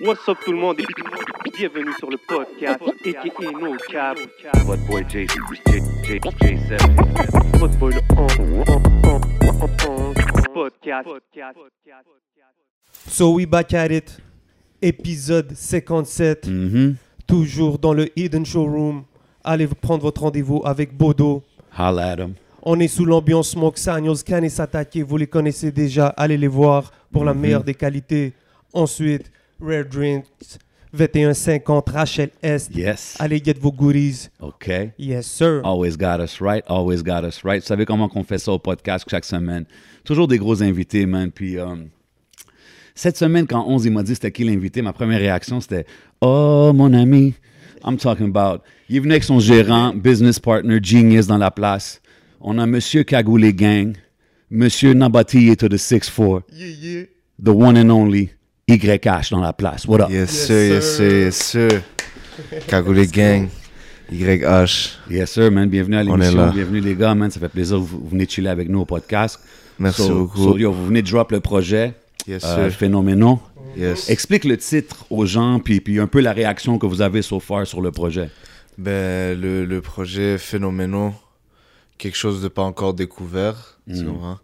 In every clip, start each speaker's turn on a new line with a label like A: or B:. A: What's up tout le monde et bienvenue sur le podcast aka No Cap.
B: What boy J J J J seven.
A: Votre boy le on- on- on- on- on- podcast.
C: So we back at it. Épisode 57.
D: Mm-hmm.
E: Mhm.
C: Toujours dans le Hidden Showroom. Allez vous prendre votre rendez-vous avec Bodo.
E: Holla at him.
C: On est sous l'ambiance Smoke Signals, Can et Satake. Vous les connaissez déjà. Allez les voir pour
D: Mm-hmm.
C: la meilleure des qualités. Ensuite, Rare Drinks, 2150, Rachel Est.
E: Yes.
C: Allez get vos goodies.
E: OK.
C: Yes, sir.
D: Ah.
E: Always got us right. Always got us right. Vous savez comment qu'on fait ça au podcast chaque semaine. Toujours des gros invités, man. Puis euh, cette semaine, quand 11, il m'a dit c'était qui l'invité, ma première réaction, c'était « Oh, mon ami, I'm talking about... » Il est venu avec son gérant, business partner, genius dans la place. On a Monsieur Cagoulé Gang, Monsieur Nabati to the 6'4, the one and only YH dans la place. What up?
D: Yes, sir, yes, sir, yes, sir. Cagoulé Gang, YH.
E: Yes, sir, man. Bienvenue à
D: On est
E: l'émission.
D: là.
E: Bienvenue, les gars, man. Ça fait plaisir. Vous, vous venez chiller avec nous au podcast.
D: Merci
E: So-
D: beaucoup.
E: so, yo, vous venez de drop le projet.
D: Yes,
E: euh,
D: sir.
E: Phénoménon.
D: Yes.
E: Explique le titre aux gens, puis, puis un peu la réaction que vous avez so far sur le projet.
D: Ben, le, le projet phénoménal, quelque chose de pas encore découvert, tu comprends?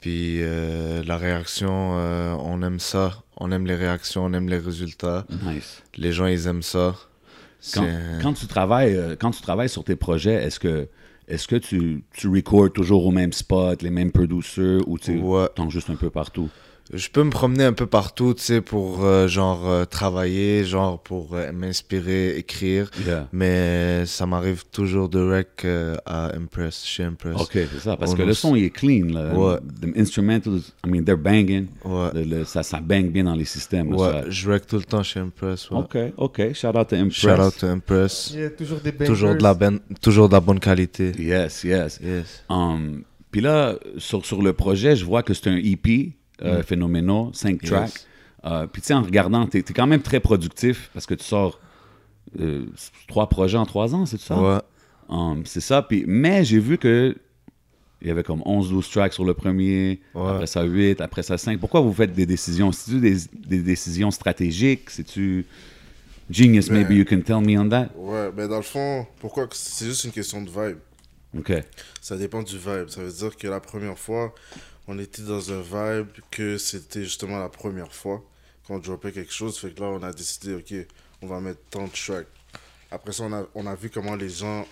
D: Puis euh, la réaction, euh, on aime ça. On aime les réactions, on aime les résultats.
E: Nice.
D: Les gens, ils aiment ça. C'est-
E: Quand, quand tu travailles, euh, quand tu travailles sur tes projets, est-ce que, est-ce que tu, tu records toujours au même spot, les mêmes producers, ou tu
D: Ouais.
E: t'en juste un peu partout?
D: Je peux me promener un peu partout, tu sais, pour euh, genre euh, travailler, genre pour euh, m'inspirer, écrire.
E: Yeah.
D: Mais ça m'arrive toujours de rec euh, à Impress, chez Impress.
E: Ok, c'est ça, parce
D: On
E: que le
D: nous-
E: son, il est clean. Là.
D: Ouais.
E: The instrumentals, I mean, they're banging.
D: Ouais.
E: Le- le- ça, ça bang bien dans les systèmes. là,
D: Ouais,
E: ça-
D: je rec tout le temps chez Impress. Ouais.
E: OK, OK. Shout out to Impress.
D: Shout out to Impress.
C: J'ai toujours des
D: Toujours de, la ben- toujours de la bonne qualité.
E: Yes, yes.
D: Yes.
E: Um, Puis là, sur, sur le projet, je vois que c'est un EP euh, phénoménal, 5
D: Yes.
E: tracks. Euh, Puis tu sais, en regardant, t'es es quand même très productif parce que tu sors euh, trois projets en trois ans, c'est ça?
D: Ouais.
E: Um, c'est ça. Puis, mais j'ai vu que il y avait comme 11-12 tracks sur le premier,
D: Ouais.
E: après ça 8, après ça 5. Pourquoi vous faites des décisions? C'est-tu des, des décisions stratégiques? C'est-tu... Genius, maybe you can tell me on that?
F: Ouais, ben dans le fond, pourquoi que- C'est juste une question de vibe.
E: OK.
F: Ça dépend du vibe. Ça veut dire que la première fois, on était dans un vibe que c'était justement la première fois qu'on dropait quelque chose. Fait que là, on a décidé, ok, on va mettre tant de tracks. Après ça, on a, on a vu comment les gens,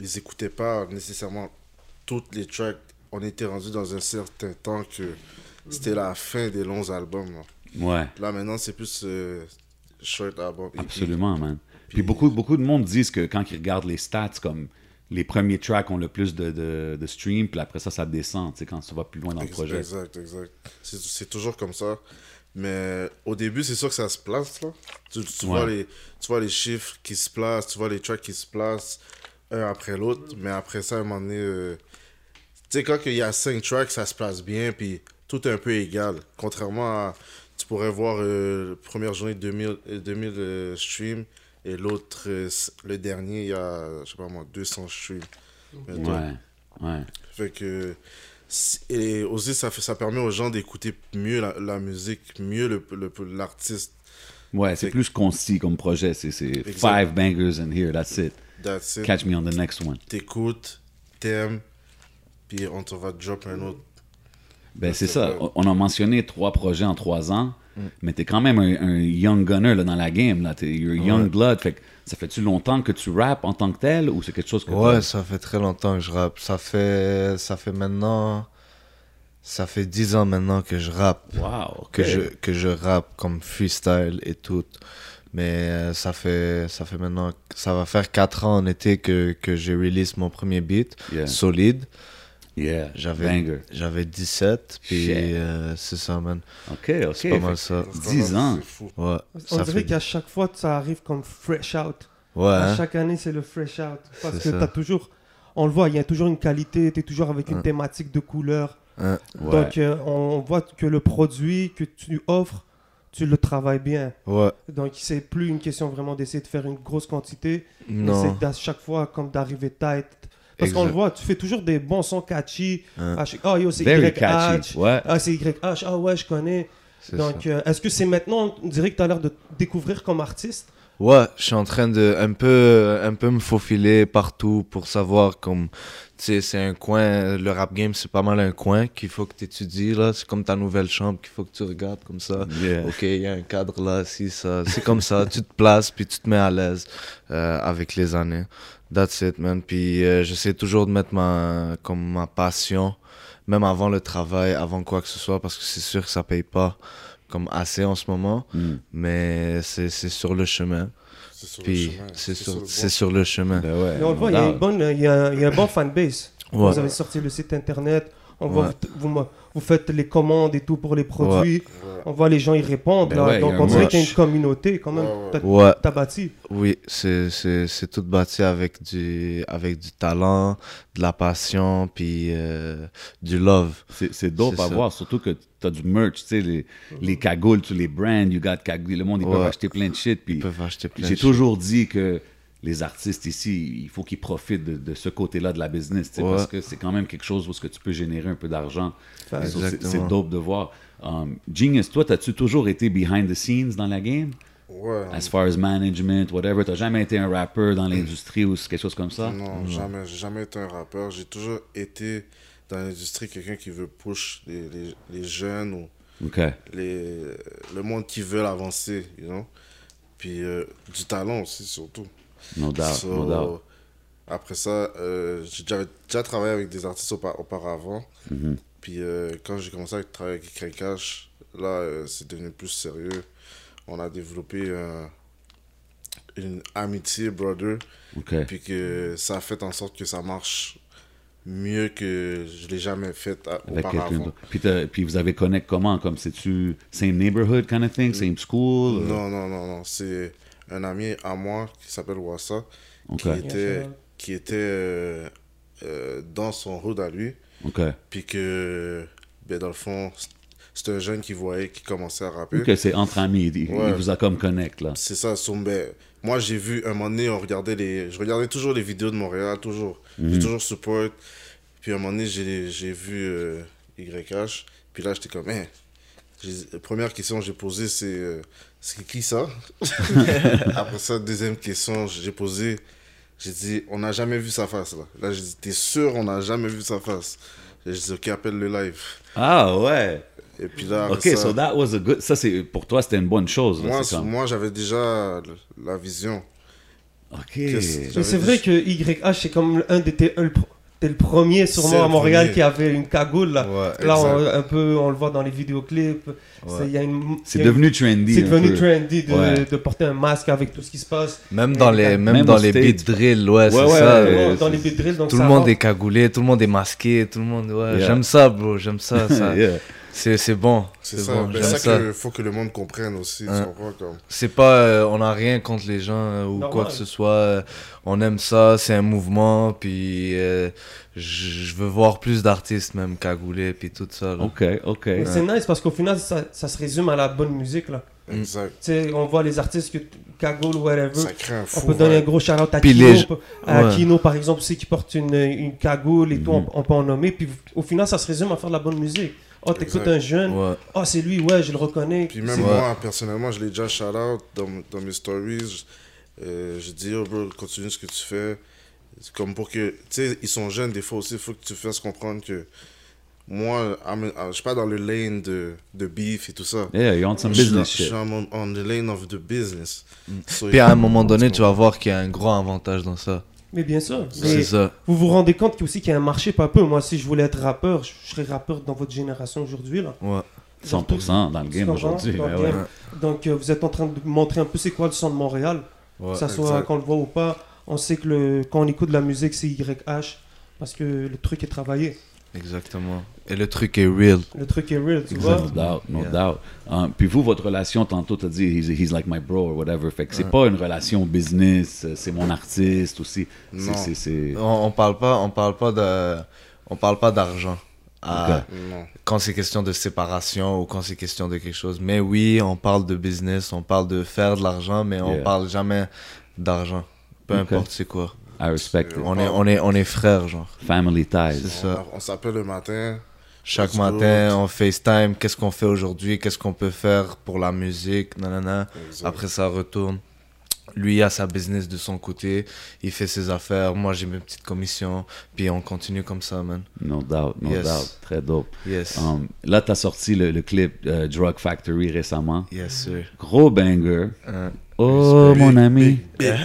F: ils écoutaient pas nécessairement toutes les tracks. On était rendu dans un certain temps que c'était la fin des longs albums. Là,
E: Ouais.
F: Là, maintenant, c'est plus euh, short album. E EP.
E: Absolument, man. Puis beaucoup, beaucoup de monde disent que quand ils regardent les stats, comme les premiers tracks ont le plus de, de, de stream, puis après ça, ça descend, tu sais, quand tu vas plus loin dans le
F: Ex-
E: projet.
F: Exact, exact. C'est- C'est toujours comme ça. Mais au début, c'est sûr que ça se place. Là. Tu, tu vois
E: Ouais.
F: les, tu vois les chiffres qui se placent, tu vois les tracks qui se placent un après l'autre. Mais après ça, à un moment donné, euh, tu sais, quand il y a cinq tracks, ça se place bien, puis tout est un peu égal. Contrairement à. Tu pourrais voir euh, la première journée 2000, euh, 2000 euh, streams et l'autre, euh, c- le dernier, il y a, je sais pas moi, 200 streams.
E: Ouais,
F: Mettons.
E: ouais.
F: Fait que. c- Et aussi, ça, fait, ça permet aux gens d'écouter mieux la, la musique, mieux le- le- l'artiste.
E: Ouais, c'est plus concis comme projet, c'est c'est
F: Exact.
E: five bangers in here, that's it.
F: That's it.
E: Catch me on the next one.
F: T'écoutes, t'aimes, puis on te va drop un autre.
E: Ben, c'est
F: c'est
E: ça.
F: ça.
E: On on a mentionné trois projets en trois ans,
D: Mm.
E: mais t'es quand même un, un young gunner là, dans la game. Là. T'es you're young blood. Fait que ça fait-tu longtemps que tu rappes en tant que tel ou c'est quelque chose que
D: Ouais,
E: t'as-
D: ça fait très longtemps que je rappe. Ça fait, ça fait maintenant. Ça fait 10 ans maintenant que je rappe.
E: Wow, ok.
D: que je que je rappe comme freestyle et tout mais euh, ça fait ça fait maintenant ça va faire 4 ans en été que que j'ai release mon premier beat
E: Yeah.
D: solide
E: Yeah, banger.
D: j'avais j'avais 17 puis
E: Shit.
D: euh, c'est ça man
E: Ok, ok.
D: c'est pas
E: Fait
D: mal ça
F: Dans ce
E: 10
F: temps-là,
E: ans.
F: C'est fou.
D: ouais
C: On
D: ça
C: dirait
D: fait
C: qu'à chaque fois, ça arrive comme fresh out.
D: ouais
C: À
D: hein?
C: Bah, chaque année, c'est le fresh out. Parce que
D: C'est ça.
C: tu as toujours, on le voit, il y a toujours une qualité, tu es toujours avec une
D: Ouais.
C: thématique de couleur.
D: Hein?
E: Ouais.
C: Donc, euh, on voit que le produit que tu offres, tu le travailles bien.
D: ouais
C: Donc, c'est plus une question vraiment d'essayer de faire une grosse quantité. mais
D: non
C: C'est à chaque fois comme d'arriver tight. Parce qu'on
D: Exact.
C: le voit, tu fais toujours des bons sons catchy.
D: Hein.
C: À chaque- Oh yo, c'est
E: Very
C: YH.
E: catchy. Ouais.
C: Ah, c'est YH. Ah ouais, je connais.
D: C'est
C: Donc,
D: ça.
C: euh, est-ce que c'est maintenant, on dirait que tu as l'air de te découvrir comme artiste
D: Ouais, je suis en train de un peu, un peu me faufiler partout pour savoir comme, tu sais, c'est un coin, le rap game c'est pas mal un coin qu'il faut que tu étudies là, c'est comme ta nouvelle chambre qu'il faut que tu regardes comme ça.
E: Yeah.
D: Ok, il y a un cadre là, si ça, c'est comme ça, tu te places puis tu te mets à l'aise euh, avec les années. That's it man. Puis euh, j'essaie toujours de mettre ma, comme ma passion, même avant le travail, avant quoi que ce soit, parce que c'est sûr que ça paye pas comme assez en ce moment,
E: Mm.
D: mais c'est c'est sur le chemin.
F: C'est sur le
D: Puis
F: chemin.
D: c'est sur,
F: le
D: c'est
F: bon.
D: sur le chemin.
E: Ben ouais,
C: Mais on le voit, il y a, une bonne, il y a- il y a un bon fanbase.
D: Ouais.
C: Vous avez sorti le site internet, on voit,
D: Ouais.
C: vous, vous me- vous faites les commandes et tout pour les produits, on voit les gens y répondent.
E: Ben
C: là.
E: ouais, il y a
C: Donc
E: un
C: on dirait qu'il y a
D: match.
C: une communauté quand même.
F: Ouais, ouais.
C: T'as-
D: Ouais,
C: T'as bâti.
D: oui, c'est c'est- c'est tout bâti avec du, avec du talent, de la passion, puis euh, du love.
E: C'est c'est dope
D: C'est
E: à
D: ça.
E: voir, surtout que t'as du merch, tu sais, les, les cagoules, tous les brands, you got cagoules, le monde, ils peuvent
D: Ouais.
E: acheter plein de shit. Puis
D: Ils peuvent acheter plein
E: j'ai
D: de choses.
E: toujours dit que les artistes ici, il faut qu'ils profitent de, de ce côté-là de la business, tu sais,
D: Ouais.
E: parce que c'est quand même quelque chose où ce que tu peux générer un peu d'argent.
C: Facts.
E: So, C'est c'est
D: Exactement.
E: dope de voir. Um, Genius, toi, t'as-tu toujours été behind the scenes dans la game?
F: Ouais.
D: Ah,
E: As far as management, whatever, t'as jamais été un rappeur dans l'industrie ou quelque chose comme ça?
F: Non, jamais. J'ai jamais été un rappeur. J'ai toujours été dans l'industrie quelqu'un qui veut push les, les, les jeunes ou
E: OK.
F: les, le monde qui veut avancer, you know. Puis euh, du talent aussi, surtout.
E: No doubt,
F: So,
E: no doubt.
F: Après ça, euh, j'ai déjà, déjà travaillé avec des artistes aupa- auparavant.
E: Mhm.
F: Puis euh, quand j'ai commencé à travailler avec Craig Cash, là, euh, c'est devenu plus sérieux. On a développé euh, une amitié, brother.
E: OK.
F: Puis que ça a fait en sorte que ça marche mieux que je l'ai jamais fait a-
E: Avec quelqu'un
F: auparavant.
E: d'autre. Puis, t'as- puis vous avez connect comment Comme c'est-tu same neighborhood kind of thing, same school euh,
F: Mm. Non, non, non, non. C'est un ami à moi qui s'appelle Wassa,
E: Ok,
F: qui était, qui était euh, euh, dans son road à lui.
E: ok.
F: Puis que, ben, dans le fond, c'est- c'est un jeune qui voyait, qui commençait à rapper.
E: Ok, c'est entre amis, il, il
F: Ouais.
E: vous a comme connect là.
F: C'est ça, son- ben, Moi, j'ai vu, un moment donné, on regardait les... Je regardais toujours les vidéos de Montréal, toujours. J'ai toujours support. Puis, à un moment donné, j'ai j'ai vu euh, YH. Puis là, j'étais comme, Hein. J'ai- La première question que j'ai posée, c'est... euh, c'est qui ça Après ça, deuxième question, j'ai posé... J'ai dit, on n'a jamais vu sa face, là. Là, j'ai dit, t'es sûr, on n'a jamais vu sa face J'ai dit, OK, appelle le live.
E: Ah ouais.
F: Et puis là,
E: Ok,
F: après Ah, ça-
E: so that was a good. Ça c'est pour toi c'était une bonne chose. là,
F: moi,
E: c'est comme-
F: moi j'avais déjà la vision.
E: Ok.
F: qu'est-ce-
C: Mais
F: J'avais
C: c'est vrai
F: dit-
C: que YH, c'est comme un des tes- un le pro- t'es le premier
F: C'est
C: sûrement
F: le
C: à Montréal
F: premier.
C: qui avait une cagoule. Là,
D: Ouais,
C: Là, on-
D: exact.
C: un peu, on le voit dans les vidéoclips. C'est il y a une- il
E: C'est
C: y a une-
E: devenu trendy.
C: C'est
E: un
C: devenu
E: peu.
C: trendy de,
E: Ouais.
C: de porter un masque avec tout ce qui se passe.
D: Même dans les, même
E: Même
D: dans
E: au
D: les
E: States.
D: beat drills, ouais, c'est
E: ouais,
D: ça.
E: ouais,
D: euh,
E: ouais,
C: dans les
D: c'est-
C: bedrills, donc
D: tout
C: ça
D: le monde
C: rentre.
D: est cagoulé, tout le monde est masqué, tout le monde. Ouais,
E: Yeah.
D: j'aime ça, bro, j'aime ça. ça.
E: Yeah.
D: C'est c'est bon,
F: C'est
D: c'est
F: ça,
D: bon,
F: ben,
D: j'aime
F: ça,
D: ça.
F: que faut que le monde comprenne aussi. tu
D: Hein.
F: comprends, comme.
D: C'est pas, euh, on a rien contre les gens euh, ou quoi
C: Normal.
D: que ce soit. euh, on aime ça, c'est un mouvement. Puis euh, je je veux voir plus d'artistes même cagoulés puis tout ça. là.
E: Ok, ok.
C: Mais c'est nice parce qu'au final, ça, ça se résume à la bonne musique. Là.
D: Mm.
F: Exact.
C: Tu sais, on voit les artistes que Cagoule, whatever.
F: Ça crée un
C: On
F: fou.
C: peut donner un
F: vibe.
C: gros shout-out à
D: Puis
C: Kino.
D: les-
C: p- À
D: ouais. Mm.
C: Kino, par exemple, aussi, qui porte une, une cagoule et tout, on, on peut en nommer. Puis au final, ça se résume à faire de la bonne musique. Oh, t'écoutes
F: Exact.
C: un jeune.
D: Ouais.
C: Oh, c'est lui, ouais, je le reconnais.
F: Puis même
D: Ouais.
F: moi, personnellement, je l'ai déjà shout out dans, dans mes stories. Je, euh, je dis, oh bro, continue ce que tu fais. C'est Comme pour que. Tu sais, ils sont jeunes, des fois aussi, il faut que tu fasses comprendre que moi, I'm- uh, je suis pas dans le lane de, de beef et tout ça.
E: Yeah, you want some
F: Je suis dans-
E: business
F: je suis
E: shit.
F: on, on the lane of the business. So,
D: Mm. Puis à un moment donné, tu vas voir qu'il y a un gros avantage dans ça.
C: Mais bien sûr.
D: C'est
C: Mais
D: ça.
C: Vous vous rendez compte qu'il y a aussi qu'il y a un marché, pas peu. Moi, si je voulais être rappeur, je, je serais rappeur dans votre génération aujourd'hui. là.
D: Ouais.
C: Genre,
E: 100% dans le
C: tu
E: game
C: comprends?
E: aujourd'hui.
C: Dans le
E: ben ouais.
C: game. Donc, euh, vous êtes en train de montrer un peu c'est quoi le son de Montréal.
D: Ouais,
C: que ça soit
F: exact.
C: qu'on le voit ou pas, on sait que le, quand on écoute de la musique, c'est YH. Parce que le truc est travaillé.
D: Exactement. Et le truc est real.
C: Le truc est real, tu vois.
E: No doubt, no
D: Yeah.
E: doubt. Um, puis vous, votre relation, tantôt, t'as dit, he's, he's like my bro or whatever. Fait que c'est pas une relation business, euh, c'est mon artiste aussi. C'est-
F: Non.
E: c'est- c'est-
D: On, on parle pas, on parle pas de, on parle pas d'argent. Ah,
E: Ok.
F: Non.
D: Quand c'est question de séparation ou quand c'est question de quelque chose. Mais oui, on parle de business, on parle de faire de l'argent, mais on
E: Yeah.
D: parle jamais d'argent. Peu
E: Ok.
D: importe c'est quoi.
E: I respect it.
D: On est, on est, on est frères, genre.
E: Family
D: C'est
E: ties.
D: ça.
F: On, on s'appelle le matin,
D: Chaque
F: Let's
D: matin,
F: do
D: on FaceTime, qu'est-ce qu'on fait aujourd'hui, qu'est-ce qu'on peut faire pour la musique, nanana.
F: Exact.
D: Après ça, retourne. Lui a sa business de son côté, il fait ses affaires, moi j'ai mes petites commissions, puis on continue comme ça, man.
E: No doubt, no
D: Yes.
E: doubt. Très dope.
D: Yes.
E: Um, là, tu as sorti le, le clip euh, Drug Factory récemment.
D: Yes, sir.
E: Gros banger.
D: Hein.
E: Oh,
F: Big,
E: mon ami.
F: Big, big,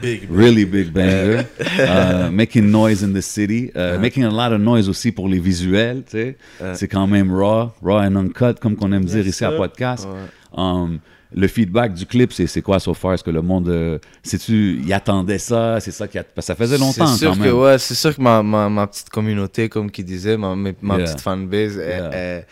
F: big, big.
E: Really big banger. Uh, making noise in the city. Uh,
D: Uh-huh.
E: Making a lot of noise aussi pour les visuels, tu sais. C'est quand même raw, raw and uncut, comme qu'on aime dire ici à
C: sir.
E: podcast.
D: Oh.
E: Um, le feedback du clip, c'est c'est quoi so far? Est-ce que le monde, euh, sais-tu, y attendait ça? C'est ça qui a... Parce que ça faisait longtemps
D: C'est sûr
E: quand
D: que
E: même.
D: ouais, c'est sûr que ma, ma, ma petite communauté, comme qui disait, ma, mes- ma
E: Yeah.
D: petite fanbase, elle,
E: Yeah.
D: elle,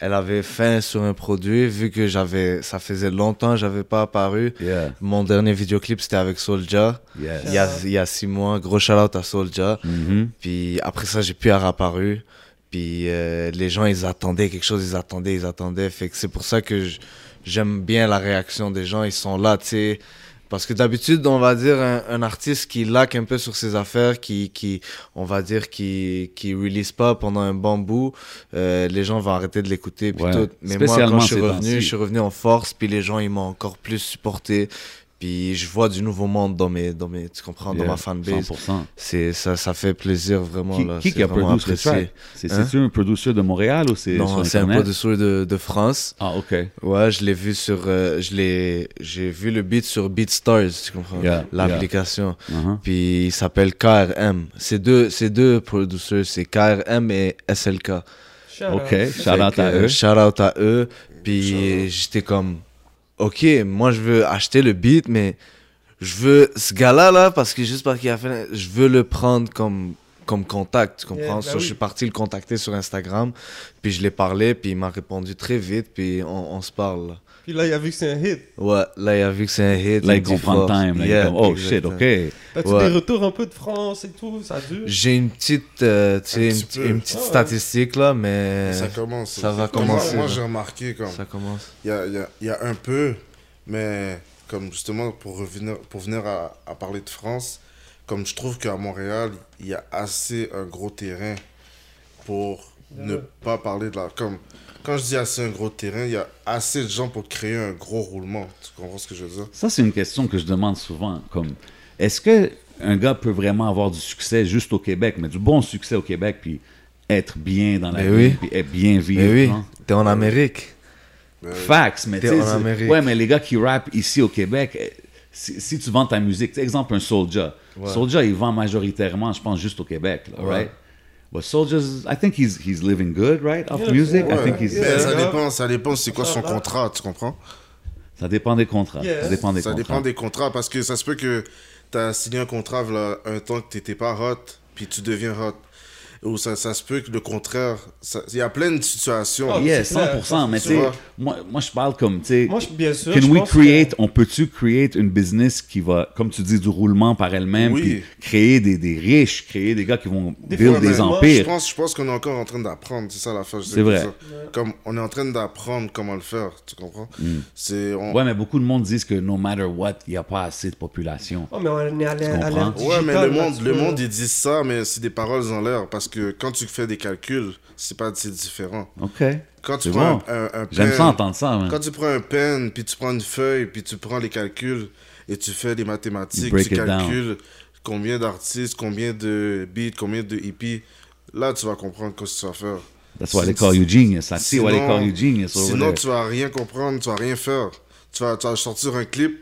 D: elle avait faim sur un produit vu que j'avais, ça faisait longtemps que j'avais pas apparu.
E: Yeah,
D: Mon dernier vidéoclip c'était avec Soulja,
E: yes.
D: il y a, il y a six mois. Gros shout out à Soulja.
E: Mhm.
D: Puis après ça, j'ai pu apparu. Puis euh, les gens, ils attendaient quelque chose, ils attendaient, ils attendaient. Fait que c'est pour ça que j- j'aime bien la réaction des gens. Ils sont là, tu sais. Parce que d'habitude, on va dire un, un artiste qui laque un peu sur ses affaires, qui, qui on va dire, qui, qui release pas pendant un bon bout, euh, les gens vont arrêter de l'écouter. puis
E: Ouais.
D: tout. Mais moi,
E: Spécialement
D: quand je suis
E: ces
D: revenu,
E: temps-ci.
D: je suis revenu en force, puis les gens, ils m'ont encore plus supporté. Puis je vois du nouveau monde dans mes, dans mes tu comprends, dans
E: Yeah,
D: ma fanbase
E: 100%.
D: c'est ça ça fait plaisir vraiment
E: Qui,
D: là
E: qui
D: c'est
E: qui a
D: vraiment
E: produit le
D: apprécié.
E: track? C'est
D: Hein?
E: c'est-tu un producer de Montréal ou c'est sur
D: non c'est un
E: Internet?
D: producteur de, de France
E: Ah, OK.
D: ouais je l'ai vu sur euh, je l'ai j'ai vu le beat sur BeatStars tu comprends
E: Yeah,
D: l'application
E: Uh-huh.
D: puis il s'appelle KRM c'est deux c'est deux producteurs c'est KRM et SLK
E: OK,
D: Fait
E: shout out
D: que,
E: à
D: euh,
E: eux.
D: Shout out à eux. Puis j'étais comme, ok, moi je veux acheter le beat, mais je veux ce gars-là, là, parce que juste parce qu'il a fait, je veux le prendre comme, comme contact, tu comprends?
C: Yeah, bah
D: So,
C: oui.
D: Je suis parti le contacter sur Instagram, puis je l'ai parlé, puis il m'a répondu très vite, puis on, on se parle. là.
C: Puis là, il a vu que c'est un hit.
D: Ouais, là il a vu que c'est un hit.
E: Là,
D: il
E: ils
D: me dit
E: comprennent
D: fort.
E: time. là, ils
D: Yeah,
E: comme, oh, shit,
D: exactement.
E: OK.
C: T'as-tu
D: Ouais.
C: des retours un peu de France et tout Ça dure
D: J'ai une petite, euh, tu sais,
F: Un
D: une,
F: petit
D: petite-
F: peu.
D: une petite
C: Ah ouais.
D: statistique là, mais
F: Ça commence.
D: Euh, ça va
F: Moi,
D: commencer,
F: Moi,
D: là.
F: j'ai remarqué comme
D: ça commence.
F: il y a, il y a- il y a un peu, mais comme justement pour revenir, pour venir à, à parler de France, comme je trouve qu'à Montréal, il y a assez un gros terrain pour ne pas parler de la. Comme quand je dis assez un gros terrain, il y a assez de gens pour créer un gros roulement. Tu comprends ce que je veux dire?
E: Ça, c'est une question que je demande souvent. Comme, est-ce que un gars peut vraiment avoir du succès juste au Québec, mais du bon succès au Québec, puis être bien dans la
D: Mais
E: vie,
D: oui.
E: puis être bien vivre?
D: Mais oui,
E: hein?
D: t'es en Amérique.
E: Fax, mais tu
D: T'es
E: sais,
D: en
E: c'est-
D: Amérique.
E: Ouais, mais les gars qui rappent ici au Québec, eh, si, si tu vends ta musique, tu sais, exemple un Soulja. Soulja, il vend majoritairement, je pense, juste au Québec, là, right? But Soulja's, I think he's, he's living good, right? Off
C: Yeah,
E: music, I
F: Ouais.
E: think he's...
F: Mais ça
C: Yeah.
F: dépend, ça dépend c'est quoi son contrat, tu comprends?
E: Ça dépend des contrats.
C: Yeah.
E: Ça dépend des
F: ça
E: contrats.
F: dépend des contrats parce que ça se peut que tu as signé un contrat voilà, un temps que tu n'étais pas hot, puis tu deviens hot. Ou ça, ça se peut que le contraire. ça- Il y a plein de situations.
C: Oh,
E: Yeah,
C: C'est clair.
E: 100%, mais tu
F: Tu
E: sais,
F: vois.
E: moi, moi, je parle comme, tu sais,
C: Moi, je, bien sûr.
E: can
C: je
E: we
C: pense
E: create,
C: que-
E: on peut-tu create une business qui va, comme tu dis, du roulement par elle-même,
F: Oui.
E: puis créer des, des riches, créer des gars qui vont build
C: fois,
E: des
C: même, moi,
F: Je
E: empires.
F: pense, je pense qu'on est encore en train d'apprendre, c'est ça la fin. je sais
E: C'est vrai.
F: pas ça. Comme on est en train d'apprendre comment le faire, tu comprends C'est on-
E: Hmm. Ouais, mais beaucoup de monde disent que no matter what, il n'y a pas assez de population.
C: Oh, mais on est à
E: Tu
C: l'ère
E: comprends?
C: à l'ère
F: Ouais, mais
C: digitale,
F: le
C: là,
F: monde,
C: tu
F: le
C: peux-
F: monde, ils disent ça, mais c'est des paroles en l'air parce que quand tu fais des calculs, c'est pas c'est différent.
E: OK.
F: Quand tu
E: C'est
F: prends
E: bon.
F: un, un- un
E: J'aime ça
F: pen-
E: entendre ça, man.
F: Quand tu prends un pen, puis tu prends une feuille, puis tu prends les calculs et tu fais les
E: You
F: mathématiques,
E: break
F: tu
E: it down.
F: calcules combien d'artistes, combien de beats, combien de hippies, là tu vas comprendre ce que tu vas faire.
E: That's why they call you genius. I see why they
F: Sinon-
E: call you genius over
F: Sinon
E: there.
F: tu vas rien comprendre, tu vas rien faire. Tu vas, tu vas sortir un clip.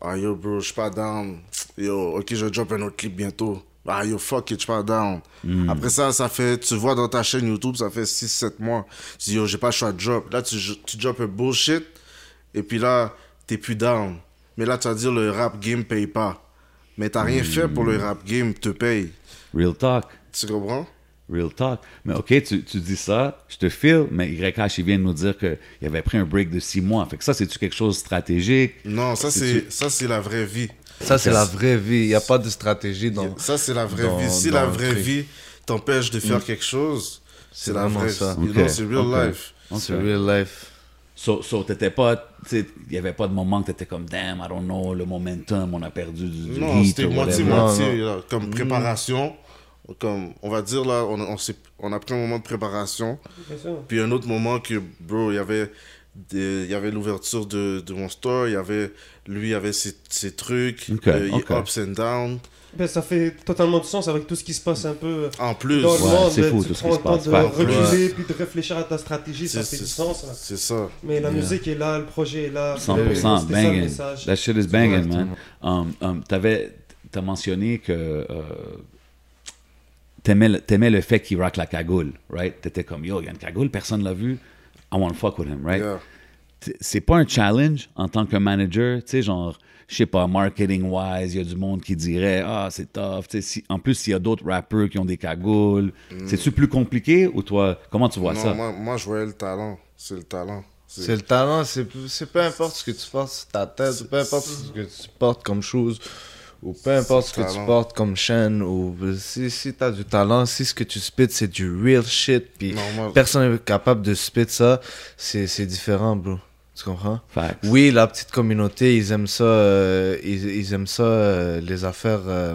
F: Ah yo bro, je suis pas down. Yo, ok, je drop un autre clip bientôt. Ah yo, fuck it, je suis pas down. Après ça, ça fait, tu vois dans ta chaîne YouTube, ça fait 6-7 mois. Tu dis yo, j'ai pas le choix de drop. Là, tu, tu drop un bullshit. Et puis là, t'es plus down. Mais là, tu vas dire le rap game paye pas. Mais t'as rien fait pour le rap game te paye.
E: Real talk.
F: Tu comprends?
E: Real talk. Mais OK, tu, tu dis ça, je te file, mais YH, il vient de nous dire qu'il avait pris un break de six mois. Fait que ça, c'est-tu quelque chose de stratégique?
F: Non, ça c'est ça c'est la vraie vie.
D: Ça, c'est la vraie vie. Il n'y a pas de stratégie dans.
F: Ça, c'est la vraie
D: dans-
F: vie. Si
D: dans
F: la
D: le
F: vraie
D: truc.
F: vie t'empêche de faire quelque chose, c'est la
D: vraiment
F: vraie
D: ça.
F: You
E: Ok,
F: know, c'est real
E: ok.
F: life.
E: Ok.
D: C'est real life.
E: So, so t'étais pas, tu sais, il n'y avait pas de moment que t'étais comme, damn, I don't know, le momentum, on a perdu du, du
F: Non,
E: heat
F: c'était
E: ou whatever.
D: Non,
F: moitié-moitié. là. Comme préparation, Comme, on va dire là, on, on, s'est- on a pris un moment de préparation.
C: Bien sûr.
F: Puis un autre moment que, bro, il y avait, des- il y avait l'ouverture de, de mon store, il y avait, lui, il avait ses, ses trucs,
E: Ok,
F: euh, il-
E: ok.
F: ups and down.
C: Ben, ça fait totalement du sens avec tout ce qui se passe un peu
F: En plus,
C: dans le
E: Ouais,
C: monde.
E: c'est
C: ben,
E: fou
C: tu
E: tout ce
C: prends
E: qui
C: le
E: se
C: temps
E: passe.
C: de
E: Ouais.
C: reculer puis de réfléchir à ta stratégie, ça fait du sens. hein. là.
F: c'est ça.
C: Mais la
E: Yeah.
C: musique est là, le projet est là.
E: 100%
C: C'était ça, le
E: banging.
C: message.
E: That shit is banging, man.
D: Exactement.
E: Um, um, t'avais, t'as mentionné que euh, t'aimais, le, t'aimais le fait qu'il rock la cagoule, right? T'étais comme, yo, il y a une cagoule, personne l'a vu. I want to fuck with him, right?
F: Yeah.
E: T- C'est pas un challenge en tant que manager, tu sais, genre, je sais pas, marketing-wise, il y a du monde qui dirait, ah, c'est tough. Tu sais, si- en plus, il y a d'autres rappeurs qui ont des cagoules. C'est-tu plus compliqué ou toi, comment tu vois
F: Mm. Non,
E: ça?
F: moi, moi, je voyais le talent. C'est le talent. C'est-
D: C'est le talent, c'est c'est peu importe ce que tu portes sur ta tête, peu importe ce que tu portes comme chose, ou peu importe ce que
F: talent.
D: tu portes comme chaîne, ou si, si t'as du talent, si ce que tu spit c'est du real shit, puis
F: Non, moi-
D: personne n'est capable de spit ça, c'est c'est différent, bro. Tu comprends?
E: Facts.
D: Oui, la petite communauté, ils aiment ça, euh, ils, ils aiment ça, euh, les affaires, euh,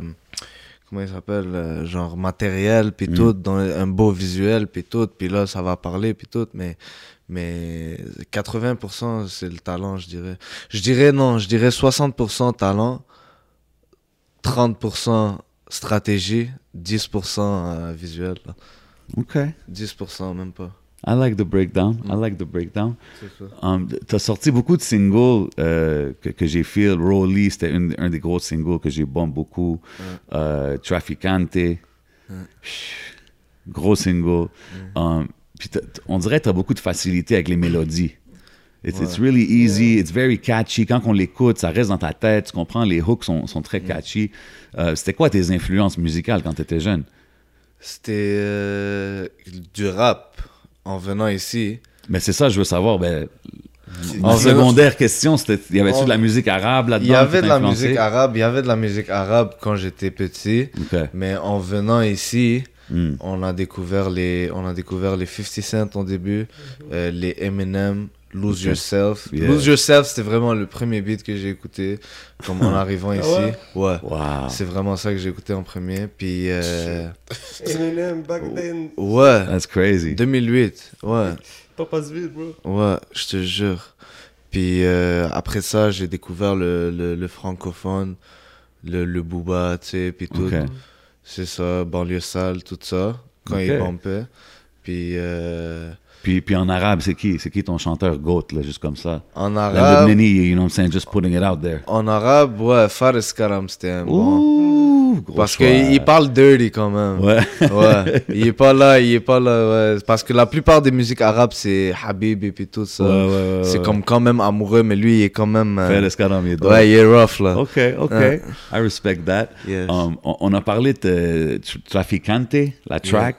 D: comment ils s'appellent, euh, genre matériel, puis tout, dans un beau visuel, puis tout, puis là, ça va parler, puis tout, mais, mais 80%, c'est le talent, je dirais. Je dirais non, je dirais 60% talent, 30% stratégie, 10% euh, visuel, là.
E: OK.
D: 10% même pas.
E: I like the breakdown. I
F: Mm.
E: like the breakdown. Um, T'as sorti beaucoup de singles euh, que, que j'ai feel. Rolly, c'était une- un des gros singles que j'ai bombe beaucoup. Euh, Trafficante. Chut, Gros single. Um, puis t'as- t- on dirait que tu as beaucoup de facilité avec les mélodies. It's, it's really easy, it's very catchy. Quand on l'écoute, ça reste dans ta tête, tu comprends, les hooks sont, sont
D: Mm.
E: très catchy. Euh, c'était quoi tes influences musicales quand tu étais jeune?
D: C'était euh, du rap en venant ici.
E: Mais c'est ça, je veux savoir. Ben, en
D: Non,
E: secondaire question, c'était- il y avait-tu
D: On-
E: de la musique arabe là-dedans?
D: Oh. Il y avait
E: qui
D: de la
E: t'influençait?
D: musique arabe, il y avait de la musique arabe quand j'étais petit,
E: Ok.
D: mais en venant ici,
E: Hmm.
D: on a découvert les on a découvert les 50 Cent au début, euh, les Eminem, Lose
E: Ok.
D: Yourself.
E: Yeah.
D: Lose Yourself, c'était vraiment le premier beat que j'ai écouté comme en arrivant ici.
C: ouais?
D: Ouais.
E: Ah Wow.
D: C'est vraiment ça que j'ai écouté en premier, puis euh,
C: Eminem,
E: Oh.
C: back then,
D: ouais,
E: That's crazy.
D: 2008. Ouais.
C: pas passe vite, bro.
D: Ouais, je te jure. Puis euh, après ça, j'ai découvert le, le, le francophone, le, le booba, tu sais, puis tout.
E: Ok.
D: C'est ça, banlieue sale, tout ça, quand il
E: Ok.
D: bumpait. Puis euh,
E: Puis, puis en arabe, c'est qui? C'est qui ton chanteur GOAT, là, juste comme ça?
D: en
E: La
D: arabe,
E: Lebanese, you know what I'm saying? Just putting it out there.
D: en arabe, ouais, Fares Karam, c'était un bon.
E: Ouh, gros
D: Parce
E: choix.
D: qu'il parle dirty quand même.
E: Ouais.
D: Ouais. il est pas là, il est pas là. ouais. Parce que la plupart des musiques arabes, c'est Habib et puis tout ça.
E: Ouais, ouais, ouais,
D: C'est
E: ouais.
D: comme quand même amoureux, mais lui, il est quand même. euh,
E: Fais le scaram, il est drôle.
D: ouais, il est rough là.
E: OK, OK.
D: Ouais.
E: I respect that.
D: Yes.
E: Um, on, on a parlé de Tr- Traficante, la track.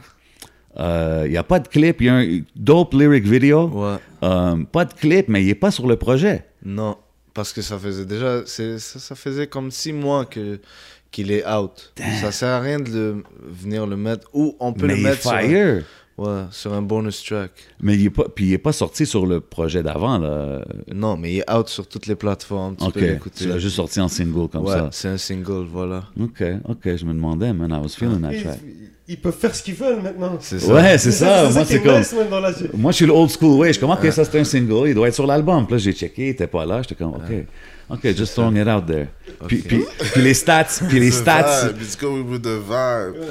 E: Il n'y a pas de clip. Il y a un dope lyric video.
D: Ouais.
E: Um, pas de clip, mais il n'est pas sur le projet.
D: Non, parce que ça faisait déjà, c'est- ça, ça faisait comme six mois que qu'il est out. Ça sert à rien de le- venir le mettre ou on peut
E: Mais
D: le
E: il est
D: mettre sur un-
E: fire.
D: ouais, sur un bonus track.
E: Mais il est pas, puis il est pas sorti sur le projet d'avant là.
D: Non, mais il est out sur toutes les plateformes. Tu
E: ok,
D: peux l'écouter.
E: tu l'as juste sorti en single comme
D: ouais,
E: ça.
D: c'est un single, voilà.
E: Ok, ok, je me demandais, man, I was feeling that
C: Ils,
E: track.
C: ils peuvent faire ce qu'ils veulent maintenant.
D: C'est ça.
E: Ouais, c'est ça. Moi,
C: qui
E: c'est
C: me
E: comme.
C: reste, man, dans la-
E: Moi, je suis le old school way. Je suis comme, ok, ça c'est un single, il doit être sur l'album. Puis là, j'ai checké, il était pas là. J'étais comme, ok, ok, just throwing it out there. Puis, puis, puis les stats, puis les
F: The
E: stats.
F: vibe, It's going with the vibe.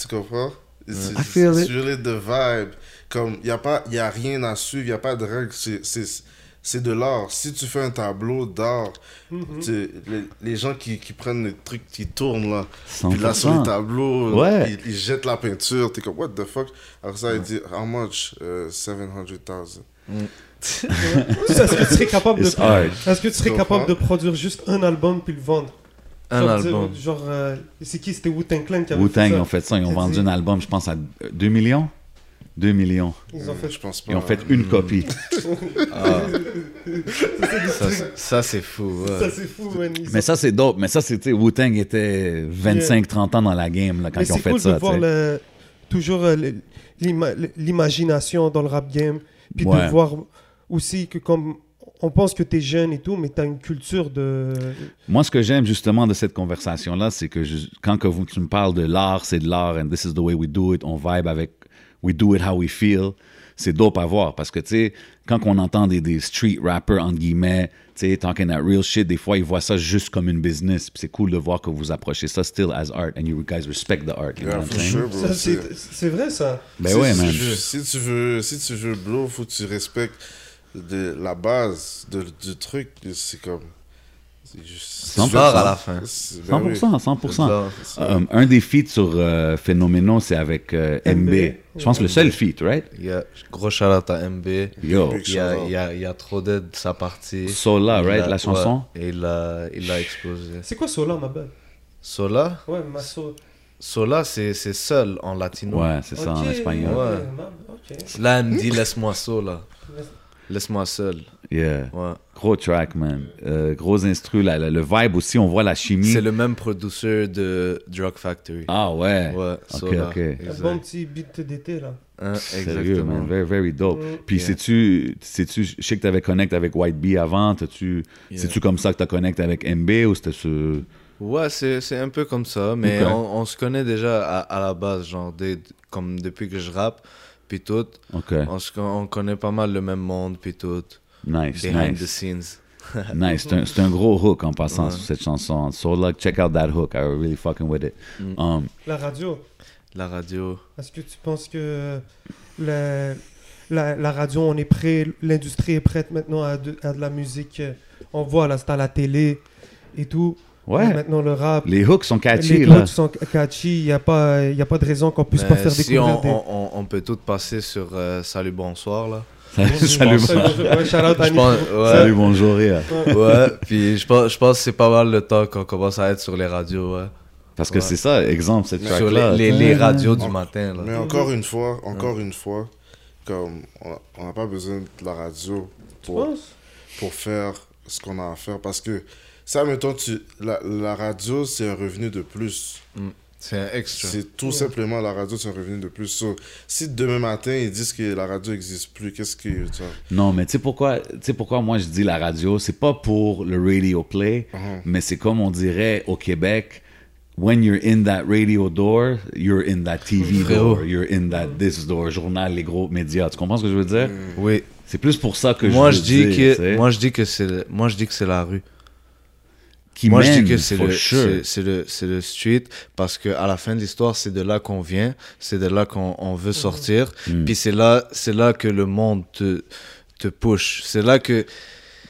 F: Tu comprends? C'est
E: I feel it.
F: it's really the vibe. Comme, il n'y a, pas- y a rien à suivre, il n'y a pas de règle. C'est- C'est c'est de l'art. Si tu fais un tableau d'art,
C: Mm-hmm.
F: tu- les, les gens qui, qui prennent les trucs qui tournent là, puis là sur
E: 100%.
F: les tableaux,
E: Ouais.
F: ils, ils jettent la peinture. T'es comme, what the fuck? Alors ça, il dit, how much? Euh, 700,000.
C: Est-ce que tu serais capable de
E: It's art.
C: Est-ce que tu serais
F: Je
C: capable de
F: comprends.
C: produire juste un album puis le vendre
D: Un
C: Genre, dire,
D: album.
C: Genre, euh, c'est qui C'était Wu-Tang Clan qui avait
E: Wu-Tang,
C: fait
E: ils
C: ça.
E: ont fait ça. Ils ont
C: C'est
E: vendu
C: dit.
E: un album, je pense, à 2 millions. 2 millions.
C: Ils ont fait
F: Je pense pas.
E: Ils ont fait une copie. Ah.
D: Ça, c'est- ça, c'est fou. ouais.
C: ça, c'est fou, man. Ils
E: Mais
C: ont-
E: ça, c'est dope. Mais ça, c'est, tu sais, Wu-Tang était 25-30 ans dans la game là, quand
C: Mais
E: ils ont
C: c'est
E: fait
C: cool
E: ça.
C: de voir
E: tu sais.
C: le- toujours euh, le- l'ima- l'imagination dans le rap game, puis
E: Ouais.
C: de voir aussi que comme on pense que tu es jeune et tout, mais tu as une culture de.
E: Moi, ce que j'aime justement de cette conversation-là, c'est que je- quand que vous, tu me parles de l'art, c'est de l'art, and this is the way we do it, on vibe avec we do it how we feel. C'est dope à voir parce que, tu sais, quand on entend des, des street rappers, entre guillemets, tu sais, talking that real shit, des fois, ils voient ça juste comme une business. Puis c'est cool de voir que vous approchez ça still as art and you guys respect the art. you know
F: Yeah,
E: what I'm
F: for
E: saying?
F: sure, bro.
C: Ça,
F: C'est-
C: c'est c'est vrai, ça.
E: Ben
F: Si-
E: ouais,
F: si
E: man.
F: tu veux- Si tu veux, si tu veux blow, faut que tu respectes de, la base de, du truc. C'est comme. C'est juste.
E: Cent
D: Tu pars à la fin.
F: C'est- ben oui.
E: 100%, 100%.
D: Bizarre.
E: Um, un des feats sur euh, Phénoménon, c'est avec euh, MB.
C: MB.
E: Je pense que le seul feat, right?
D: Il y a gros shout-out à MB.
E: Yo.
D: Il y a, il y a, il y a trop d'aide de sa partie.
E: Sola,
D: Il
E: right,
D: a-
E: la chanson?
D: ouais, et il a, il a explosé.
C: C'est quoi Sola, ma belle
D: Sola
C: Ouais, ma so...
D: Sola, c'est c'est seul en latino.
E: Ouais, c'est ça en
C: Ok,
E: espagnol.
C: ok,
D: Ouais.
C: ma- ok.
D: Là, elle me dit laisse-moi Sola. Laisse-moi seul.
E: Yeah.
D: Ouais.
E: Gros track, man. Euh, gros instru, la- la- le vibe aussi, on voit la chimie.
D: C'est le même producteur de Drug Factory.
E: Ah ouais.
D: Ouais,
E: Ok,
D: Sola.
E: ok.
C: Un
D: Exact.
C: bon petit beat d'été, là.
D: Hein,
E: Sérieux, man.
D: exactement.
E: Very, very dope. Puis,
D: Yeah.
E: sais-tu, sais-tu, je sais que t'avais connect avec White Bee avant. T'as-tu,
D: Yeah.
E: C'est-tu comme ça que t'as connect avec MB ou c'était ce.
D: Ouais, c'est c'est un peu comme ça, mais
E: Ok.
D: on, on se connaît déjà à, à la base, genre, dès- comme depuis que je rappe, puis tout.
E: Ok.
D: On, se con- on connaît pas mal le même monde, puis tout.
E: Nice,
D: Behind the
E: nice.
D: scenes.
E: Nice. C'est un, c'est un gros hook en passant sur cette chanson. So, like, check out that hook. I was really fucking with it.
D: Mm.
E: Um,
C: La radio.
D: La radio.
C: Est-ce que tu penses que la, la, la radio, on est prêt, l'industrie est prête maintenant à de, à de la musique euh, On voit, là, c'est à la télé et tout.
E: ouais.
C: Maintenant, le rap.
E: Les hooks sont catchy,
C: les
E: là.
C: clubs sont catchy. Il n'y a, pas- y a pas de raison qu'on puisse
D: Mais
C: pas faire
D: Ben, si
C: découvrir
D: on,
C: des.
D: on- on- on peut tout passer sur euh, Salut Bonsoir là.
E: Salut, bonjour.
C: Ouais, shout out à
D: Je pense,
C: Nico.
D: ouais,
E: Salut, bonjour, Ria.
D: ouais, puis je pense, je pense que c'est pas mal le temps qu'on commence à être sur les radios, ouais.
E: Parce que
D: Ouais.
E: c'est ça, exemple, cette
D: sur
E: track-là.
D: les, les, les
E: Tadam.
D: radios du matin
F: Mais
D: là.
F: encore une fois, encore une fois, comme on a- on n'a pas besoin de la radio
C: Tu
F: pour,
C: penses
F: pour faire ce qu'on a à faire. Parce que ça, mettons, tu, la, la radio, c'est un revenu de plus.
D: C'est un extra.
F: C'est tout simplement la radio, c'est un revenu de plus. So, si demain matin, ils disent que la radio n'existe plus, qu'est-ce que... tu vois?
E: Non, mais tu sais pourquoi, tu sais pourquoi moi je dis la radio, c'est pas pour le radio play,
D: Uh-huh.
E: mais c'est comme on dirait au Québec, when you're in that radio door, you're in that TV
D: Frérot.
E: door, you're in that this door, journal, les gros médias. Tu comprends ce que je veux dire?
D: Oui.
E: C'est plus pour ça que
D: Mm. Moi
E: je,
D: je
E: veux
D: dis
E: dire, tu
D: que
E: sais,
D: moi je dis que c'est le- moi je dis que c'est la rue.
E: qui
D: Moi je
E: mène,
D: dis que c'est
E: for
D: le
E: sure.
D: c'est- c'est le c'est le street parce que à la fin de l'histoire, c'est de là qu'on vient, c'est de là qu'on on veut sortir,
E: Mm.
D: puis c'est là c'est là que le monde te te push. C'est là que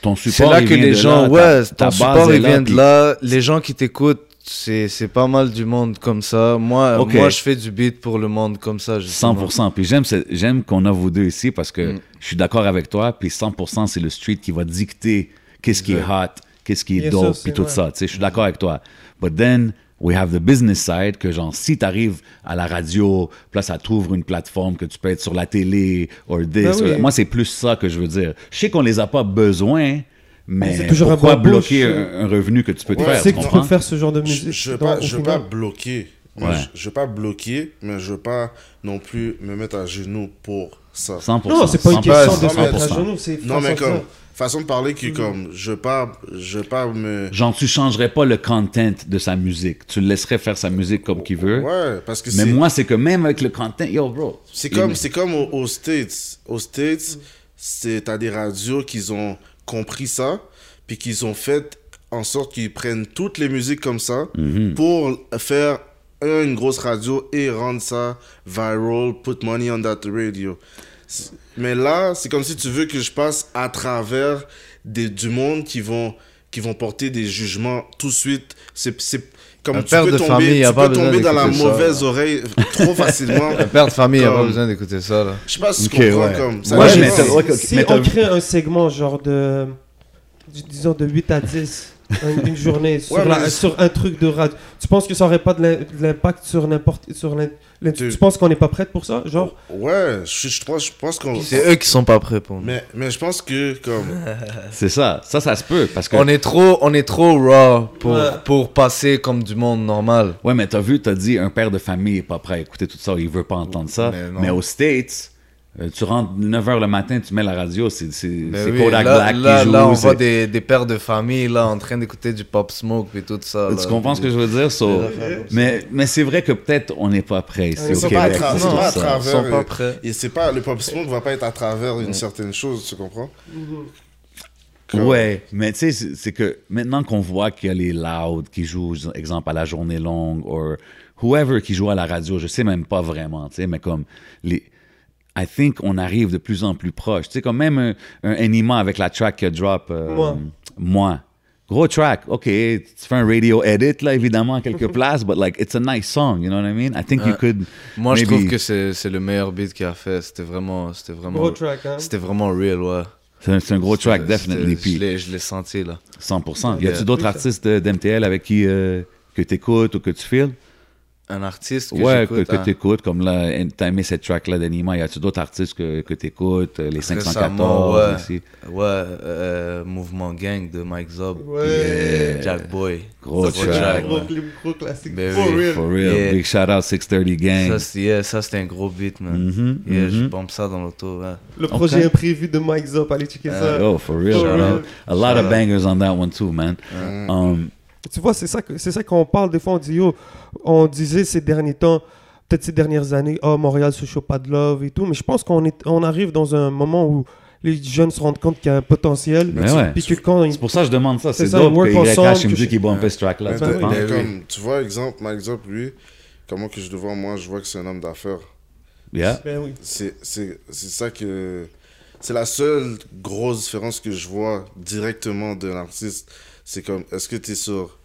E: Ton
D: C'est
E: support,
D: là
E: il
D: que
E: vient
D: les
E: de
D: gens,
E: là,
D: ouais,
E: ta- ta
D: ton
E: base
D: support,
E: est
D: il vient de
E: puis-
D: là. Les gens qui t'écoutent, c'est c'est pas mal du monde comme ça. Moi, euh,
E: Ok.
D: moi je fais du beat pour le monde comme ça. justement.
E: 100%. Puis j'aime, ce- j'aime qu'on a vous deux ici parce que
D: Mm.
E: je suis d'accord avec toi. Puis 100%, c'est le street qui va dicter qu'est-ce qui est hot, qu'est-ce qui est
C: Bien
E: dope,
C: sûr,
E: puis
C: c'est
E: tout
C: vrai. Mm.
E: ça. Tu sais, je suis d'accord avec toi. But then, we have the business side que genre, si t'arrives à la radio, puis là, ça t'ouvre une plateforme que tu peux être sur la télé, or this.
C: Ben oui.
E: or- Moi, c'est plus ça que je veux dire. Je sais qu'on les a pas besoin, mais
C: c'est toujours un
E: pourquoi
C: bon
E: bloquer
C: push.
E: un, un revenu que tu peux te
F: Ouais,
E: faire,
C: Tu
F: tu
C: sais que tu peux
E: comprends?
C: faire ce genre de
F: Je
C: musique.
F: je veux
C: dans-
F: pas,
C: au
F: je veux pas
C: final.
F: bloquer. mais
E: Ouais.
F: Je, je veux pas bloquer, mais je veux pas non plus me mettre à genoux pour ça.
E: 100%.
C: Non, c'est pas une
E: 100%,
C: question de se mettre à
E: 100%.
C: genoux. c'est Mmh.
F: Non, mais
C: faire
F: comme,
C: ça.
F: façon de parler qui, comme, je veux pas, je veux pas me.
E: Genre, tu changerais pas le content de sa musique. Tu le laisserais faire sa musique comme qu'il veut.
F: Ouais, parce que
E: Mais
F: c'est
E: moi, c'est que même avec le content, yo, bro.
F: c'est comme, c'est comme au- aux, States. Aux States, c'est, t'as des radios qui ont compris ça, puis qu'ils ont fait en sorte qu'ils prennent toutes les musiques comme ça
D: Mhm.
F: pour faire une grosse radio et rendre ça viral, put money on that radio. C'est- Mais là, c'est comme si tu veux que je passe à travers des, du monde qui vont, qui vont porter des jugements tout de suite. C'est, c'est comme
D: Un
F: tu
D: père
F: peux
D: de
F: tomber,
D: famille, y a
F: tu
D: pas
F: peux
D: besoin
F: tomber dans la
D: d'écouter ça,
F: mauvaise oreille trop facilement.
D: Un père de famille, il a pas
F: Comme-
D: besoin d'écouter ça. Là.
F: Je sais pas si
E: Ok,
F: tu comprends
E: ouais.
F: comme
E: Moi,
F: dépend.
E: je mets ça- ouais, ok,
C: Si
E: mais t'as
C: on
E: vu-
C: crée un segment genre de. dis- Disons de 8 à 10, un- une journée sur,
F: Ouais,
C: la-
F: mais-
C: sur un truc de radio. Tu penses que ça aurait pas de l'im- de l'impact sur n'importe. sur l'in- l'in-
F: Tu-
C: Tu penses qu'on n'est pas prête pour ça Genre,
F: Ouais, je, je pense, je pense qu'on.
D: C'est eux qui sont pas prêts pour nous.
F: Mais, mais je pense que comme.
E: C'est ça. Ça, ça se peut. Parce que.
D: On est trop, on est trop raw pour
C: Ouais.
D: pour passer comme du monde normal.
E: Ouais, mais t'as vu, t'as dit un père de famille est pas prêt à écouter tout ça, il veut pas entendre ça.
D: Mais
E: Mais,
D: non.
E: aux States, Euh, tu rentres 9h le matin, tu mets la radio, c'est c'est-
D: Ben
E: c'est
D: oui,
E: Kodak
D: là,
E: Black
D: là,
E: qui joue.
D: là, on
E: c'est-
D: voit des, des pères de famille là, en train d'écouter du Pop Smoke et tout ça.
E: Tu
D: là.
E: comprends ce que je veux dire? so-
D: des affaires comme ça.
E: mais mais c'est vrai que peut-être on n'est pas prêt ici
F: Ils
E: au
F: sont pas à
E: Québec.
F: travers.
E: pour
F: Ils sont pas à
E: ça.
D: Ils sont
F: travers,
D: pas
F: et-
D: prêts.
F: Et c'est pas, le pop smoke va pas être à travers une certaine chose, tu comprends?
E: Ouais, mais tu sais, c'est c'est que maintenant qu'on voit qu'il y a les Loud qui jouent, ex- exemple, à la journée longue, ou whoever qui joue à la radio, je sais même pas vraiment, tu sais, mais comme les. I think on arrive de plus en plus proche. Tu sais, comme même un, un Enima avec la track que drop. euh,
C: Moi.
E: Moi. Gros track, ok, tu fais un radio edit, là, évidemment, à quelques places, but like, it's a nice song, you know what I mean? I think you
D: Ouais.
E: could.
D: Euh, Moi, je
E: maybe-
D: trouve que c'est c'est le meilleur beat qu'il a fait. C'était vraiment, c'était
C: Gros
D: vraiment,
C: track, hein?
D: c'était vraiment real, ouais.
E: C'est un- c'est un gros track,
D: C'était-
E: definitely.
D: c'était- Je
E: Puis
D: l'ai, je l'ai senti là.
E: 100%. Y a-tu d'autres artistes euh, d'MTL avec qui euh, que t'écoutes ou que tu files?
D: Un artiste que
E: Ouais, que,
D: j'écoute.
E: que
D: hein.
E: tu écoutes, comme là, t'as aimé cette track-là d'Anima, y a-tu d'autres artistes que, que tu écoutes, les
D: Récemment,
E: 514
D: ouais.
E: ici?
D: hein. Ouais, euh, Mouvement Gang de Mike Zob.
C: Ouais.
D: Yeah. Jack Boy.
E: Gros
D: Gros
E: track,
D: track,
E: ouais.
C: Gros clip, gros classique.
D: Ben
C: For
D: oui.
C: real.
E: For real,
D: Yeah.
E: big shout-out 630 Gang.
D: Ça, c'est yeah, ça, c'était un gros beat, man.
E: Mhm,
D: Yeah,
E: mhm.
D: Je pompe ça dans l'auto, hein. ouais.
C: Le projet imprévu de Mike Zop, allez checker ça.
E: Oh, for real,
C: For
E: man.
C: real.
E: A lot of bangers on that one too, man.
D: Mm.
E: Um,
C: Tu vois, c'est ça que- c'est ça qu'on parle des fois. On dit, yo, on disait ces derniers temps, peut-être ces dernières années, oh, Montréal se chauffe pas de love et tout. Mais je pense qu'on est, on arrive dans un moment où les jeunes se rendent compte qu'il y a un potentiel.
E: Mais Ben ouais.
C: Puis que quand ils.
E: c'est pour ça que je demande ça.
C: C'est
E: C'est
C: ça,
E: dope
C: work
E: que
C: ensemble,
E: YH me
C: que
E: dit
C: je-
E: qu'il bombe ce track-là. tu
F: Mais
E: comprends?
F: t'as-
D: oui.
F: comme, tu vois, exemple, par exemple, lui, comment que je le vois, moi, je vois que c'est un homme d'affaires.
E: Yeah.
C: Ben oui.
F: C'est c'est- c'est ça que. C'est la seule grosse différence que je vois directement de l'artiste. C'est comme, est-ce que tu es sur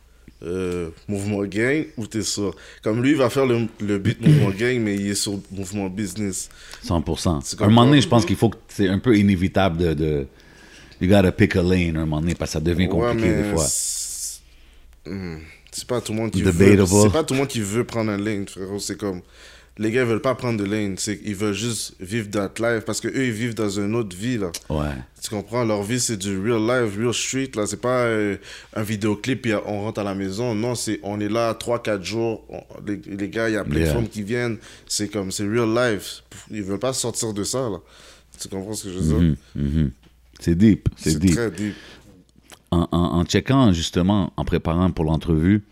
F: euh, Mouvement Gang ou tu es sur. Comme lui, il va faire le, le beat Mouvement Gang, mais il est sur Mouvement Business.
E: 100%.
F: Tu
E: À un moment donné,
F: comprends?
E: je pense qu'il faut que c'est un peu inévitable de, de. You gotta pick a lane à un moment donné parce que ça devient compliqué des fois.
F: c'est- Hmm. C'est pas tout le monde qui
E: Debatable.
F: veut. C'est pas tout le monde qui veut prendre un lane, frérot. C'est comme. Les gars, ils veulent pas prendre de lane. c'est- Ils veulent juste vivre that life parce que eux ils vivent dans une autre vie, là.
E: Ouais.
F: Tu comprends, leur vie c'est du real life, real street là, c'est pas euh, un vidéoclip et on rentre à la maison. Non, c'est on est là 3 4 jours, on- les, les gars, il y a plein
E: Yeah.
F: de femmes qui viennent, c'est comme c'est real life. Ils veulent pas sortir de ça là. Tu comprends ce que je veux dire
E: Mhm, mhm. C'est deep. C'est
F: C'est
E: deep.
F: très deep.
E: en, en- en checkant justement, en préparant pour l'entrevue,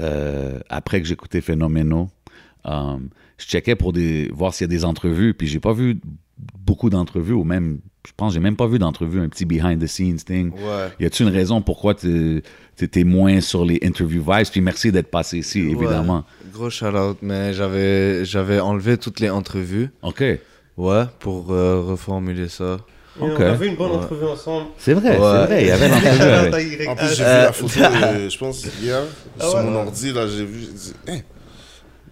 E: euh, après que j'écoutais Phénoméno, euh, je checkais pour des, voir s'il y a des entrevues, puis j'ai pas vu beaucoup d'entrevues, ou même, je pense, que j'ai même pas vu d'entrevues, un petit behind the scenes thing.
D: Ouais.
E: Y a-tu une raison pourquoi tu étais moins sur les interview vibes? Puis merci d'être passé ici, évidemment.
D: Ouais. Gros shout-out, mais j'avais, j'avais enlevé toutes les entrevues,
E: OK.
D: ouais, pour euh, reformuler ça.
C: Et
E: Ok.
C: On avait une bonne
D: Ouais.
C: entrevue ensemble.
E: C'est vrai,
D: Ouais.
E: c'est vrai. Il y avait l'entrevue avec.
F: En plus, j'ai vu
D: Euh,
F: la photo euh, je pense hier
C: Ah
F: sur
C: ouais.
F: mon ordi là, j'ai vu j'ai dit, Hein,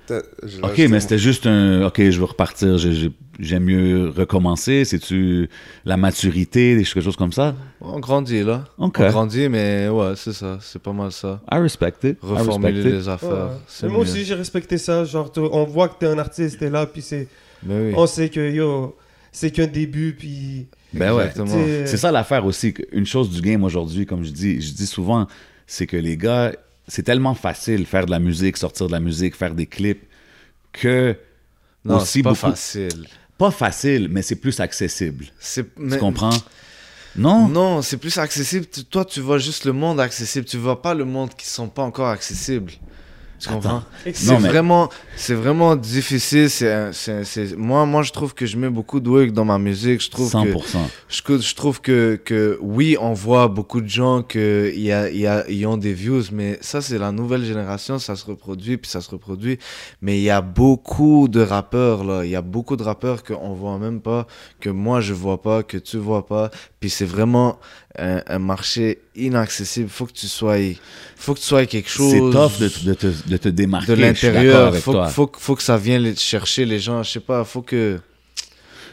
F: t'as- j'ai
E: Ok,
F: acheté
E: mais
F: mon-
E: c'était juste un. Ok, je veux repartir. je- je- J'aime mieux recommencer. C'est-tu la maturité, des- quelque chose comme ça?
D: On grandit là.
E: Ok.
D: On grandit, mais ouais, c'est ça, c'est pas mal ça.
E: I respect it. I
D: Reformuler
E: respect it.
D: les affaires, c'est
C: Mais moi
D: mieux.
C: aussi, j'ai respecté ça. Genre, t- on voit que t'es un artiste, t'es là, puis c'est.
D: Mais Ben oui,
C: On sait que, yo, c'est qu'un début, puis.
E: Ben ouais.
D: exactement.
C: t'sais,
E: C'est ça l'affaire aussi. que- Une chose du game aujourd'hui, comme je dis, je dis souvent, c'est que les gars, c'est tellement facile faire de la musique, sortir de la musique, faire des clips, que
D: Non,
E: aussi
D: c'est pas
E: beaucoup-
D: facile.
E: pas facile, mais c'est plus accessible.
D: C'est,
E: Tu
D: mais-
E: comprends? Non?
D: Non, c'est plus accessible. Tu- Toi, tu vois juste le monde accessible. Tu vois pas le monde qui sont pas encore accessibles. Tu comprends C'est
E: Non, mais-
D: vraiment, c'est vraiment difficile. C'est, un- c'est, un- c'est- moi, moi, je trouve que je mets beaucoup de work dans ma musique. Je trouve que
E: 100%.
D: je, cou- je trouve que, que oui, on voit beaucoup de gens que y a, y a, y ont des views, mais ça, c'est la nouvelle génération, ça se reproduit, puis ça se reproduit. Mais il y a beaucoup de rappeurs, là. Il y a beaucoup de rappeurs qu'on voit même pas, que moi, je vois pas, que tu vois pas. Puis c'est vraiment un, un marché inaccessible. Faut que tu sois, faut que tu sois quelque chose
E: C'est tough de, de te, de te
D: de
E: démarquer. je suis d'accord
D: l'intérieur.
E: avec
D: Faut,
E: toi.
D: faut, que- faut que ça vienne les- chercher les gens. Je sais pas, faut que.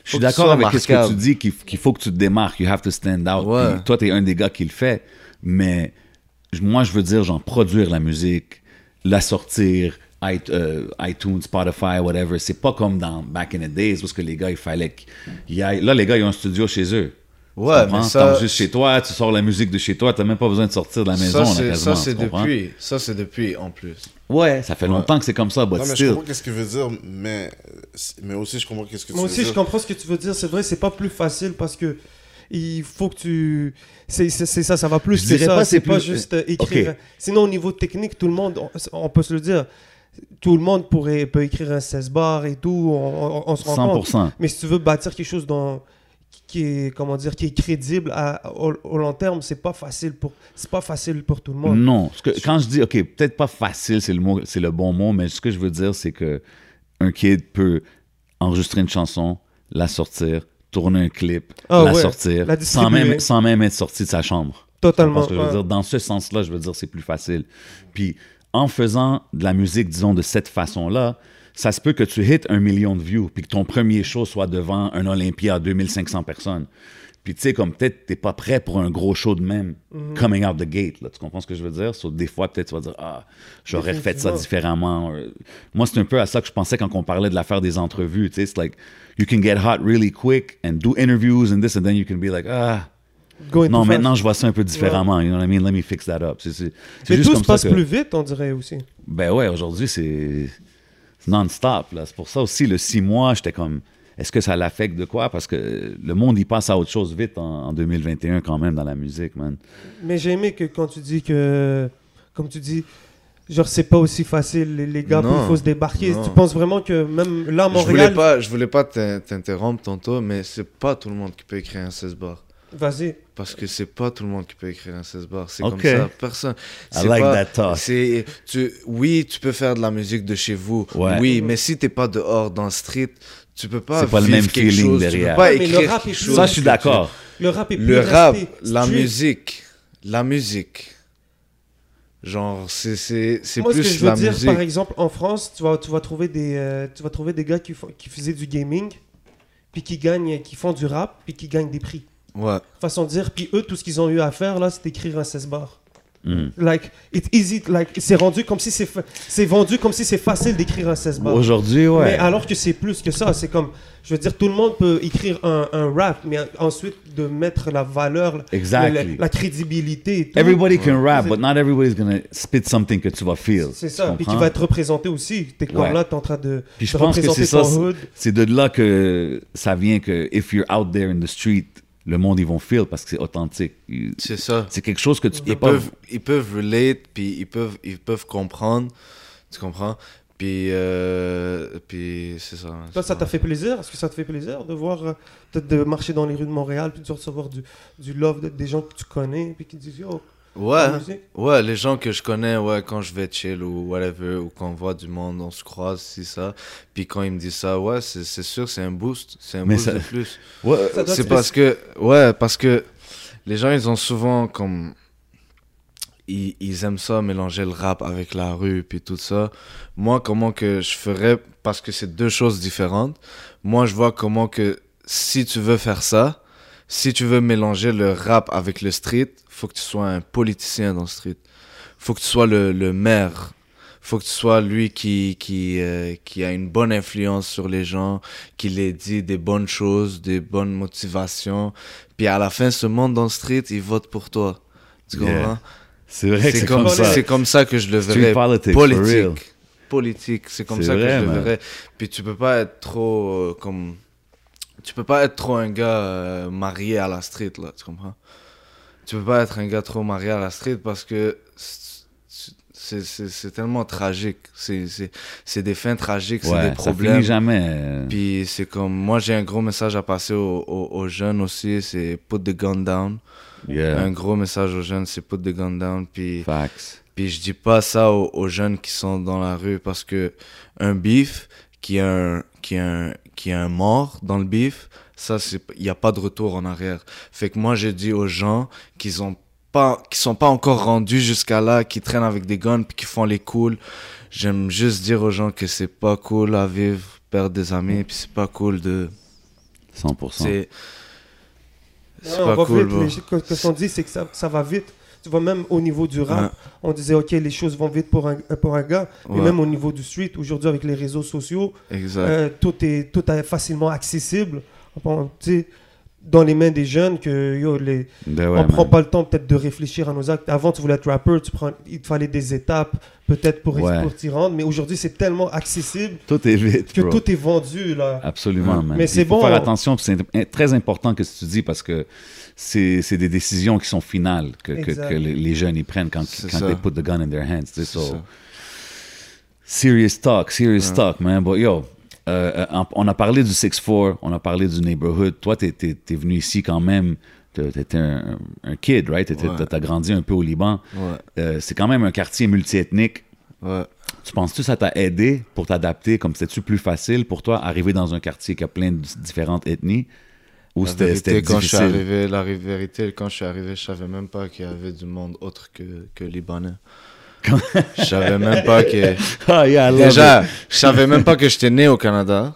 E: Je suis
D: que tu
E: d'accord
D: sois
E: avec ce que tu
D: remarquable.
E: dis, qu'il qu'il faut que tu te démarques. You have to stand out.
D: Ouais.
E: Puis toi, tu es un des gars qui le fait. Mais j- moi, je veux dire, genre, produire la musique, la sortir, i- euh, iTunes, Spotify, whatever. C'est pas comme dans Back in the Days, parce que les gars, il fallait qu'ils y aillent. Là, les gars, ils ont un studio chez eux.
D: Ouais,
E: Tu
D: mais
E: comprends?
D: ça.
E: T'es juste chez toi, tu sors la musique de chez toi, t'as même pas besoin de sortir de la maison.
D: ça,
E: là,
D: c'est, ça,
E: quasiment,
D: c'est
E: tu comprends?
D: depuis. Ça, c'est depuis, en plus.
E: Ouais, ça fait longtemps que c'est comme ça, but
F: Non, mais je
E: still.
F: comprends qu'est-ce qu'il veut dire, mais, mais aussi je comprends qu'est-ce que tu
C: Moi
F: veux
C: aussi,
F: dire.
C: je comprends ce que tu veux dire. C'est vrai, c'est pas plus facile parce que il faut que tu. C'est c'est- c'est ça, ça va plus.
E: Je
C: que
E: dirais
C: ça.
E: pas
C: C'est
E: c'est
C: pas
E: plus-
C: juste euh,
E: Ok.
C: écrire. Sinon, au niveau technique, tout le monde, on, on peut se le dire, tout le monde pourrait, peut écrire un 16 bars et tout. On, on- on se rend compte.
E: 100%.
C: Mais si tu veux bâtir quelque chose dans qui est comment dire qui est crédible à- au, au long terme c'est pas facile pour c'est pas facile pour tout le monde
E: Non, ce que- quand je dis, OK, peut-être pas facile, c'est le, mot, c'est le bon mot, mais ce que je veux dire, c'est que un kid peut enregistrer une chanson, la sortir, tourner un clip,
C: Ah
E: la
C: ouais,
E: sortir,
C: la
E: sans,
C: distribuer.
E: même, sans même être sorti de sa chambre. Tu
C: totalement
E: comprends ce que je veux
C: ouais.
E: dire? Dans ce sens-là, je veux dire, c'est plus facile. Puis, en faisant de la musique, disons, de cette façon-là, ça se peut que tu hits un million de views, puis que ton premier show soit devant un Olympia à 2500 personnes. Puis, tu sais, comme peut-être t'es pas prêt pour un gros show de même,
C: Mhm.
E: coming out the gate. Là, tu comprends ce que je veux dire? So, des fois, peut-être tu vas dire, ah, j'aurais fait ça différemment. Euh, Moi, c'est un peu à ça que je pensais quand on parlait de l'affaire des entrevues. Tu sais, c'est like, you can get hot really quick and do interviews and this, and then you can be like, ah,
C: Going
E: non,
C: too fast.
E: maintenant, je vois ça un peu différemment. You know what I mean? Let me fix that up. C'est, c'est, c'est
C: mais
E: juste
C: tout se
E: comme ça
C: passe
E: que...
C: plus vite on dirait aussi
E: Ben ouais, aujourd'hui, c'est c'est non-stop. Là. C'est pour ça aussi, le six mois, j'étais comme... Est-ce que ça l'affecte de quoi? Parce que le monde, il passe à autre chose vite en, en 2021 quand même dans la musique, man.
C: Mais j'ai aimé que quand tu dis que, comme tu dis, genre c'est pas aussi facile, les, les gars,
D: Non,
C: il faut se débarquer.
D: non.
C: Tu penses vraiment que même là, à
D: Je voulais
C: Montréal,
D: pas, je voulais pas t'in- t'interrompre tantôt, mais c'est pas tout le monde qui peut écrire un 16 bar.
C: vas-y.
D: Parce que c'est pas tout le monde qui peut écrire un 16 bar. C'est
E: Ok.
D: comme ça. Personne.
E: I
D: C'est
E: like
D: pas-
E: that thought.
D: c'est- tu, oui, tu peux faire de la musique de chez vous.
E: Ouais.
D: Oui, mais si t'es pas dehors dans le street, tu peux pas.
E: C'est pas le
D: vivre
E: même
D: quelque
E: feeling
D: chose,
E: derrière.
D: Tu peux pas
C: Ouais, mais le
D: écrire
C: rap est
D: quelque
C: plus-
D: chose
E: Ça, je suis
D: que tu-
E: d'accord.
C: Le rap est plus
D: Le rap,
C: resté
D: la
C: street.
D: musique, la musique. Genre, c'est c'est- c'est
C: Moi, ce que
D: plus
C: je veux
D: la
C: dire,
D: musique.
C: par exemple, en France, tu vas, tu vas trouver des, euh, tu vas trouver des gars qui, font- qui faisaient du gaming, puis qui gagnent, qui font du rap, puis qui gagnent des prix.
D: Ouais.
C: Façon de dire, puis eux, tout ce qu'ils ont eu à faire là, c'est écrire un 16 bar.
D: Hmm.
E: Mm.
C: Like, it's easy, like, c'est rendu comme si c'est, fa- c'est vendu comme si c'est facile d'écrire un 16 bar.
E: Aujourd'hui,
C: Mais
E: ouais.
C: alors que c'est plus que ça, c'est comme, je veux dire, tout le monde peut écrire un, un rap, mais ensuite de mettre la valeur,
E: Exactly.
C: la, la crédibilité et tout.
E: Everybody can rap,
C: C'est-
E: but not everybody's gonna spit something que tu vas feel.
C: c'est
E: Tu
C: ça, puis qui
E: comprends?
C: va être représenté aussi. T'es comme
E: Ouais.
C: là, t'es en train de,
E: Puis je
C: de
E: pense que
C: représenter
E: c'est ça.
C: ton hood.
E: c'est- C'est de là que ça vient que if you're out there in the street, le monde ils vont feel parce que c'est authentique. Ils-
D: C'est ça.
E: C'est quelque chose que tu peux
D: Ils
E: pas.
D: peuvent, ils peuvent relate, puis ils peuvent, ils peuvent comprendre. Tu comprends? Puis, euh, puis c'est ça.
C: Toi, ça t'a fait plaisir Est-ce que ça te fait plaisir de voir, euh, peut-être de marcher dans les rues de Montréal, puis de recevoir du, du love de- des gens que tu connais, puis qui disent Yo,
D: Ouais.
C: la musique.
D: Ouais, les gens que je connais, ouais, quand je vais chill ou whatever, ou quand on voit du monde, on se croise, si ça. Puis quand ils me disent ça, ouais, c'est c'est sûr, c'est un boost. C'est un
E: Mais
D: boost
E: ça-
D: de plus.
E: Ouais,
C: Ça doit
D: Euh, C'est
C: te-
D: parce que, ouais, parce que les gens, ils ont souvent comme. Ils, ils aiment ça, mélanger le rap avec la rue, puis tout ça. Moi, comment que je ferais, parce que c'est deux choses différentes. Moi, je vois comment que si tu veux faire ça, si tu veux mélanger le rap avec le street, faut que tu sois un politicien dans le street. Faut que tu sois le, le maire. Faut que tu sois lui qui, qui, euh, qui a une bonne influence sur les gens, qui les dit des bonnes choses, des bonnes motivations. Puis à la fin, ce monde dans le street, il vote pour toi. Tu comprends?
E: Yeah. C'est vrai que c'est comme ça.
D: C'est comme ça que je le
E: Street
D: verrais.
E: politics, for real.
D: Politique. Politique, c'est comme
E: C'est
D: ça
E: vrai,
D: que je le
E: man.
D: verrais. Puis tu peux pas être trop euh, comme. Tu peux pas être trop un gars euh, marié à la street, là, tu comprends? Tu peux pas être un gars trop marié à la street parce que c'est- c'est c'est- c'est tellement tragique. C'est- C'est c'est des fins tragiques, c'est
E: Ouais,
D: des
E: ça
D: problèmes.
E: finit jamais. euh,
D: Puis c'est comme, moi j'ai un gros message à passer aux, aux- aux jeunes aussi, c'est put the gun down.
E: Yeah.
D: Un gros message aux jeunes, c'est put the gun down. Puis,
E: Facts.
D: puis je dis pas ça aux, aux jeunes qui sont dans la rue parce que un beef qui a un, qui a un, qui a un mort dans le beef, ça c'est, il n'y a pas de retour en arrière. Fait que moi j'ai dit aux gens qu'ils ont pas, qui sont pas encore rendus jusqu'à là, qui traînent avec des guns puis qui font les cools. J'aime juste dire aux gens que c'est pas cool à vivre, perdre des amis, puis c'est pas cool de,
E: 100%.
D: c'est, c'est
C: Ouais, on
D: pas
C: va
D: cool,
C: vite,
D: bro.
C: mais je- que- que ce qu'on dit, c'est que ça, ça va vite. Tu vois, même au niveau du rap,
D: Ouais.
C: on disait, OK, les choses vont vite pour un, pour un gars. Mais
D: Ouais.
C: même au niveau du street, aujourd'hui, avec les réseaux sociaux,
D: Exact.
C: euh, tout, est, tout est facilement accessible. Bon, tu sais, dans les mains des jeunes que yo, les,
E: Ben ouais,
C: on prend
E: man.
C: pas le temps peut-être de réfléchir à nos actes. Avant, tu voulais être rappeur, tu prends, il te fallait des étapes peut-être pour,
E: Ouais.
C: pour t'y rendre, mais aujourd'hui, c'est tellement accessible
E: Tout est vite,
C: que
E: bro.
C: tout est vendu là.
E: Absolument, man.
C: Mais
E: Puis
C: c'est
E: il faut
C: bon.
E: Faire attention, puis c'est im- très important que ce que tu dis parce que c'est c'est des décisions qui sont finales que, que,
C: Exact.
E: que les, les jeunes ils prennent quand,
D: C'est
E: quand
D: ça.
E: they put the gun in their hands. tu sais, so-
D: ça.
E: Serious talk, serious talk, man. But yo, euh, euh, on a parlé du 6-4, on a parlé du neighborhood. Toi, t'es es, venu ici quand même. t'es- T'étais un, un kid, right? T'étais-
D: Ouais.
E: T'as t'as grandi un peu au Liban.
D: Ouais,
E: Euh, C'est quand même un quartier multiethnique.
D: ouais.
E: Tu penses-tu que ça t'a aidé pour t'adapter? Comme c'était-tu plus facile pour toi, arriver dans un quartier qui a plein de différentes ethnies? Ou
D: La
E: c'était
D: vérité,
E: c'était
D: quand je suis
E: difficile?
D: arrivé, la ré- vérité, quand je suis arrivé, je savais même pas qu'il y avait du monde autre que, que libanais. je savais même pas que.
E: Ah, yeah, I love
D: Déjà,
E: it.
D: je savais même pas que j'étais né au Canada.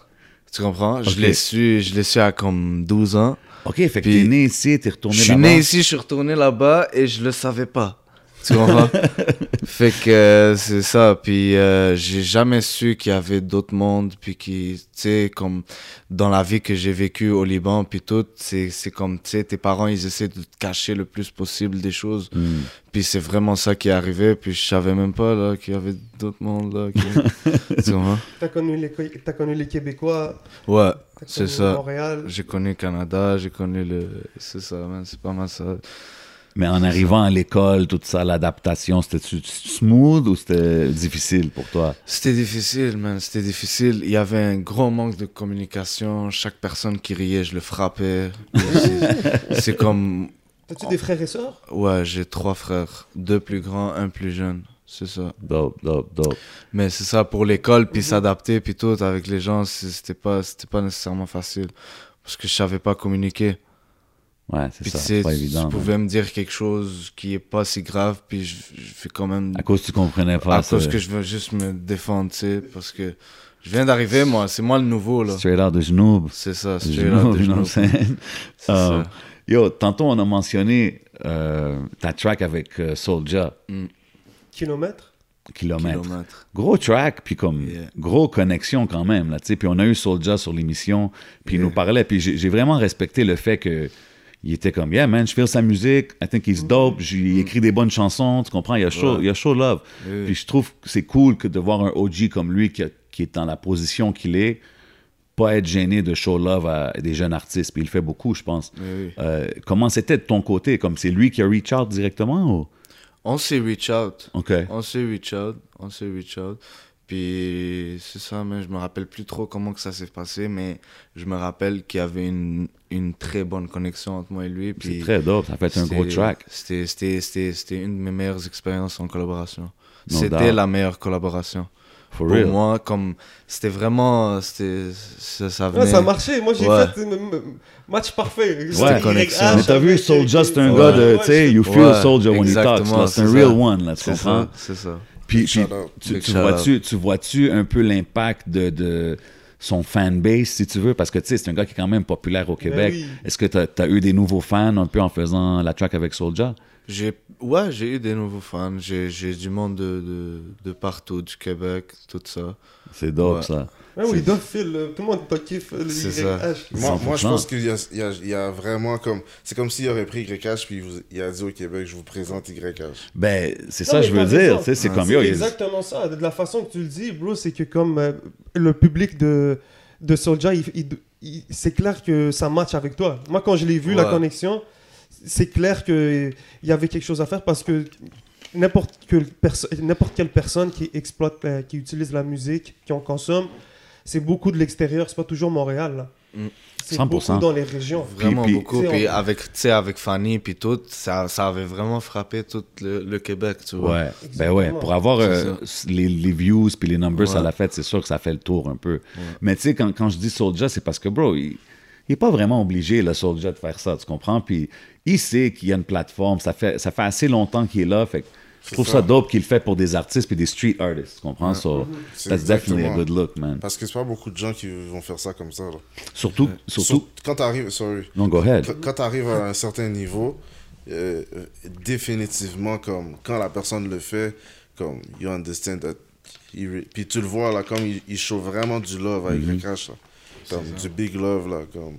D: Tu comprends?
E: Ok.
D: Je l'ai su, je l'ai su à comme 12 ans.
E: OK, fait que
D: Puis-
E: t'es né ici, t'es retourné
D: Je suis
E: là-bas.
D: né ici, je suis retourné là-bas et je le savais pas. Tu comprends? fait que euh, c'est ça. Puis euh, j'ai jamais su qu'il y avait d'autres mondes. Puis qui, tu sais, comme dans la vie que j'ai vécue au Liban, puis tout, c'est c'est comme, tu sais, tes parents, ils essaient de te cacher le plus possible des choses.
E: Hmm.
D: Puis c'est vraiment ça qui est arrivé. Puis je savais même pas là qu'il y avait d'autres mondes là. qui- tu comprends?
C: T'as connu les Qué- t'as connu les Québécois,
D: Ouais,
C: t'as
D: c'est
C: connu
D: ça.
C: Montréal.
D: J'ai connu le Canada, j'ai connu le. C'est ça, man, c'est pas mal ça.
E: Mais en arrivant à l'école, tout ça, l'adaptation, c'était-tu smooth ou c'était difficile pour toi?
D: C'était difficile, man, c'était difficile. Il y avait un gros manque de communication. Chaque personne qui riait, je le frappais. C'est- c'est comme.
C: T'as-tu des frères et sœurs
D: Ouais, j'ai trois frères. Deux plus grands, un plus jeune. C'est ça.
E: Dope, dope, dope.
D: Mais c'est ça, pour l'école,
E: Mhm.
D: puis s'adapter, puis tout, avec les gens, c'est- c'était pas, c'était pas nécessairement facile. Parce que je savais pas communiquer.
E: Ouais, c'est
D: Puis
E: ça,
D: tu
E: c'est
D: sais,
E: pas
D: tu-
E: évident.
D: tu
E: man.
D: pouvais me dire quelque chose qui est pas si grave, puis je, je fais quand même
E: hein. À cause que tu comprenais pas
D: à
E: ça.
D: cause que je veux juste me défendre, tu sais, parce que je viens d'arriver, moi, c'est moi le nouveau, là.
E: Straight out de genoux.
D: C'est ça, c'est
E: Straight out de genoux.
D: C'est ça.
E: Euh, Yo, tantôt, on a mentionné euh, ta track avec euh, Soulja,
C: Kilomètres
E: Kilomètre.
D: Kilomètre.
E: Gros track, puis comme
D: Yeah.
E: gros connexion quand même, là, tu sais. Puis on a eu Soulja sur l'émission, puis il nous parlait, puis j'ai j'ai vraiment respecté le fait que il était comme, yeah man, je feel sa musique, I think he's dope, j'ai écrit des bonnes chansons, tu comprends, il y a show, il y a show love.
D: Oui.
E: Puis je trouve que c'est cool que de voir un OG comme lui qui, a- qui est dans la position qu'il est, pas être gêné de show love à des jeunes artistes, puis il le fait beaucoup, je pense.
D: Oui, oui.
E: Euh, comment c'était de ton côté, comme c'est lui qui a reach out directement ou?
D: On s'est reach out.
E: Ok.
D: On s'est reach out. On s'est reach out. Puis c'est ça, mais je me rappelle plus trop comment que ça s'est passé, mais je me rappelle qu'il y avait une, une très bonne connexion entre moi et lui.
E: C'est
D: Puis euh,
E: très dope, ça fait un gros
D: C'était-
E: track.
D: C'était c'était- c'était- c'était une de mes meilleures expériences en collaboration.
E: No
D: C'était
E: doubt.
D: la meilleure collaboration.
E: For
D: Pour
E: real.
D: moi, comme c'était vraiment. c'était- Ça, ça
C: Ouais,
D: venait.
C: ça a marché. Moi, j'ai
D: Ouais.
C: fait un m- match parfait.
E: Ouais,
D: connexion.
E: Mais t'as vu, Soulja, c'est un gars de,
C: Ouais,
E: tu sais, you feel
D: Ouais,
E: Soulja when he talks,
D: exactement,
E: là, c'est un
D: c'est
E: real
D: ça.
E: one, là, tu
D: C'est
E: comprends?
D: ça, c'est ça.
E: Puis,
F: Big
E: puis
F: shout-out.
E: tu,
D: Big
E: tu
D: shout-out.
E: vois-tu, tu vois-tu un peu l'impact de, de son fanbase, si tu veux, parce que, tu sais, c'est un gars qui est quand même populaire au Québec.
C: Ben oui.
E: Est-ce que t'as as eu des nouveaux fans un peu en faisant la track avec Soulja?
D: J'ai ouais, j'ai eu des nouveaux fans, j'ai j'ai du monde de, de, de partout, du Québec, tout ça.
E: C'est dope,
D: Ouais.
E: ça.
C: Ouais, oui, Duff Phil, euh, tout le monde t'a kiffé. le
D: C'est
C: YH.
F: Moi, moi, je
E: 100%.
F: pense qu'il y a, il y, a, il y a vraiment comme. C'est comme s'il aurait pris YH puis il, vous- il a dit au Québec, je vous présente YH.
E: Ben, c'est
C: Non,
E: ça,
C: mais
E: je veux
C: t'as raison.
E: dire, tu sais, c'est
D: Ouais,
E: comme,
C: C'est
E: yo, il-
C: exactement ça. De la façon que tu le dis, bro, c'est que comme euh, le public de, de Soulja, il- il- il- c'est clair que ça match avec toi. Moi, quand je l'ai vu, la
D: Ouais.
C: connexion, c'est clair qu'il y avait quelque chose à faire parce que n'importe que perso- n'importe quelle personne qui exploite, euh, qui utilise la musique, qui en consomme, c'est beaucoup de l'extérieur, c'est pas toujours Montréal. là.
D: Mm.
C: C'est
E: 100%.
C: beaucoup dans les régions.
D: Vraiment
E: puis-
D: beaucoup.
C: C'est-
D: Puis avec, tu sais, avec Fanny, puis tout, ça, ça avait vraiment frappé tout le, le Québec, tu vois.
E: Ouais, ben ouais, pour avoir
D: C'est
E: euh, les, les views puis les numbers à
D: Ouais.
E: la fête, c'est sûr que ça fait le tour un peu. Mais tu sais, quand, quand je dis Soulja, c'est parce que, bro, il n'est pas vraiment obligé, le Soulja, de faire ça, tu comprends? Puis il sait qu'il y a une plateforme, ça fait, ça fait assez longtemps qu'il est là, fait que je trouve ça,
F: ça.
E: dope qu'il le fait pour des artistes puis des street artists, tu comprends? So,
F: C'est
E: that's definitely a
F: exactement.
E: good look, man.
F: Parce que c'est pas beaucoup de gens qui vont faire ça comme ça. Là.
E: Surtout, surtout,
F: Quand t'arrives. Sorry.
E: non, go ahead.
F: Quand- Quand tu arrives à un certain niveau, euh, euh, définitivement, comme quand la personne le fait, comme you understand that. he re- Puis tu le vois là,
E: Mm-hmm.
F: comme il, il show vraiment du love avec le cash, là. Comme du big love là, comme.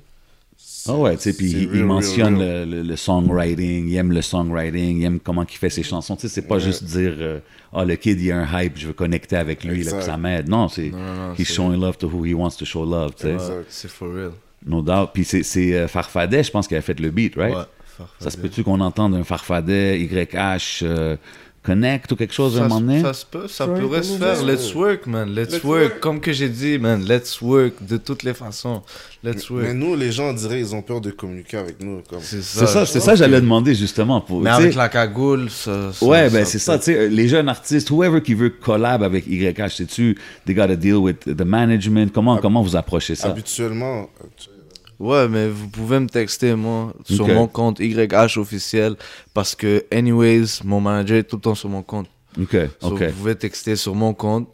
E: Ah ouais, tu sais, puis
F: c'est
E: il, il
F: real,
E: mentionne
F: real,
E: le, le- le songwriting, il aime le songwriting, il aime comment il
D: Mm.
E: fait ses chansons. Tu sais, c'est pas juste dire euh, Ah, le kid, il a un hype, je veux connecter avec lui, là,
F: Exact.
E: puis ça m'aide. Non, c'est
D: non, non,
E: He's
D: c'est-
E: showing love to who he wants to show love, tu sais.
F: Exact.
D: Euh, C'est for real.
E: No doubt. Puis c'est- c'est euh, Farfadet, je pense, qui a fait le beat, right?
D: Ouais.
E: Ça se peut-tu qu'on entende un Farfadet, YH, euh, Connect ou quelque chose à un
D: Ça,
E: moment donné?
D: se- ça se peut, ça
C: Right,
D: pourrait se
C: let's
D: faire.
C: work.
D: Let's work, man. Let's,
F: Let's
D: work.
F: work.
D: Comme que j'ai dit, man. Let's work. De toutes les façons. Let's work.
F: Mais nous, les gens, on dirait ils ont peur de communiquer avec nous. Comme...
D: C'est ça.
E: C'est ça,
D: je
E: c'est
D: pense
E: ça,
D: que-
E: j'allais demander justement. Pour,
D: Mais
E: tu sais,
D: avec la cagoule, ça. ça-
E: Ouais, ben c'est ça, tu
D: peut-
E: sais, euh, les jeunes artistes, whoever qui veut collab avec YH, sais-tu, they gotta deal with the management, comment, comment vous approchez
F: Ah,
E: ça?
F: Habituellement,
D: Ouais, mais vous pouvez me texter, moi, sur
E: Ok.
D: mon compte YH officiel. Parce que, anyways, mon manager est tout le temps sur mon compte.
E: Ok,
D: So,
E: ok,
D: Vous pouvez texter sur mon compte.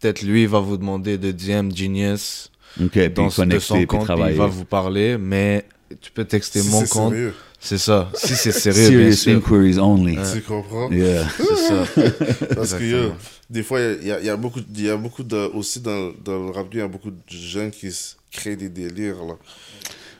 D: Peut-être lui, il va vous demander de DM Genius
E: ok,
D: dans
E: puis
D: ce- de son
E: connecter, puis
D: compte. puis il
E: travailler.
D: va vous parler, mais tu peux texter
F: si
D: mon
F: c'est
D: compte.
F: sérieux,
D: C'est ça. Si c'est sérieux,
E: Serious
D: bien sûr.
E: inquiries only.
F: tu comprends
E: Yeah.
D: C'est ça.
F: Parce que
D: Exactement.
F: yo, des fois, il y a, il y a beaucoup, il y a beaucoup de, aussi dans, dans le rap, il y a beaucoup de jeunes qui se créent des délires. Là.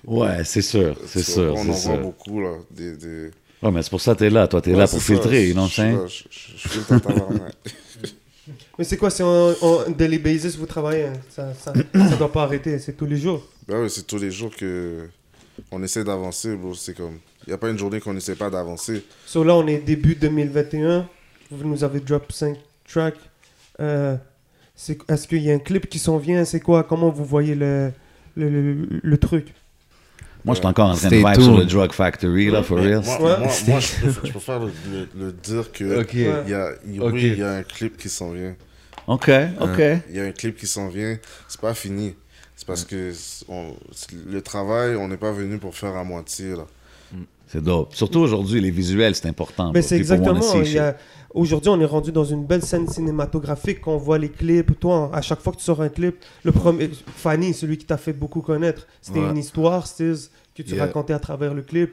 E: Ouais, c'est sûr, c'est
F: Tu
E: sûr,
F: vois, On
E: c'est
F: en voit
E: sûr.
F: beaucoup. Là, des, des...
E: Ouais, mais c'est pour ça que t'es là, toi, t'es
F: Ouais,
E: là
F: c'est
E: pour
F: ça,
E: filtrer,
F: je-
E: you know what I'm saying?
F: Je, je, je, je filtre en tabarnak.
C: Mais c'est quoi, c'est en, en daily basis vous travaillez hein? Ça, ça, ça doit pas arrêter, c'est tous les jours.
F: Ben ouais, c'est tous les jours que on essaie d'avancer, bro. C'est comme. Il n'y a pas une journée qu'on n'essaie pas d'avancer.
C: So là, on est début 2021. Vous nous avez drop 5 tracks. Euh, c'est- Est-ce qu'il y a un clip qui s'en vient C'est quoi Comment vous voyez le, le, le- le truc
E: Moi, je suis encore en train de
D: Stay
E: vibe sur le
D: tuned.
E: Drug Factory, là, for
F: Mais
E: real.
F: Moi,
C: Ouais.
F: moi, moi, je, préfère, je préfère le, le- le dire que.
D: Ok.
C: Ouais.
F: Il y a, il-
D: Ok.
F: Oui, il y a un clip qui s'en vient.
E: Ok, ok.
F: Il y a un clip qui s'en vient. C'est pas fini. C'est parce que c'est- on- c'est- le travail, on n'est pas venu pour faire à moitié. Là.
E: C'est dope. Surtout aujourd'hui, les visuels, c'est important.
C: Mais
E: bro.
C: c'est
E: People wanna
C: exactement.
E: see
C: il y a-
E: shit.
C: Aujourd'hui, on est rendu dans une belle scène cinématographique. Quand on voit les clips, toi, à chaque fois que tu sors un clip, le premier, Fanny, celui qui t'a fait beaucoup connaître, c'était
D: Ouais.
C: une histoire, Stiz, que tu
D: Yeah.
C: racontais à travers le clip.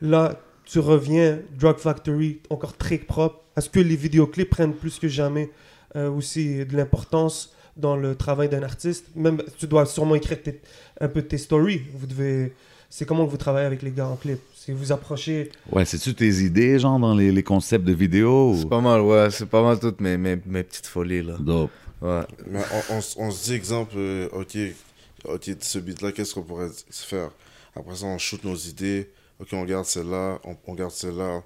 C: Là, tu reviens, Drug Factory, encore très propre. Est-ce que les vidéoclips prennent plus que jamais euh, aussi de l'importance dans le travail d'un artiste Même, tu dois sûrement écrire tes- un peu tes stories. Vous devez. C'est comment que vous travaillez avec les gars en clip Si vous approchez
E: Ouais, c'est-tu tes idées, genre, dans les, les concepts de vidéos? ou-
D: C'est pas mal, ouais. C'est pas mal toutes mes, mes, mes petites folies, là.
E: Dope.
D: Ouais.
F: Mais on, on s- on se dit, exemple, euh, ok, ok, ce beat-là, qu'est-ce qu'on pourrait se faire Après ça, on shoot nos idées. Ok, on garde celle-là, on, on garde celle-là,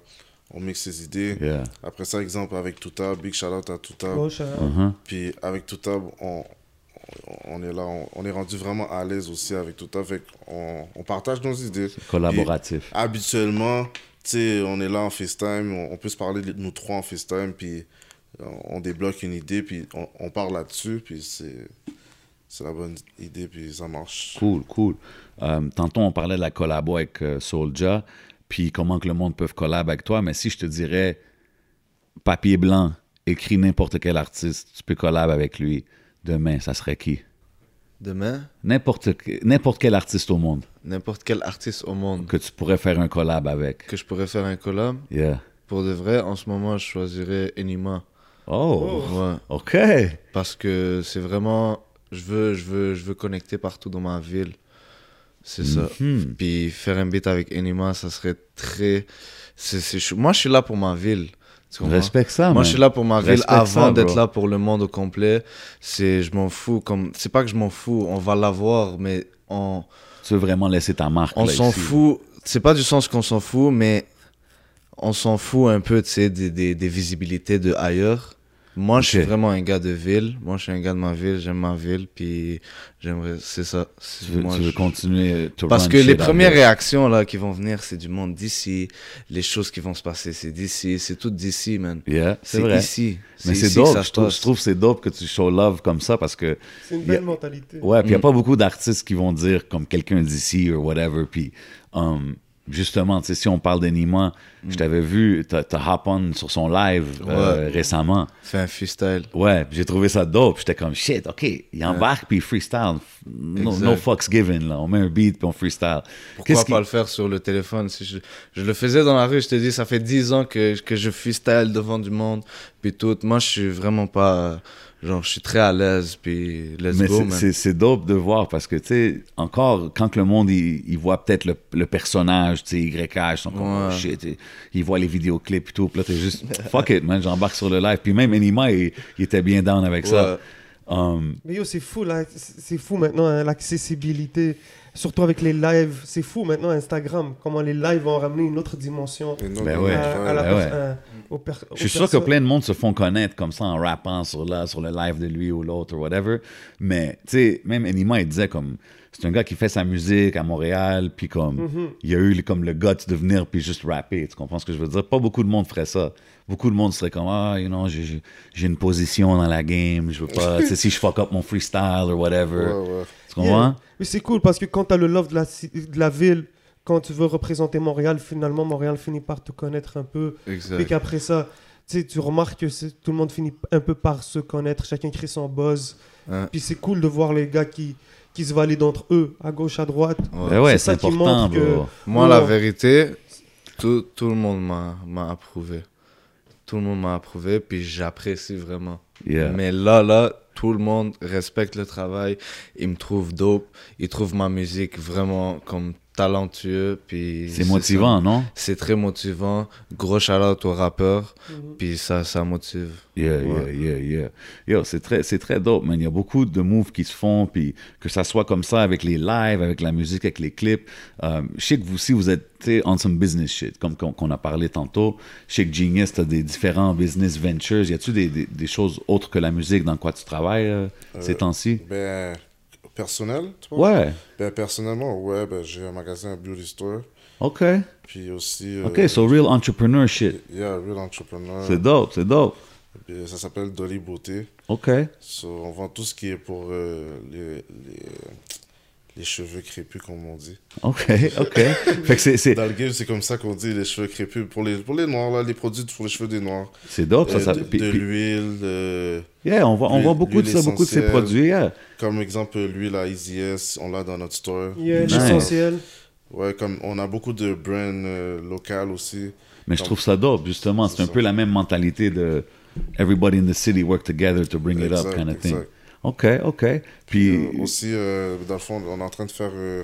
F: on mixe ces idées.
E: Yeah.
F: Après ça, exemple, avec Toutab, big shout-out à Toutab.
C: gauche, euh,
E: Uh-huh.
F: Puis avec Toutab, on, on, on est là, on, on est rendu vraiment à l'aise aussi avec Toutab. Fait qu'on on partage nos idées.
E: Collaboratif.
F: habituellement, tu sais, on est là en FaceTime, on, on peut se parler de- nous trois en FaceTime, puis on, on débloque une idée, puis on, on parle là-dessus, puis c'est c'est la bonne idée, puis ça marche.
E: Cool, cool. Euh, tantôt, on parlait de la collabo avec euh, Soulja, puis comment que le monde peut collab avec toi. Mais si je te dirais papier blanc, écris n'importe quel artiste, tu peux collab avec lui demain, ça serait qui
D: Demain,
E: N'importe que- n'importe quel artiste au monde
D: n'importe quel artiste au monde
E: que tu pourrais faire un collab avec.
D: que je pourrais faire un collab,
E: Yeah.
D: pour de vrai, en ce moment, je choisirais Enima.
E: Oh,
D: Ouais.
E: OK.
D: Parce que c'est vraiment. Je veux, je, veux, je veux connecter partout dans ma ville. C'est ça.
E: Hmm.
D: Puis faire un beat avec Enima, ça serait très. c'est c'est- je- moi, je suis là pour ma ville. Tu comprends?
E: Respecte ça,
D: Moi,
E: hein, man.
D: je suis là pour ma ville
E: Respecte ça,
D: avant d'être
E: bro.
D: là pour le monde au complet. C'est, je m'en fous. Comme, c'est pas que je m'en fous. On va l'avoir, mais on,
E: Tu veux vraiment laisser ta marque.
D: on
E: là,
D: s'en
E: ici.
D: fout. C'est pas du sens qu'on s'en fout, mais on s'en fout un peu, tu sais, des, des, des visibilités de ailleurs. Moi, je suis
E: Ok.
D: vraiment un gars de ville. Moi, je suis un gars de ma ville. J'aime ma ville, puis j'aimerais. C'est ça. C'est-
E: Tu veux,
D: moi,
E: tu veux
D: je-
E: continuer to
D: parce
E: run
D: que
E: shit
D: les
E: out
D: premières
E: here.
D: réactions là qui vont venir, c'est du monde d'ici. Les choses qui vont se passer, c'est d'ici. C'est tout d'ici, man.
E: Yeah, c'est
D: C'est
E: vrai.
D: ici.
E: Mais c'est
D: ici que
E: dope,
D: ça
E: je
D: se
E: trouve,
D: passe.
E: je trouve que c'est dope que tu show love comme ça parce que,
C: C'est une
E: Il y a-
C: belle mentalité.
E: ouais, puis il n'y a
D: Mm.
E: pas beaucoup d'artistes qui vont dire comme quelqu'un d'ici ou whatever. Puis um, justement, tu sais, si on parle d'Anima,
D: Mm.
E: je t'avais vu, t'as t'as hop on sur son live euh, récemment.
D: Fais un freestyle.
E: Ouais, puis j'ai trouvé ça dope. J'étais comme shit, ok, il embarque puis il freestyle. No,
D: Exact.
E: no fucks given, là. On met un beat puis on freestyle.
D: Pourquoi
E: qui-
D: pas le faire sur le téléphone si je, je le faisais dans la rue, je te dis, ça fait 10 ans que, que je freestyle devant du monde, puis tout. Moi, je suis vraiment pas. Genre, je suis très à l'aise, puis let's
E: Mais
D: go,
E: c'est-
D: man.
E: c'est- c'est dope de voir parce que, tu sais, encore, quand que le monde, il, il voit peut-être le, le personnage, tu sais, YH, ils sont comme,
D: Ouais.
E: oh, shit, et- ils voient les vidéoclips et tout, puis là, t'es juste, fuck it, man, j'embarque sur le live. Puis même Anima, il, il était bien down avec ça.
D: Ouais.
E: Um,
C: Mais yo, c'est fou, là. C'est c'est fou maintenant, hein, l'accessibilité. Surtout avec les lives. C'est fou maintenant, Instagram. Comment les lives ont ramené une autre dimension
F: Et non,
E: Ben
F: non,
E: ouais.
C: à, à la
F: ouais.
E: ben
C: pers-
E: ouais.
C: euh, aux per- aux
E: je suis sûr que
C: personnes.
E: plein de monde se font connaître comme ça en rappant sur, là, sur le live de lui ou l'autre ou whatever. Mais, tu sais, même Anima, il disait comme, c'est un gars qui fait sa musique à Montréal, puis comme,
C: Mhm.
E: il a eu le- comme le guts de venir puis juste rapper. Tu comprends ce que je veux dire? Pas beaucoup de monde ferait ça. Beaucoup de monde serait comme, ah, you know, j'ai- j'ai j'ai une position dans la game, je veux pas, tu sais, si je fuck up mon freestyle ou whatever.
F: Ouais, ouais.
E: Tu
C: Yeah.
E: comprends?
C: Mais c'est cool parce que quand tu as le love de la, ci- de la ville, quand tu veux représenter Montréal, finalement, Montréal finit par te connaître un peu. Et
D: Exact.
C: qu'après ça, tu sais, tu remarques que c'est- tout le monde finit un peu par se connaître. Chacun crée son buzz.
D: Ouais.
C: Puis c'est cool de voir les gars qui, qui se valident entre eux, à gauche, à droite.
D: Ouais.
E: Ben ouais,
C: C'est
E: c'est
C: ça qui
E: important,
C: montre que-
E: bro.
D: Moi, la
C: Ouais.
D: vérité, tout, tout le monde m'a m'a approuvé. Tout le monde m'a approuvé, puis j'apprécie vraiment.
E: Yeah.
D: Mais là, là, tout le monde respecte le travail. Ils me trouvent dope. Ils trouvent ma musique vraiment comme talentueux. puis
E: C'est motivant,
D: ça.
E: non?
D: C'est très motivant. Gros shout-out aux rappeurs. Puis ça, ça motive.
E: Yeah,
D: Ouais.
E: yeah, yeah, yeah. Yo, c'est très, c'est très dope, man. Il y a beaucoup de moves qui se font, puis que ça soit comme ça avec les lives, avec la musique, avec les clips. Euh, je sais que vous aussi, vous êtes tu sais, on some business shit, comme qu'on qu'on a parlé tantôt. Je sais que Genius, t'as des différents business ventures. Y a-tu des, des, des choses autres que la musique dans quoi tu travailles euh, ces temps-ci?
F: Ben, personnel, tu vois?
E: Ouais,
F: Ben, personnellement, ouais, ben, j'ai un magasin, un beauty store.
E: ok.
F: Euh, Puis aussi. euh,
E: Ok, so real entrepreneur shit.
F: Yeah, Real Entrepreneur.
E: C'est dope, c'est dope.
F: Puis Ça s'appelle Dolly Beauté.
E: Ok.
F: So, on vend tout ce qui est pour euh, les, les, les cheveux crépus, comme on dit.
E: Ok, ok. fait que c'est- c'est
F: Dans le game, c'est comme ça qu'on dit les cheveux crépus. Pour les, pour les noirs, là, les produits pour les cheveux des noirs.
E: c'est dope, ça.
F: Euh,
E: ça
F: de
E: puis-
F: de
E: puis-
F: l'huile, euh,
E: yeah, on voit, on
F: l'huile-
E: voit beaucoup de ça,
F: l'huile
E: beaucoup de ces
F: essentielle.
E: produits. yeah.
F: comme exemple l'huile à Easy S, on l'a dans notre store.
C: Il y a
E: Nice.
C: l'essentiel.
F: Ouais, comme on a beaucoup de brands euh, locales aussi.
E: Mais je
F: Donc,
E: trouve ça dope, justement. C'est
F: c'est
E: un
F: ça.
E: peu la même mentalité de everybody in the city work together to bring it up
F: Exact,
E: kind of thing.
F: exact.
E: OK, OK. Puis,
F: Euh, aussi, euh, dans le fond, on est en train de faire. euh,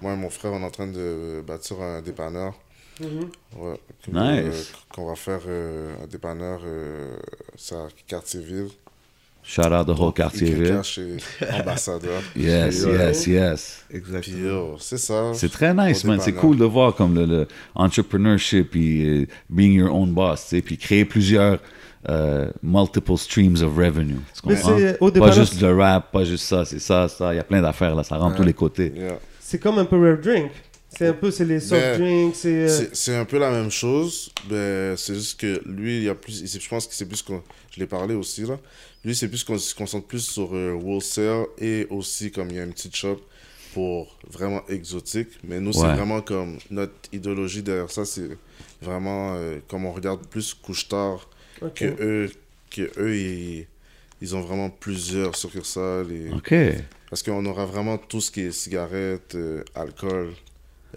F: moi et mon frère, on est en train de euh, bâtir un dépanneur. Ouais, que-
E: Nice.
F: euh, qu'on va faire euh, un dépanneur, euh, ça, quartier-ville.
E: shout out the whole quartier ville.
F: chez Ambassadeur.
E: Yes,
F: Puis, euh,
E: yes, yes.
F: Puis, euh, c'est ça.
E: C'est très nice,
F: Au
E: man. C'est
F: dépanneur.
E: cool de voir comme le, le entrepreneurship puis euh, being your own boss, tu sais, puis créer plusieurs euh, multiple streams of revenue. Tu
C: Mais
E: comprends?
C: c'est- au
E: Pas
C: dépanneur,
E: juste le rap, pas juste ça, c'est ça, ça. Il y a plein d'affaires là, ça rentre tous les côtés.
F: Yeah.
C: C'est comme un peu rare drink. C'est un peu, c'est les soft
F: Ben,
C: drinks. C'est. euh,
F: C'est c'est un peu la même chose, mais c'est juste que lui, il y a plus, il- je pense que c'est plus qu'on, je l'ai parlé aussi là, lui c'est plus qu'on se concentre plus sur euh, wholesale et aussi comme il y a une petite shop pour vraiment exotique, mais nous c'est
E: Ouais.
F: vraiment comme notre idéologie derrière ça, c'est vraiment euh, comme on regarde plus Couche-Tard
C: ok.
F: que eux, que eux ils, ils ont vraiment plusieurs succursales et
E: OK.
F: parce qu'on aura vraiment tout ce qui est cigarettes, euh, alcool,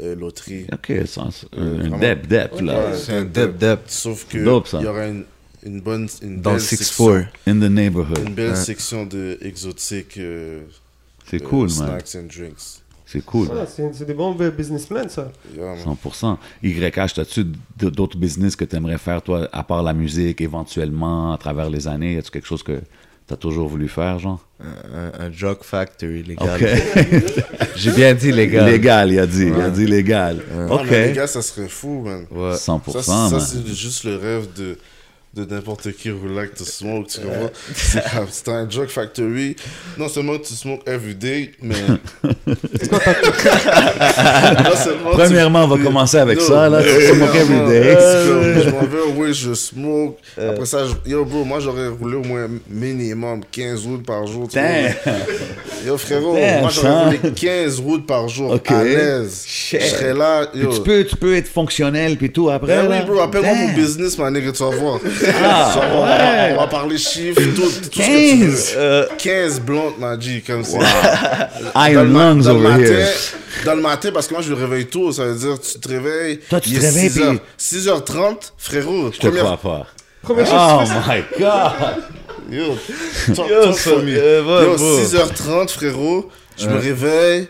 F: euh, loterie.
E: OK. sens- euh,
F: Vraiment.
E: un dep, dep, là.
F: Ouais.
D: C'est un dep dep
F: Sauf que
E: Dope, ça.
F: il y aura une, une bonne une
D: dans le
F: belle section,
D: 6-4.
E: In the neighborhood.
F: une belle
D: Ouais.
F: section de exotiques euh,
E: C'est
F: euh,
E: cool, man.
F: snacks and drinks.
E: C'est cool.
C: Ah, c'est c'est des bons euh, business plans, ça.
F: Yeah, man.
E: 100%. YH, as-tu d- d'autres business que tu aimerais faire, toi, à part la musique, éventuellement, à travers les années? As-tu quelque chose que tu as toujours voulu faire, genre?
D: Un, un drug factory, les gars.
E: OK.
D: J'ai bien dit, les gars.
E: légal, il a dit. Il a dit légal.
F: Non, Ah, mais les
E: OK.
F: gars, ça serait fou, man.
D: Ouais.
E: 100%,
F: Ça, c'est- ça,
E: man.
F: c'est juste le rêve de de n'importe qui relax to smoke, tu comprends? C'est comme- C'est un drug factory. Non seulement tu smokes every day, mais. Non seulement tu-
E: Premièrement, on va commencer avec ça, là. Tu smoke every day. Euh.
F: Euh, Je m'en vais, oui, je smoke. Après ça, je- yo, bro, moi, j'aurais roulé au moins minimum 15 routes par jour. tu
E: Damn.
F: vois. Yo, frérot,
E: Damn,
F: moi,
E: son.
F: j'aurais roulé 15 routes par jour
E: Ok.
F: à l'aise.
E: Shit.
F: Je serais là,
E: Puis
F: yo.
E: tu, peux, tu peux être fonctionnel, puis tout, après,
F: Ben
E: là.
F: oui, bro,
E: Damn.
F: appelle-moi
E: Ah,
F: mon business, ma nigga, tu vas voir. Tu vas voir, on va- on va parler chiffres, tout, tout
E: 15,
F: ce que tu veux. 15 blondes, m'a dit, comme ça.
E: Euh, Iron
F: ma-
E: lungs
F: le
E: over
F: matin,
E: here.
F: dans le matin, parce que moi je me réveille tôt, ça veut dire tu te réveilles.
E: Toi, tu
F: il
E: te
F: est
E: réveilles,
F: 6h,
E: puis-
F: 6h30, frérot.
E: Je te crois
F: première-
E: pas.
C: Première chose,
E: Oh my God.
F: Yo, talk,
D: Yo,
F: talk
D: ça-
F: for me.
D: euh, ouais,
F: Yo,
D: bro.
F: 6h30, frérot. Je me
D: Ouais.
F: réveille.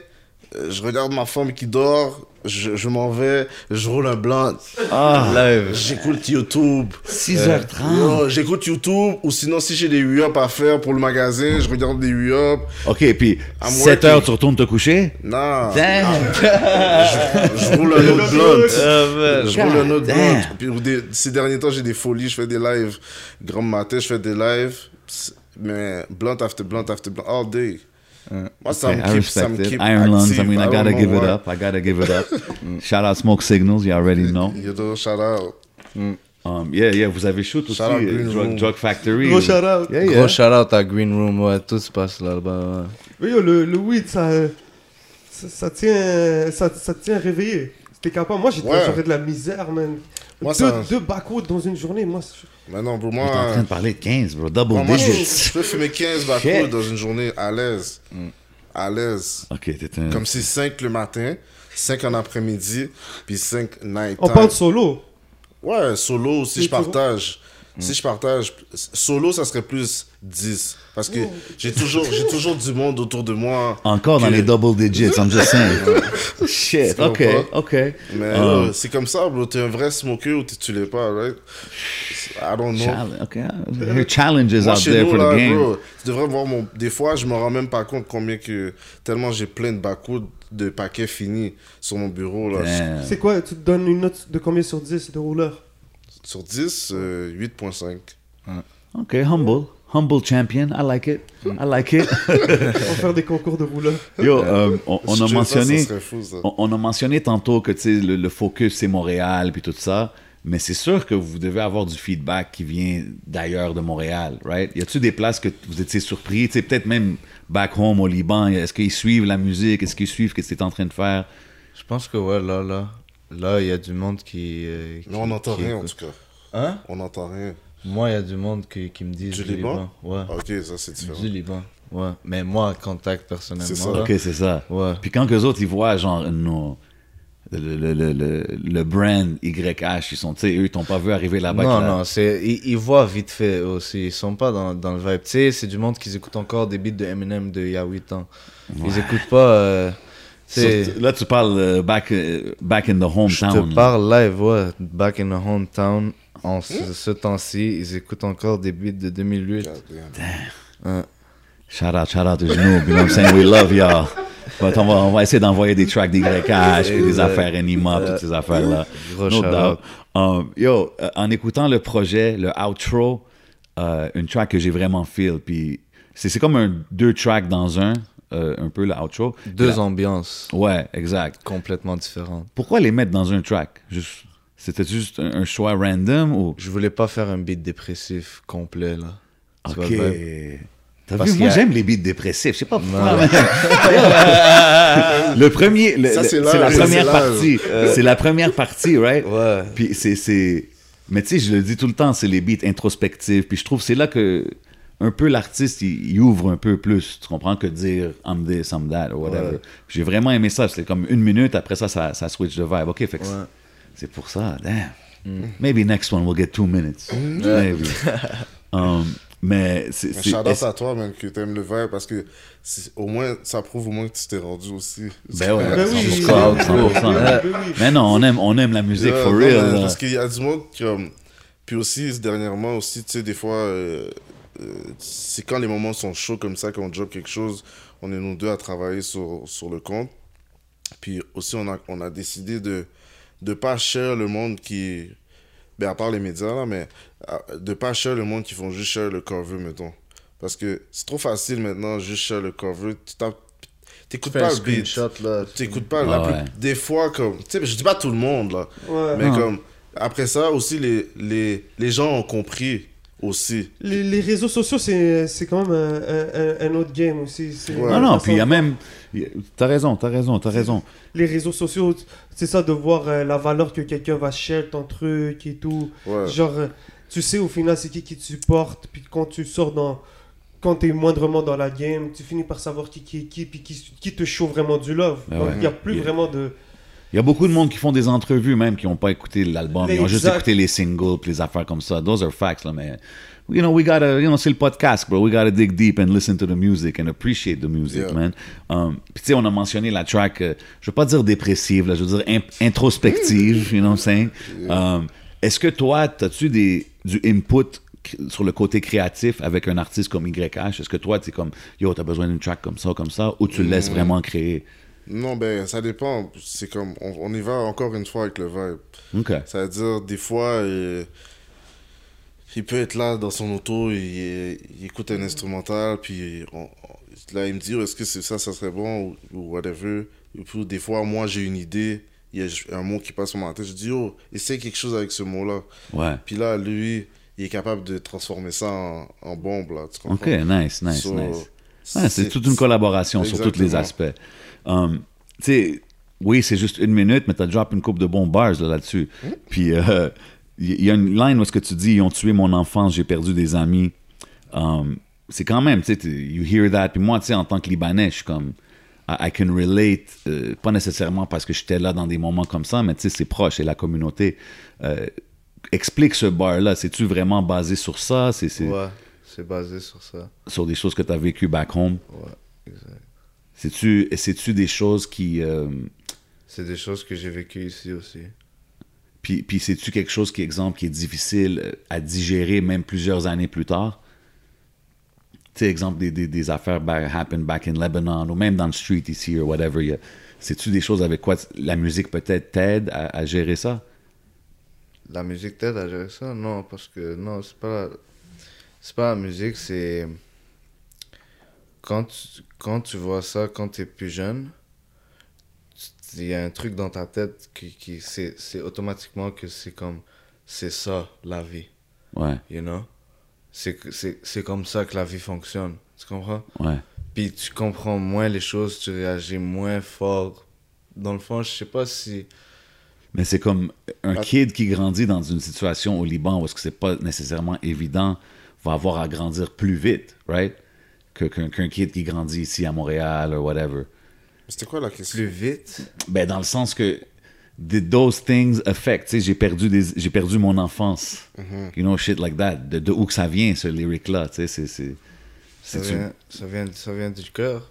F: euh, Je regarde ma femme qui dort. Je, je m'en vais. Je roule un blanc.
E: Ah,
D: Live.
F: J'écoute YouTube.
E: 6h30.
F: Yo, J'écoute YouTube. Ou sinon, si j'ai des U-Up à faire pour le magasin, je regarde des U-Up.
E: OK, puis
F: I'm
E: 7h,
F: working.
E: tu retournes te coucher?
F: Non.
E: Damn!
F: Je roule Ah. un autre blunt. Je roule un autre
E: God
F: blunt.
E: damn.
F: Puis au dé- ces derniers temps, j'ai des folies, je fais des lives. Grand matin, je fais des lives. Pss, Mais blunt after blunt after blunt, all day. Moi, ça
E: Okay, I
F: me keep, ça me
E: respect it.
F: keep
E: Iron Lungs, I
F: active.
E: mean, I
F: don't
E: gotta
F: know
E: give it
F: why.
E: up. I gotta give it up. Shout out Smoke Signals, you already know.
F: You know, shout out.
E: Um, yeah, yeah, vous avez shoot aussi,
F: Shout out Green
E: euh, drug,
F: Room.
E: drug Factory.
C: Gros
E: ou-
C: shout-out.
E: Yeah, yeah.
D: Gros shout out à Green Room, ouais, tout se passe là-bas. ouais.
C: Mais yo, le, le weed, ça, euh, ça, ça tient, ça, ça tient réveillé. C'était capable. Moi, j'étais-
F: Ouais.
C: j'aurais de la misère, man.
F: Moi,
C: deux,
F: ça-
C: deux backwoods dans une journée, moi. c'est-
F: Maintenant, pour
E: T'es en train
F: moi,
E: de parler de 15, bro. Double
F: pour moi je, je
E: digits.
F: peux fumer 15
E: Shit.
F: backwoods dans une journée à l'aise. À l'aise.
E: OK, t'es un...
F: Comme si 5 le matin, 5 en après-midi, puis 5 night.
C: On
F: time.
C: parle solo.
F: Ouais, solo, si
C: Et
F: je
C: tu vois-
F: partage. Si je partage, solo, ça serait plus 10. Parce que j'ai toujours, j'ai toujours du monde autour de moi.
E: Encore dans
F: que-
E: les double digits, I'm just saying. Shit,
F: Tu comprends?
E: OK, OK.
F: Mais
E: Um,
F: euh, c'est comme ça, bro. T'es un vrai smoker ou t'es- tu l'es pas, right? I don't know.
E: challenge, OK. There are challenges
F: Moi,
E: out
F: chez
E: there
F: nous,
E: for
F: là,
E: the game.
F: bro, tu devrais voir mon... Des fois, je me rends même pas compte combien que... Tellement j'ai plein de backwoods de paquets finis sur mon bureau, là.
E: Damn.
C: C'est quoi Tu te donnes une note de combien sur 10 de rouleur
F: Sur 10, euh, 8.5.
E: OK, humble. Humble champion, I like it. I like it.
C: Pour faire des concours de rouleur.
E: Yo, euh, on, on
F: Si
E: a
F: tu fais ça,
E: mentionné...
F: Ça serait fou, ça.
E: On, on a mentionné tantôt que tu sais, le, le focus c'est Montréal puis tout ça, mais c'est sûr que vous devez avoir du feedback qui vient d'ailleurs de Montréal, right? Y a-tu des places que vous étiez surpris, tu sais, peut-être même back home au Liban, est-ce qu'ils suivent la musique, est-ce qu'ils suivent ce que tu en train de faire?
D: Je pense que ouais, là, là, là, il y a du monde qui. euh, qui-
F: Mais on n'entend
D: qui
F: rien, en
D: écoute.
F: tout cas.
D: Hein
F: On n'entend rien.
D: Moi, il y a du monde qui, qui me dit
F: Du
D: du,
F: Liban
D: Liban. Ouais.
F: Ah, Ok, ça, c'est différent.
D: du Liban. Ouais. Mais moi, en contact personnellement.
F: C'est ça.
D: là,
E: Ok, c'est ça.
D: Ouais.
E: Puis quand les autres ils voient genre nos- le, le- le- le- le brand YH, ils sont, tu sais, eux ils t'ont pas vu arriver là-bas.
D: Non,
E: que là-
D: non, c'est, ils, ils voient vite fait aussi. Ils sont pas dans, dans le vibe. Tu sais, c'est du monde qui écoute encore des beats de Eminem de il y a 8 ans. Ils écoutent pas. euh, tu sais,
E: Surtout- Là tu parles euh, back, euh, back in the
D: je
E: hometown.
D: te
E: là.
D: parle live, ouais. Back in the hometown. En ce, ce temps-ci, ils écoutent encore des beats de 2008.
F: God Ah, damn.
E: Shout out, shout out to Juno, you know what I'm saying? We love y'all. But on, va, on va essayer d'envoyer des tracks d'YH, puis des affaires Anima, toutes ces affaires-là.
D: Gros
E: no
D: euh, shout
E: doubt. Um, yo, euh, en écoutant le projet, le outro, euh, une track que j'ai vraiment feel, puis c'est c'est comme un deux tracks dans un, euh, un peu le outro.
D: Deux
E: La-
D: ambiances
E: Ouais, exact.
D: complètement différentes.
E: Pourquoi les mettre dans un track? Juste- C'était juste un, un choix random ou...
D: Je voulais pas faire un beat dépressif complet, là. Tu vois
E: Ok.
D: le vibe?
E: T'as
D: Parce
E: vu,
D: qu'il
E: moi
D: y a-
E: j'aime les beats dépressifs, je sais pas pourquoi. le premier, le-
F: Ça,
E: le-
F: c'est
E: c'est
F: l'âge,
E: la
F: c'est
E: première
F: l'âge.
E: partie.
D: Euh.
E: C'est la première partie, right?
D: Ouais.
E: Puis c'est, c'est... Mais tu sais, je le dis tout le temps, c'est les beats introspectifs. Puis je trouve que c'est là que un peu l'artiste, il, il ouvre un peu plus. Tu comprends que dire « I'm this, I'm that » ou whatever.
D: Ouais.
E: J'ai vraiment aimé ça. C'était comme une minute, après ça, ça, ça switch de vibe. OK, fait que
D: Ouais.
E: c'est pour ça. Damn.
F: Mm.
E: Maybe next one, we'll get two minutes. Maybe. Um, mais c'est...
F: Mais
E: c'est-
F: shout out
E: est-ce-
F: à toi, man, que t'aimes le verre parce que c'est- au moins, ça prouve au moins que tu t'es rendu aussi.
E: Ben ouais,
C: Ben oui,
E: 100%,
C: ben oui,
E: 100%.
C: ben oui, ben oui.
E: Mais non, on aime, on aime la musique
F: Yeah,
E: for
F: non,
E: real.
F: mais
E: là.
F: Parce qu'il y a du monde comme. Puis aussi, dernièrement aussi, tu sais, des fois, euh, euh, c'est quand les moments sont chauds comme ça, quand on job quelque chose, on est nous deux à travailler sur, sur le compte. Puis aussi, on a, on a décidé de ne pas share le monde qui. Ben, à part les médias, là, mais à- de pas share le monde qui font juste share le cover, mettons. Parce que c'est trop facile maintenant, juste share le cover. Tu tapes. T'écoutes
D: Fais un
F: pas le beat.
D: screenshot, là.
F: T'écoutes pas. la
E: Ouais.
F: plus- Des fois, comme. Tu sais, je dis pas tout le monde, là.
C: Ouais.
F: Mais comme, après ça aussi, les, les, les gens ont compris aussi.
C: Les, les réseaux sociaux, c'est c'est quand même un, un- un- un autre game aussi. C'est-
F: Ouais.
E: Non, non,
C: façon-
E: puis il y a même... y a- T'as raison, t'as raison, t'as raison.
C: Les réseaux sociaux, c'est ça de voir euh, la valeur que quelqu'un va share ton truc et tout.
F: Ouais.
C: Genre, euh, tu sais au final c'est qui qui te supporte, puis quand tu sors dans... Quand t'es moindrement dans la game, tu finis par savoir qui, qui est qui, puis qui, qui te show vraiment du love.
E: Ah
C: Donc
E: ouais.
C: il n'y a plus
E: Yeah.
C: vraiment de...
E: Il y a beaucoup de monde qui font des entrevues même qui n'ont pas écouté l'album, ils ont juste
C: Exact.
E: écouté les singles puis les affaires comme ça. Those are facts là, mais you know we gotta, you know c'est le podcast bro, we gotta dig deep and listen to the music and appreciate the music
F: Yeah.
E: man. Um, puis tu sais on a mentionné la track, euh, je veux pas dire dépressive là, je veux dire imp- introspective, you know what I'm saying. Um, Est-ce que toi t'as-tu des du input cr- sur le côté créatif avec un artiste comme YH, est-ce que toi, tu es comme, yo, t'as besoin d'une track comme ça, comme ça, ou tu le laisses vraiment créer?
F: Non, ben, ça dépend. C'est comme, on, on y va encore une fois avec le vibe.
E: OK.
F: Ça veut dire, des fois, euh, il peut être là dans son auto, il, il écoute un instrumental, puis on- on- là, il me dit, Oh, est-ce que c'est ça, ça serait bon, ou, ou whatever. Et puis, des fois, moi, j'ai une idée, il y a un mot qui passe sur ma tête, je dis, oh, essaye quelque chose avec ce mot-là.
E: Ouais.
F: Puis là, lui, il est capable de transformer ça en, en bombe, là, tu comprends?
E: OK, nice, nice,
F: So,
E: nice. Ouais, c'est toute une collaboration sur tous les
F: Exactement.
E: aspects. Um, tu sais, oui, c'est juste une minute, mais t'as drop une coupe de bons bars là, là-dessus. Puis euh, il y, y a une line où est-ce que tu dis « Ils ont tué mon enfance, j'ai perdu des amis Um, C'est quand même, tu sais, tu- you hear that. Puis moi, tu sais, en tant que Libanais, je suis comme... I I can relate, euh, pas nécessairement parce que j'étais là dans des moments comme ça, mais tu sais, c'est proche et la communauté. Euh, explique ce bar-là, c'est-tu vraiment basé sur ça? C'est, c'est-
D: Ouais, c'est basé sur ça.
E: sur des choses que tu as vécues back home.
D: Ouais, exact.
E: C'est-tu, c'est-tu des choses qui. euh,
D: C'est des choses que j'ai vécues ici aussi.
E: puis, puis c'est-tu quelque chose qui, exemple, qui est difficile euh, à digérer même plusieurs années plus tard? Tu sais, exemple, des, des, des affaires back, happen back in Lebanon ou même dans le street ici ou whatever. y a- c'est-tu des choses avec quoi t- la musique peut-être t'aide à, à gérer ça?
D: La musique t'aide à gérer ça? Non, parce que non, c'est pas la... c'est pas la musique, c'est quand tu... quand tu vois ça quand t'es plus jeune, tu- il y a un truc dans ta tête qui, qui... c'est c'est automatiquement que c'est comme c'est ça la vie,
E: Ouais,
D: you know? C'est que- c'est c'est comme ça que la vie fonctionne, tu comprends?
E: ouais.
D: Puis tu comprends moins les choses, tu réagis moins fort. Dans le fond, je sais pas si
E: Mais c'est comme un
F: Ah.
E: kid qui grandit dans une situation au Liban où est-ce que c'est pas nécessairement évident va avoir à grandir plus vite, right? Que- Qu'un qu'un kid qui grandit ici à Montréal ou whatever.
F: C'était quoi la question?
D: plus vite.
E: Ben dans le sens que did those things affect, tu sais, j'ai perdu des j'ai perdu mon enfance.
D: Mm-hmm.
E: You know shit like that. De, de où que ça vient ce lyric là, tu sais, c'est- c'est
D: Ça
E: c'est
D: vient, ça, vient, ça vient du cœur,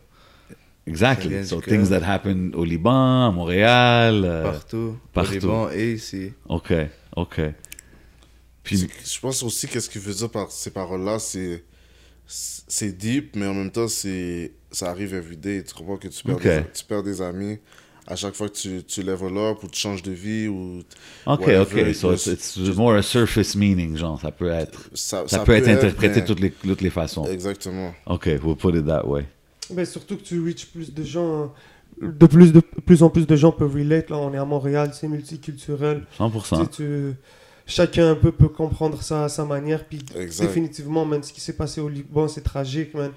D: ça vient
E: Exactly.
D: du
E: So
D: cœur.
E: things that happen au Liban, à Montréal. euh,
D: partout,
E: partout.
D: au Liban et ici.
E: OK, OK. Puis
F: C'est- Je pense aussi qu'est-ce qu'il veut dire par ces paroles-là, c'est c'est deep, mais en même temps, c'est ça arrive everyday. Tu comprends que tu perds,
E: Ok.
F: des, tu perds des amis à chaque fois que tu, tu level up ou tu changes de vie ou
E: OK,
F: whatever,
E: OK. So it's, it's more a surface meaning, genre, ça peut être.
F: ça,
E: Ça,
F: ça
E: peut, être interprété
F: mais-
E: de toutes les, toutes les façons.
F: Exactement.
E: OK, we'll put it that way.
C: Mais surtout que tu reaches plus de gens. De plus, de plus en plus de gens peuvent relate. Là, on est à Montréal, c'est multiculturel. Tu sais,
E: 100%.
C: tu- chacun un peu peut comprendre ça à sa manière. Puis
F: Exact.
C: définitivement, man, ce qui s'est passé au Liban, c'est tragique, man.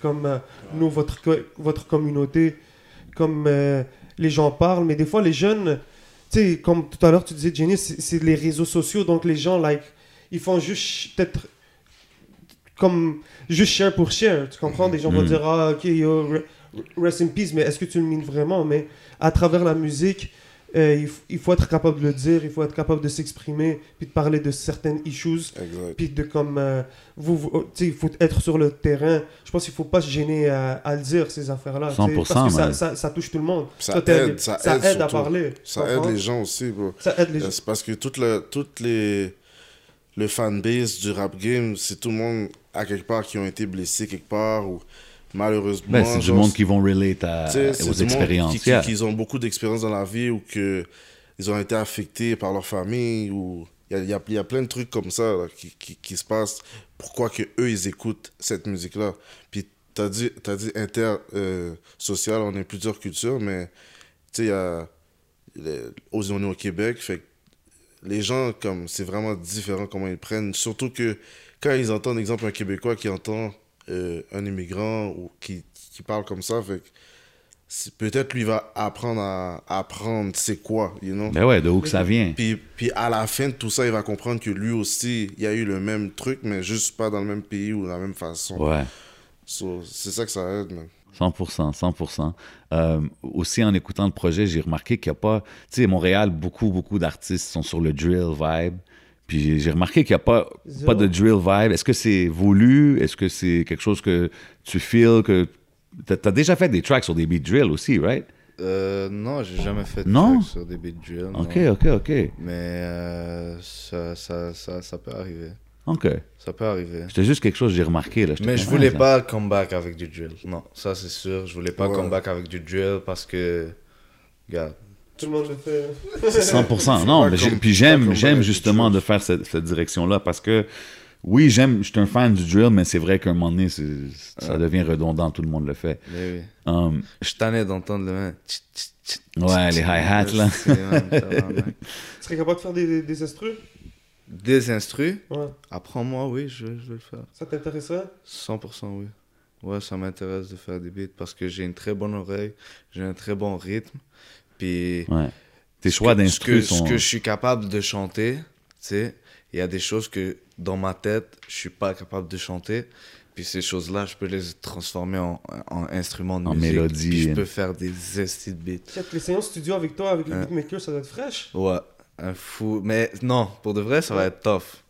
C: Comme euh, nous, votre, co- votre communauté, comme euh, les gens parlent. Mais des fois, les jeunes, tu sais, comme tout à l'heure, tu disais, Jenny, c'est c'est les réseaux sociaux. Donc les gens, like, ils font juste peut-être comme juste share pour share. Tu comprends? Des gens vont
E: Mhm.
C: dire, ah, ok, yo, re- rest in peace, mais est-ce que tu le mines vraiment? Mais à travers la musique, euh, il, f- il faut être capable de le dire, il faut être capable de s'exprimer, puis de parler de certaines issues,
F: Exact.
C: puis de comme. euh, vous, vous- oh, tu sais, il faut être sur le terrain. Je pense qu'il faut pas se gêner à, à le dire, ces affaires-là. tu sais,
E: 100%,
C: Parce que ça,
E: man.
C: ça, ça touche tout le monde.
F: Ça
C: Toi, t'es un-
F: aide, ça aide
C: à
F: surtout.
C: parler. tu
F: Ça aide
C: comprends?
F: les gens aussi, bro.
C: Ça aide les gens.
F: Euh, C'est parce que toute la, toute les, le fanbase du rap game, c'est tout le monde à quelque part qui ont été blessés quelque part ou malheureusement.
E: Ben, c'est du
F: genre,
E: monde qui vont relate à,
F: Tu sais, c'est
E: aux
F: du monde
E: expériences.
F: qui- qui-
E: yeah.
F: qu'ils ont beaucoup d'expérience dans la vie ou que ils ont été affectés par leur famille ou il y a, il y a- il y a plein de trucs comme ça là, qui, qui, qui se passent. Pourquoi que eux ils écoutent cette musique là Puis t'as dit t'as dit inter euh, social, on est plusieurs cultures, mais tu sais il y a le- aux- on est au Québec, fait que les gens comme c'est vraiment différent comment ils prennent, surtout que quand ils entendent exemple un Québécois qui entend euh, un immigrant ou qui, qui parle comme ça, fait que c'est- peut-être lui va apprendre à à apprendre c'est quoi, you know.
E: Ben ouais, de où que ça vient.
F: Puis, puis à la fin de tout ça, il va comprendre que lui aussi, il y a eu le même truc, mais juste pas dans le même pays ou de la même façon.
E: Ouais.
F: So, c'est ça que ça aide, man.
E: 100%, 100%. Euh, aussi, en écoutant le projet, j'ai remarqué qu'il n'y a pas... Tu sais, Montréal, beaucoup, beaucoup d'artistes sont sur le drill vibe. Puis j'ai- j'ai remarqué qu'il n'y a pas,
C: Zéro.
E: pas de drill vibe. Est-ce que c'est voulu? Est-ce que c'est quelque chose que tu feels? Que... T'as t'as déjà fait des tracks sur des beats drill aussi, right?
D: Euh, non, j'ai jamais fait de
E: Non?
D: track sur des beat drill. non.
E: OK, OK, OK.
D: Mais euh, ça, ça, ça, ça peut arriver.
E: OK.
D: Ça peut arriver.
E: C'était juste quelque chose que j'ai remarqué. Là. J'étais
D: Mais
E: comme,
D: je voulais
E: Ah,
D: pas comeback avec du drill. Non, ça c'est sûr. Je voulais pas
F: Ouais.
D: comeback avec du drill parce que. Regarde.
C: Tout le monde le fait.
E: 100%.
F: Faut
E: Non,
F: pas
E: mais j'ai-
F: comme-
E: puis
F: pas
E: j'aime,
F: comme
E: j'aime
F: balancer
E: justement
F: les
E: de faire cette, cette direction-là parce que, oui, j'aime, je suis un fan du drill, mais c'est vrai qu'à un moment donné, c'est- ça devient redondant, tout le monde le fait.
D: Mais oui.
E: Hum,
D: Je suis tanné d'entendre le même. tch, tch, tch, tch,
E: Ouais,
D: tch,
E: les
D: tch.
E: hi-hats, là.
D: C'est le même, ça va, mec.
C: Tu serais capable de faire des, des, des instrus
D: Des instrus.
C: Ouais.
D: Apprends-moi, oui, je, je vais le faire.
C: Ça t'intéresserait
D: 100% oui. Ouais, ça m'intéresse de faire des beats parce que j'ai une très bonne oreille, j'ai un très bon rythme. Puis.
E: ouais. Tes
D: ce
E: choix
D: que- ce que-
E: d'instru
D: Ce
E: sont.
D: que je suis capable de chanter, tu sais, il y a des choses que dans ma tête, je suis pas capable de chanter. Puis ces choses-là, je peux les transformer en, en instruments de
E: En
D: musique.
E: mélodie.
D: Puis je peux faire des zesty de beats.
C: Tiens, les séances studio avec toi, avec les
D: Ouais.
C: beatmakers, ça doit être fraîche.
D: Ouais, un fou. Mais non, pour de vrai, ça va être tough.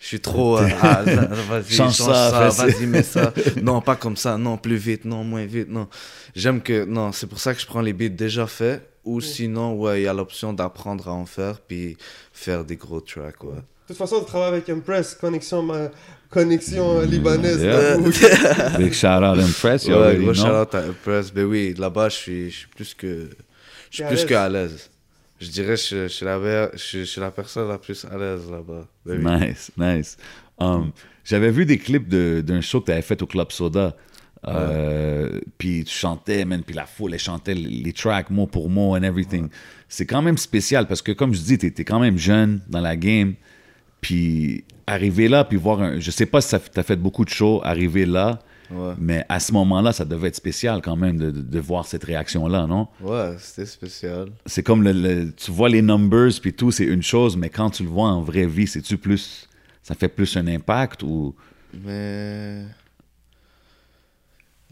D: Je suis trop. euh, ah, ça- vas-y,
E: Change
D: change
E: ça, fais
D: ça,
E: ça.
D: vas-y, mets ça. Non, pas comme ça. Non, plus vite. Non, moins vite. Non. J'aime que. Non, c'est pour ça que je prends les beats déjà faits. Ou sinon, ouais, il y a l'option d'apprendre à en faire. Puis faire des gros tracks, ouais.
C: De toute façon, on travaille avec Impress, connexion, ma- connexion euh, libanaise.
E: Yeah.
C: là, où-
E: Big shout out Impress, you
D: Ouais,
E: already
D: gros
E: know.
D: shout-out à Impress. Ben oui, là-bas, je suis, je suis plus que. Je suis
C: T'es à
D: plus
C: l'aise.
D: que à l'aise. Je dirais, je, je suis la, meilleure- je, je suis la personne la plus à l'aise là-bas. Ben oui.
E: Nice, nice. Um, J'avais vu des clips de- d'un show que tu avais fait au Club Soda. Euh, Puis tu chantais, man, puis la foule, elle chantait les, les tracks mot pour mot and everything. C'est quand même spécial parce que, comme je dis, tu quand même jeune dans la game. Puis arriver là, puis voir un. Je sais pas si ça- t'as fait beaucoup de shows, arriver là.
D: Ouais.
E: Mais à ce moment-là, ça devait être spécial quand même de, de- de voir cette réaction-là, non?
D: Ouais, c'était spécial.
E: C'est comme le, le- tu vois les numbers puis tout, c'est une chose, mais quand tu le vois en vraie vie, c'est-tu plus. Ça fait plus un impact ou.
D: Mais.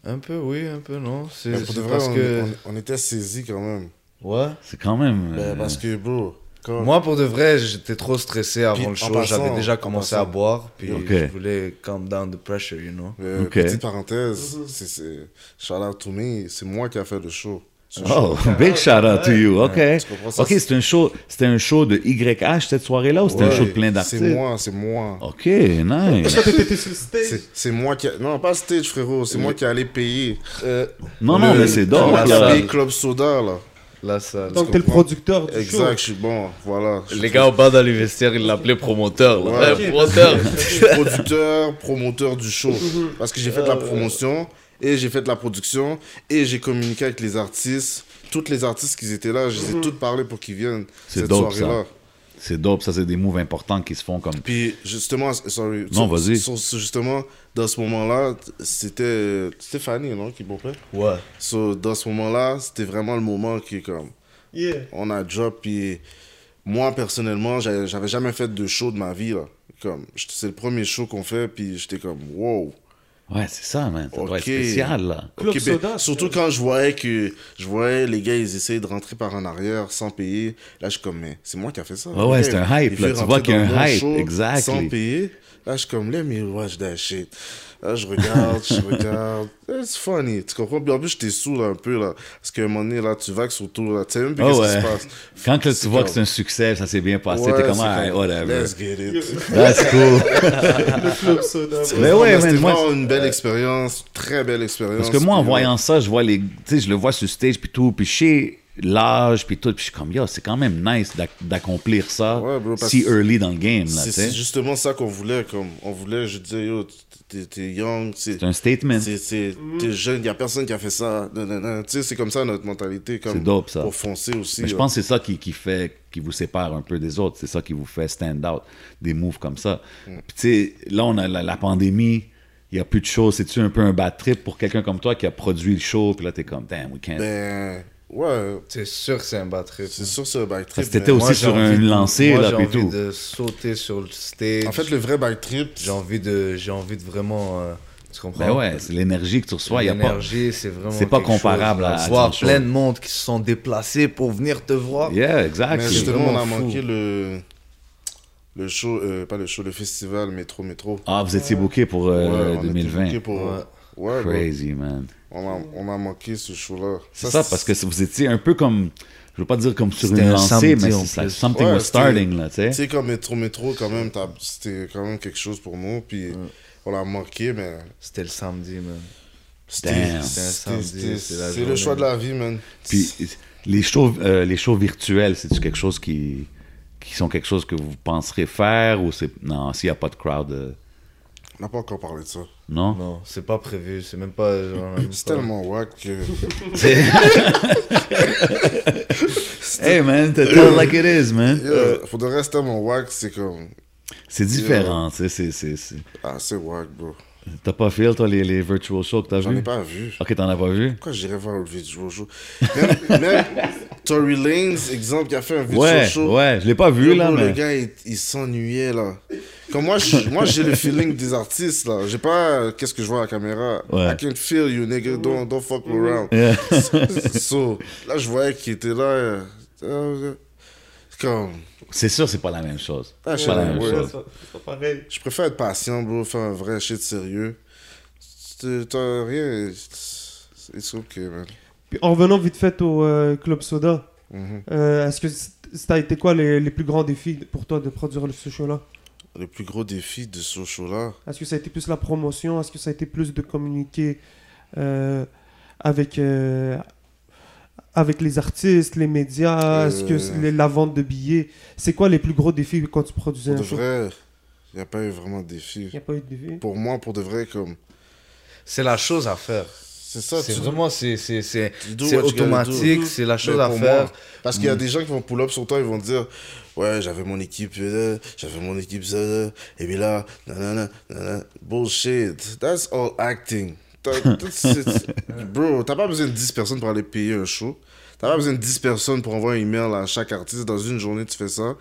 D: Un peu oui, un peu non. C'est
F: Mais pour de
D: c'est
F: vrai,
D: parce
F: on,
D: que.
F: on- on était saisis quand même.
D: Ouais.
E: C'est quand même.
F: Ben,
E: euh,
F: parce que, bro, quand...
D: Moi, pour de vrai, j'étais trop stressé avant
F: Puis,
D: le
F: en
D: show.
F: passant-
D: J'avais déjà
F: en
D: commencé
F: passant.
D: à boire. Puis
E: Ok.
D: je voulais calm down the pressure, you know.
F: Euh,
E: Ok.
F: Petite parenthèse, c'est- c'est Shout out to me, c'est moi qui a fait le show. Ce
E: Oh,
F: show.
E: big shout out to you. OK.
F: tu comprends ça,
E: OK, c'était un show, c'était un show de YH cette soirée-là ou c'était un
F: Ouais,
E: show de plein d'artistes?
F: C'est moi, c'est moi.
E: OK, nice.
C: T'étais sur le stage.
F: C'est- C'est moi qui. a- Non, pas stage, frérot. C'est moi qui allais payer.
E: non, non, mais Euh, c'est
F: C'est
E: dope.
F: moi qui
E: là.
D: salle.
F: allais Club Soda, là.
D: Là, ça.
C: Donc, t'es le
F: comprends.
C: producteur du show.
F: Exact, je suis bon. Voilà. Je suis
D: au bas dans les vestiaires, ils l'appelaient promoteur.
F: là. Ouais.
C: Ok,
F: producteur, promoteur du show. Parce que j'ai fait de la promotion et j'ai fait de la production et j'ai communiqué avec les artistes. Toutes les artistes qui étaient là, je les ai toutes parlé pour qu'ils viennent
E: C'est
F: cette
E: dope, ça.
F: soirée-là.
E: C'est dope, ça, c'est des moves importants qui se font comme.
F: Puis justement, sorry.
E: Non,
F: sur-
E: vas-y.
F: sur- sur- Justement, dans ce moment-là, c'était euh, Stéphanie, non, qui pompait.
D: Ouais.
F: So, dans ce moment-là, c'était vraiment le moment qui est comme.
C: Yeah.
F: on a job puis moi personnellement j'a- j'avais jamais fait de show de ma vie là comme j't- c'est le premier show qu'on fait puis j'étais comme wow
E: Ouais, c'est ça, man. Ça doit être
F: Ok.
E: spécial, là.
C: Club
F: Ok, ben,
C: Soda,
F: surtout
C: c'est-
F: quand je voyais que je voyais les gars ils essayaient de rentrer par en arrière sans payer là je suis comme mais c'est moi qui a fait ça
E: Ouais, ouais,
F: Les
E: c'est
F: gars,
E: un hype,
F: ils
E: là.
F: veulent
E: Tu vois
F: rentrer
E: qu'il y a
F: dans
E: un
F: mon
E: hype,
F: show
E: exactly.
F: sans payer là je suis comme let me watch that shit là je regarde je regarde it's funny tu comprends Puis en plus j'étais saoul un peu là parce qu'à un moment donné là tu vagues sur tout là tu sais même plus
E: Ah
F: qu'est-ce qui se
E: ouais.
F: passe
E: Quand que tu
F: C'est
E: vois que
F: comme-
E: c'est un succès, ça s'est bien passé,
F: Ouais,
E: t'es comme,
F: c'est
E: ah,
F: comme,
E: whatever.
F: Let's get it.
E: That's cool.
C: Le club soda.
E: Mais
F: Non,
E: ouais, man,
F: c'était
E: moi,
F: vraiment une belle expérience, très belle expérience.
E: Parce que moi, en
F: Puis,
E: voyant ça, je vois les. Tu sais, je le vois sur stage, puis tout, puis chez l'âge, puis tout, puis je suis comme, yo, c'est quand même nice d'ac- d'accomplir ça
F: Ouais, bro, parce
E: si
F: que
E: early dans le game, là, tu
F: C'est
E: sais.
F: c'est justement ça qu'on voulait, comme on voulait, je disais, yo, t'es- t'es young, c'est-
E: C'est un statement.
F: c'est- c'est- t'es jeune, y a personne qui a fait ça, nan, nan, nan. tu sais, c'est comme ça notre mentalité, comme
E: C'est dope, ça.
F: pour foncer aussi.
E: Mais je
F: là.
E: pense que c'est ça qui, qui fait, qui vous sépare un peu des autres. C'est ça qui vous fait stand out, des moves comme ça.
F: Mm.
E: Puis tu sais, là, on a la, la pandémie, il n'y a plus de show. C'est-tu un peu un bad trip pour quelqu'un comme toi qui a produit le show, puis là, t'es comme, damn, we can't.
F: Ben, ouais,
D: C'est sûr que c'est un bad trip.
F: c'est sûr, c'est un bike trip. ben,
E: Parce que t'étais
F: mais-
E: aussi sur
D: un
E: une lancée, là,
D: j'ai
E: puis
D: envie
E: tout.
D: de sauter sur le stage.
F: En fait, le vrai bike trip,
D: J'ai envie de, j'ai envie de vraiment euh, Tu comprends?
E: Ben ouais, c'est l'énergie que tu reçois. Il y a pas.
D: L'énergie, c'est vraiment.
E: c'est pas
D: quelque chose.
E: comparable à- à
D: Voir
E: autre chose.
D: plein de monde qui se sont déplacés pour venir te voir.
E: Yeah, exact.
F: Mais
E: C'est-
F: justement, on a
D: vraiment fou.
F: manqué le, le show, euh, pas le show, le festival Métro Métro.
E: Ah, vous étiez booké pour euh,
F: Ouais, on était
E: 2020.
F: booké pour-
D: Ouais.
F: Ouais, bro.
E: Crazy, man.
F: on, a, on a manqué ce show-là.
E: C'est ça, parce que vous étiez un peu comme, je veux pas dire comme sur
D: C'était
E: une
D: un
E: lancée,
D: samedi
E: mais
D: en
E: c'est ça,
D: plus.
E: something
F: Ouais,
E: was
F: c'était-
E: starting, là, tu
F: Tu
E: sais.
F: sais, comme Métro Métro, quand même, t'as- c'était quand même quelque chose pour nous. Puis on l'a manqué, mais
D: C'était le samedi, man.
F: c'était-
E: Damn.
D: C'était
F: c'était- c'était-
D: samedi, c'est la
F: c'est le
D: journée.
F: choix de la vie, man.
E: Puis les shows, euh, les shows virtuels, c'est-tu quelque chose qui, qui sont quelque chose que vous penserez faire ou c'est, non, s'il n'y a pas de crowd, euh,
F: On n'a pas encore parlé de ça.
E: non?
D: Non, c'est pas prévu, c'est même pas. genre, on a même
F: C'est
D: pas-
F: tellement wack que.
E: hey, man, t'es tell like it is, man.
F: Yeah, pour de reste, tellement wack, c'est comme.
E: C'est différent, tu sais, c'est, c'est, c'est-
F: Ah, c'est wack, bro.
E: T'as pas feel, toi, les, les virtual shows que t'as
F: J'en ai
E: vu?
F: pas vu.
E: Ok, t'en as pas vu?
F: Pourquoi j'irais voir le vidéo show Même, même Tory Lanez, exemple, qui a fait un vidéo
E: Ouais,
F: show.
E: ouais, je l'ai pas vu,
F: Yo,
E: là,
F: bro, Le
E: mais...
F: gars, il, il s'ennuyait, là. Comme moi, je- moi, j'ai le feeling des artistes, là. J'ai pas euh, qu'est-ce que je vois à la caméra.
E: Ouais.
F: I can feel you, nigga. Don't, don't fuck around.
E: Yeah.
F: so, là, je voyais qu'il était là. euh, euh, comme.
E: C'est sûr, c'est pas la même chose.
F: Ah,
E: C'est
F: je
E: pas
F: sais
E: la
F: pas,
E: même
F: ouais.
E: chose.
F: Je préfère être patient, bro. Faire un vrai shit sérieux. Tu- T'as rien. It's it's okay, man.
C: Puis en revenant vite fait au euh, Club Soda,
F: Mhm.
C: euh, est-ce que c- ça a été quoi les, les plus grands défis pour toi de produire le- ce show-là
F: Le plus gros défi de ce show-là.
C: Est-ce que ça a été plus la promotion Est-ce que ça a été plus de communiquer euh, avec, euh, avec les artistes, les médias Est-ce que
F: Euh.
C: c'est les- la vente de billets C'est quoi les plus gros défis quand tu produisais
F: Pour
C: un
F: de
C: show
F: vrai, il n'y a pas eu vraiment de défi.
C: Il n'y a pas eu de défi
F: Pour moi, pour de vrai, comme.
D: C'est la chose à faire.
F: C'est ça,
D: C'est
F: tu-
D: vraiment, c'est c'est- c'est-
F: tu do
D: c'est
F: what you gotta
D: automatique,
F: do.
D: c'est la chose
F: Mais
D: à
F: pour
D: faire. Mm.
F: moi, parce qu'il y a des gens qui vont pull up sur toi, ils vont te dire Ouais, j'avais mon équipe, euh, j'avais mon équipe, ça, euh, et puis là, nanana, nanana. Bullshit. That's all acting. T'as- t'as- c'est- c'est- Bro, t'as pas besoin de 10 personnes pour aller payer un show. T'as pas besoin de 10 personnes pour envoyer un email à chaque artiste. Dans une journée, tu fais ça.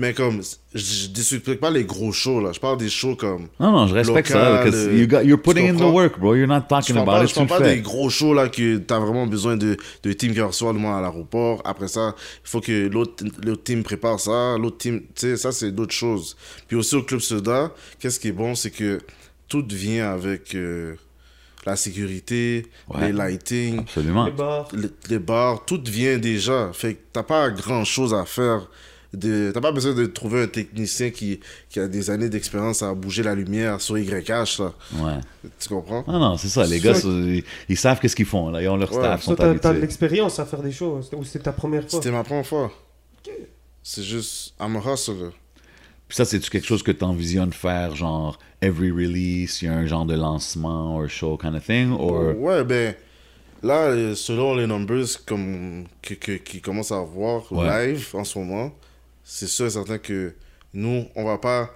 F: Mais comme, je- je discute pas les gros shows, là. Je parle des shows comme.
E: Non, non, je respecte ça.
F: Local,
E: Because
F: euh,
E: you got, you're
F: tu
E: putting in the
F: comprends?
E: work, bro. You're not
F: Je
E: talking
F: parle
E: about
F: pas,
E: it.
F: je
E: Ah, Tu le
F: parle pas
E: fais.
F: des gros shows là que t'as vraiment besoin de, de team qui reçoit le moins à l'aéroport. Après ça, il faut que l'autre l'autre team prépare ça. L'autre team, tu sais, ça c'est d'autres choses. Puis aussi au Club Soda, qu'est-ce qui est bon, c'est que tout vient avec euh, la sécurité,
E: Ouais.
F: les lighting,
E: Absolument.
C: Les bars
F: le- les bars, tout vient déjà. Fait que t'as pas grand chose à faire. De, t'as pas besoin de trouver un technicien qui, qui a des années d'expérience à bouger la lumière sur YH là.
E: Ouais.
F: Tu comprends?
E: Non, non, c'est ça. Les
C: Soit-
E: gars, c'est- ils, ils savent qu'est-ce qu'ils font. Là. Ils ont leur
F: Ouais,
E: staff.
C: Toi,
E: sont
C: t'as- t'as de
E: habitués.
C: l'expérience à faire des shows, c'était- ou c'est ta première fois
F: C'était ma première fois. C'est juste, I'm a hustler.
E: Puis ça, c'est-tu quelque chose que tu envisionnes faire, genre, every release, il y a un genre de lancement or show kind of thing? Or...
F: Ouais, ben, là, euh, selon les numbers comme, que, que- qui commencent à avoir
E: Ouais.
F: live en ce moment, c'est sûr et certain que nous, on va pas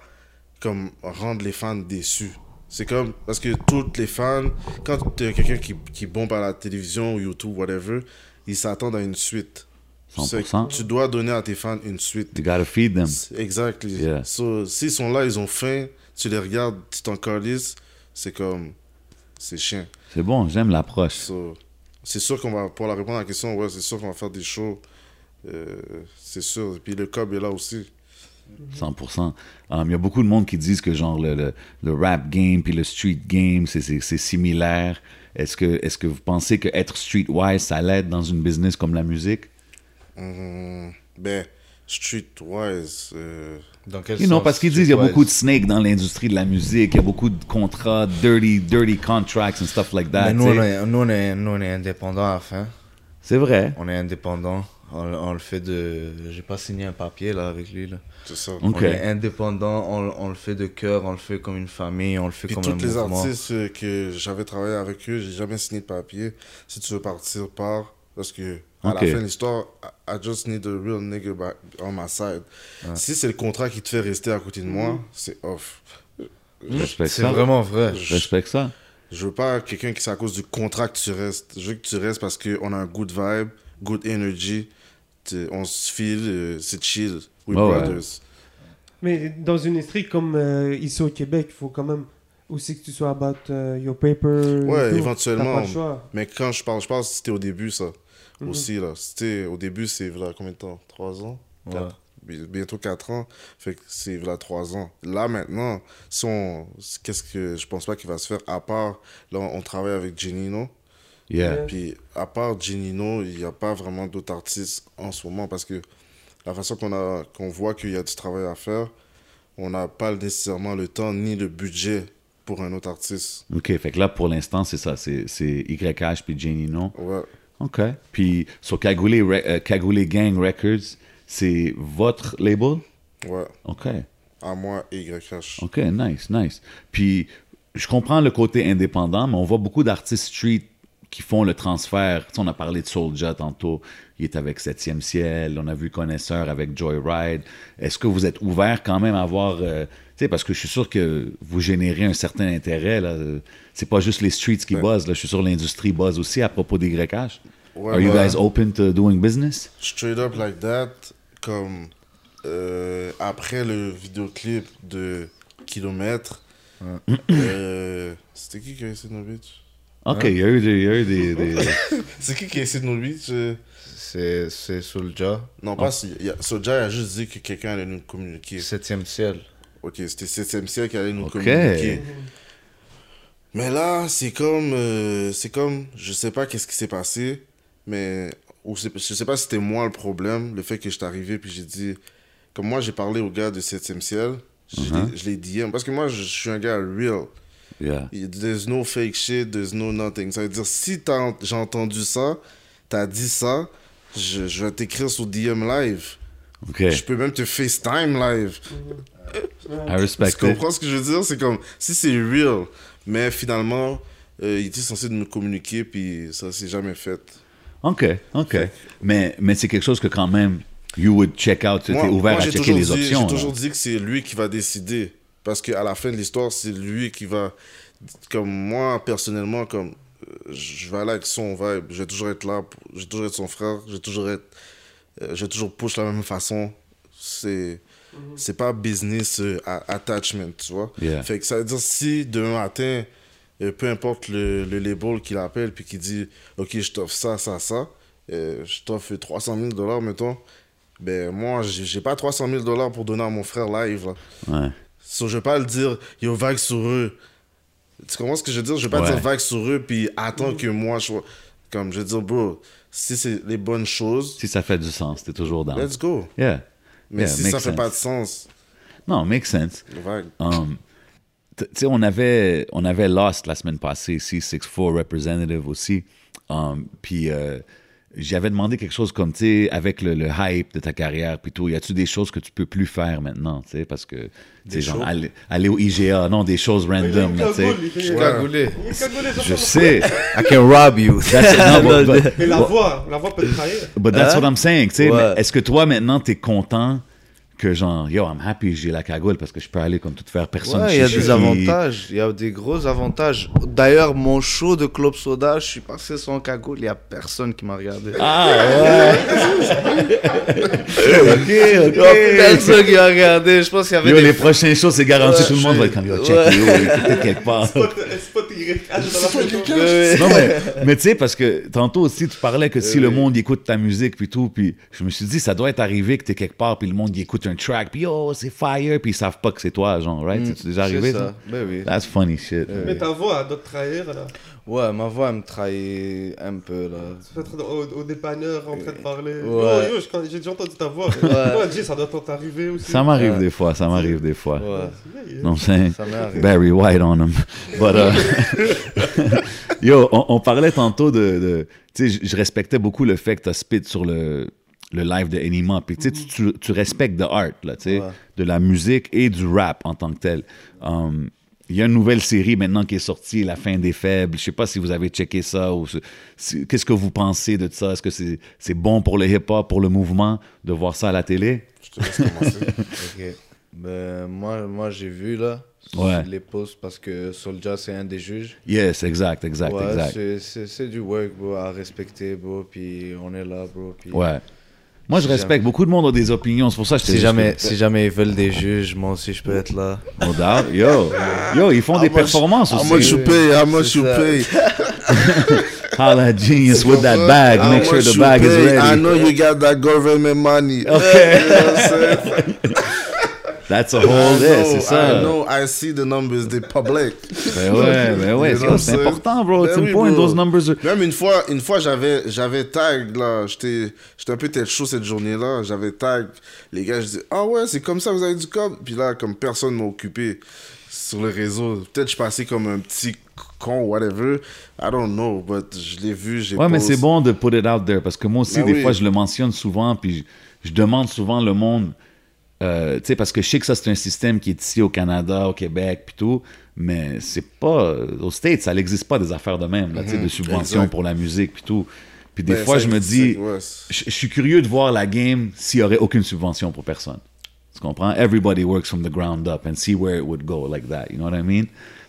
F: comme rendre les fans déçus. C'est comme, parce que toutes les fans, quand t'as quelqu'un qui, qui bombe à la télévision ou YouTube, whatever, ils s'attendent à une suite. C'est-
E: 100%.
F: Tu dois donner à tes fans une suite.
E: You gotta feed them.
F: Exactly.
E: Yeah.
F: So, s'ils sont là, ils ont faim, tu les regardes, tu t'en calisses, c'est comme. C'est chiant.
E: C'est bon, j'aime l'approche.
F: So, c'est sûr qu'on va. Pour la répondre à la question, ouais, c'est sûr qu'on va faire des shows. Euh, c'est sûr. Et puis le cob est là aussi.
E: 100%. Um, Il y a beaucoup de monde qui disent que genre le, le, le rap game puis le street game, c'est- c'est c'est similaire. Est-ce que, est que vous pensez que être streetwise, ça l'aide dans une business comme la musique?
F: Hum, ben, streetwise. euh,
D: Dans quel
E: You know,
D: sens
E: parce qu'ils
D: tu
E: disent qu'il y a
D: vois,
E: beaucoup de snakes dans l'industrie de la musique, il y a beaucoup de contrats, dirty, dirty contracts and stuff like that.
D: Mais nous,
E: tu
D: on
E: sais.
D: est, nous, on est, nous, on est indépendants à la fin.
E: C'est vrai.
D: On est indépendants. On, on le fait de. J'ai pas signé un papier là avec lui. Là.
F: c'est ça.
E: Ok.
D: On est indépendant, on, on le fait de cœur, on le fait comme une famille, on le fait
F: Puis
D: comme un
F: toutes les
D: mouvement.
F: artistes euh, que j'avais travaillé avec eux, j'ai jamais signé de papier. Si tu veux partir, pars. Parce que à
E: Ok.
F: la fin de l'histoire, I I just need a real nigga back on my side. Si c'est le contrat qui te fait rester à côté de moi, c'est off.
E: Je respecte
D: C'est
E: ça.
D: vraiment vrai.
E: Je respecte ça.
F: Je veux pas quelqu'un qui c'est à cause du contrat que tu restes. Je veux que tu restes parce qu'on a un good vibe, good energy. Tu- On se feel, euh, c'est chill.
E: Ouais,
F: We
E: ouais.
F: brothers.
C: Mais dans une industrie comme euh, ici au Québec, il faut quand même Aussi que tu sois about euh, your paper. et
F: Ouais,
C: tout.
F: éventuellement.
C: T'as pas le choix.
F: Mais quand je parle, je parle, c'était au début, ça. Aussi, là. C'était au début, c'est voilà, combien de temps 3 ans
D: Ouais.
F: Quatre- bi- Bientôt 4 ans. Fait que c'est voilà 3 ans. Là, maintenant, si on- qu'est-ce que je pense pas qu'il va se faire à part. Là, on travaille avec Genino.
E: Yeah.
F: Puis, à part Genino, il n'y a pas vraiment d'autres artistes en ce moment parce que la façon qu'on a, qu'on voit qu'il y a du travail à faire, on n'a pas nécessairement le temps ni le budget pour un autre artiste.
E: OK, fait que là, pour l'instant, c'est ça. C'est c'est YH puis Genino.
F: Ouais.
E: OK. Puis sur Cagoulé, Re- euh, Cagoulé Gang Records, c'est votre label?
F: Ouais,
E: OK.
F: à moi et YH.
E: OK, nice, nice. Puis, je comprends le côté indépendant, mais on voit beaucoup d'artistes street qui font le transfert. Tu sais, on a parlé de Soulja tantôt. Il est avec Septième Ciel. On a vu Connaisseur avec Joyride. Est-ce que vous êtes ouvert quand même à voir... euh, tu sais, parce que je suis sûr que vous générez un certain intérêt. Là. C'est pas juste les streets qui
F: Ouais.
E: buzzent. Là. Je suis sûr que l'industrie buzz aussi à propos des YH.
F: Ouais,
E: Are you
F: bah,
E: guys open to doing business?
F: Straight up like that, comme euh, après le vidéoclip de Kilomètre, euh, c'était qui qui a essayé de nos bitches
E: OK, il y a eu des... il y a eu des- des-
F: C'est qui qui a essayé de nos bitches euh?
D: C'est c'est Soulja,
F: Non, pas si. il y a- Soulja a juste dit que quelqu'un allait nous communiquer.
D: 7ème ciel.
F: Ok, c'était 7 siècle qui allait nous
E: Ok.
F: communiquer. Mais là, c'est comme. euh, c'est comme. Je sais pas qu'est-ce qui s'est passé, mais. Ou c'est- je sais pas si c'était moi le problème, le fait que je suis arrivé puis j'ai dit. Comme moi, j'ai parlé au gars de 7 ciel. Je
E: Uh-huh.
F: l'ai- Je l'ai dit. Parce que moi, je, je suis un gars real.
E: Yeah.
F: There's no fake shit, there's no nothing. Ça veut dire, si t'as- j'ai entendu ça, t'as dit ça, je, je vais t'écrire sur DM live.
E: OK,
F: Je peux même te FaceTime live.
E: I respect
F: Tu
E: it.
F: comprends ce que je veux dire? C'est comme, si c'est real, mais finalement, euh, il était censé nous communiquer, puis ça s'est jamais fait.
E: OK, OK. Mais, mais c'est quelque chose que quand même, you would check out. Tu es ouvert à
F: j'ai
E: checker
F: toujours
E: les
F: dit-
E: options.
F: J'ai
E: là.
F: toujours dit que c'est lui qui va décider. Parce qu'à la fin de l'histoire, c'est lui qui va. Comme moi, personnellement, comme euh, je vais aller avec son vibe. Je vais toujours être là. pour- Je vais toujours être son frère. Je vais toujours être. euh, Je vais toujours push de la même façon. C'est. C'est pas business euh, a- attachment, tu vois.
E: Yeah.
F: Fait que ça veut dire si demain matin, euh, peu importe le, le label qu'il appelle puis qu'il dit Ok, je t'offre ça, ça, ça, euh, je t'offre 300 000 dollars, mettons, ben moi, j'ai j'ai pas 300 000 dollars pour donner à mon frère live. Là.
E: Ouais.
F: So, je vais pas le dire, yo, vague sur eux. Tu comprends ce que je veux dire? Je vais pas
E: Ouais.
F: dire vague sur eux, puis attends que moi, je sois. Comme je veux dire, bro, si c'est les bonnes choses,
E: Si ça fait du sens, t'es toujours dans.
F: let's go.
E: Yeah.
F: Mais
E: Yeah,
F: si
E: makes
F: ça fait
E: sense.
F: pas de sens,
E: Non, makes sense.
F: vague.
E: Um, t- tu sais, on avait, on avait Lost la semaine passée, C64 Representative aussi. Um, puis euh, j'avais demandé quelque chose comme, tu sais, avec le, le hype de ta carrière, puis tout, y a-tu des choses que tu peux plus faire maintenant, tu sais, parce que, tu sais, genre, aller, aller au IGA, non, des choses random, là, tu sais.
C: Il
D: Ouais.
C: est
D: Cagoulé.
C: cagoulé,
E: Je sais.
G: I can rob you.
E: That's- non, but- but-
C: Et la voix, la voix peut te trahir.
E: But that's
G: Hein?
E: what I'm saying, tu sais.
G: Ouais.
E: mais Est-ce que toi, maintenant, t'es content que genre, yo, I'm happy, j'ai la cagoule parce que je peux aller comme tout faire personne.
G: Ouais,
E: chez
G: il y a
E: chez-
G: des avantages, il y a des gros avantages. D'ailleurs, mon show de Club Soda, je suis passé sans cagoule, il y a personne qui m'a regardé.
E: Ah, ouais. ok,
G: Il y a personne qui m'a regardé, je pense qu'il y avait
E: Yo,
G: des...
E: les prochains shows, c'est garanti,
G: Ouais,
E: tout le monde
G: je-
E: va être comme, yo, check,
G: Ouais.
E: yo, il était peut-être quelque part.
C: Spot YH.
G: Ouais, ouais.
E: Non, mais, mais tu sais, parce que tantôt aussi, tu parlais que si le monde il écoute ta musique, puis tout, puis je me suis dit, ça doit être arrivé que t'es quelque part, puis le monde il écoute un track, puis oh, c'est fire, puis ils savent pas que c'est toi, genre, right?
D: Mm,
E: C'est déjà arrivé,
G: Mm, C'est
E: ça?
G: Ben oui.
E: That's funny shit.
C: Mais ta voix doit te trahir. Là.
G: Ouais, ma voix elle me trahit un peu là.
C: Tu peux être dans- au, au dépanneur en train de parler.
G: Ouais.
C: Yo, yo, je connais- j'ai déjà entendu ta voix.
G: Ouais.
C: Ouais, Jay, ça doit t'arriver aussi.
E: Ça m'arrive
G: Ouais.
E: des fois, ça m'arrive des fois.
G: Ouais,
E: Non, c'est
G: ça m'est arrivé.
E: Barry White on him. But, euh, yo, on, on parlait tantôt de. de- tu sais, je- je respectais beaucoup le fait que tu as spit sur le, le live de Enima. Puis, tu sais, tu- tu, tu respectes the art, là, tu sais,
G: Ouais.
E: de la musique et du rap en tant que tel. Um, il y a une nouvelle série maintenant qui est sortie, La fin des faibles. Je sais pas si vous avez checké ça ou si- si- qu'est-ce que vous pensez de ça. Est-ce que c'est c'est bon pour le hip-hop, pour le mouvement, de voir ça à la télé?
F: Je te laisse commencer.
G: Ok. Ben, moi, moi j'ai vu là,
E: Ouais.
G: les posts parce que Soldier c'est un des juges.
E: Yes, exact, exact,
G: ouais,
E: exact.
G: c'est- c'est c'est du work bro, à respecter bro, puis on est là bro. Puis
E: Ouais. Moi, je
D: Si
E: respecte. Beaucoup de monde ont des opinions. C'est pour ça que je te
D: Si
E: dis-
D: jamais, si jamais ils veulent des juges, moi aussi je peux être là.
E: No doubt. Yo, yo, ils font
F: Ah,
E: des performances
F: How
E: aussi.
F: much you pay? How much you
D: ça.
F: pay?
E: Holla genius with that
F: How
E: bag. Make sure
F: much
E: the
F: you
E: bag is
F: pay? I
E: ready.
F: know you got that government money.
E: Okay.
F: You know what I'm saying?
E: That's a whole
F: I
E: list,
F: know,
E: c'est ça.
F: I know, I see the numbers, they public.
E: Ben ouais, ben ouais.
F: You
E: c'est- C'est
F: know what I'm saying?
E: important, bro. It's
F: Ben oui,
E: important.
F: bro.
E: Those numbers are...
F: Même une fois, une fois j'avais, j'avais tag, là. J'étais, j'étais un peu tête chaud cette journée-là. J'avais tag. Les gars, je dis, ah ouais, c'est comme ça, vous avez du com. Puis là, comme personne m'a occupé sur le réseau, peut-être je passais comme un petit con, whatever. I don't know, but je l'ai vu, j'ai
E: Ouais, mais
F: post.
E: c'est bon de put it out there parce que moi aussi,
F: Ben
E: des
F: oui.
E: fois, je le mentionne souvent, puis je, je demande souvent le monde, euh, tu sais, parce que je sais que ça, c'est un système qui est ici au Canada, au Québec, puis tout, mais c'est pas. Aux States, ça n'existe pas des affaires de même, là, tu sais, de subventions
F: Mhm. exact.
E: pour la musique, puis tout. Puis des
F: Ben,
E: fois,
F: ça
E: je me dis,
F: existe, ouais.
E: je je suis curieux de voir la game s'il y aurait aucune subvention pour personne. Tu comprends? Everybody works from the ground up and see where it would go like that. You know what I mean?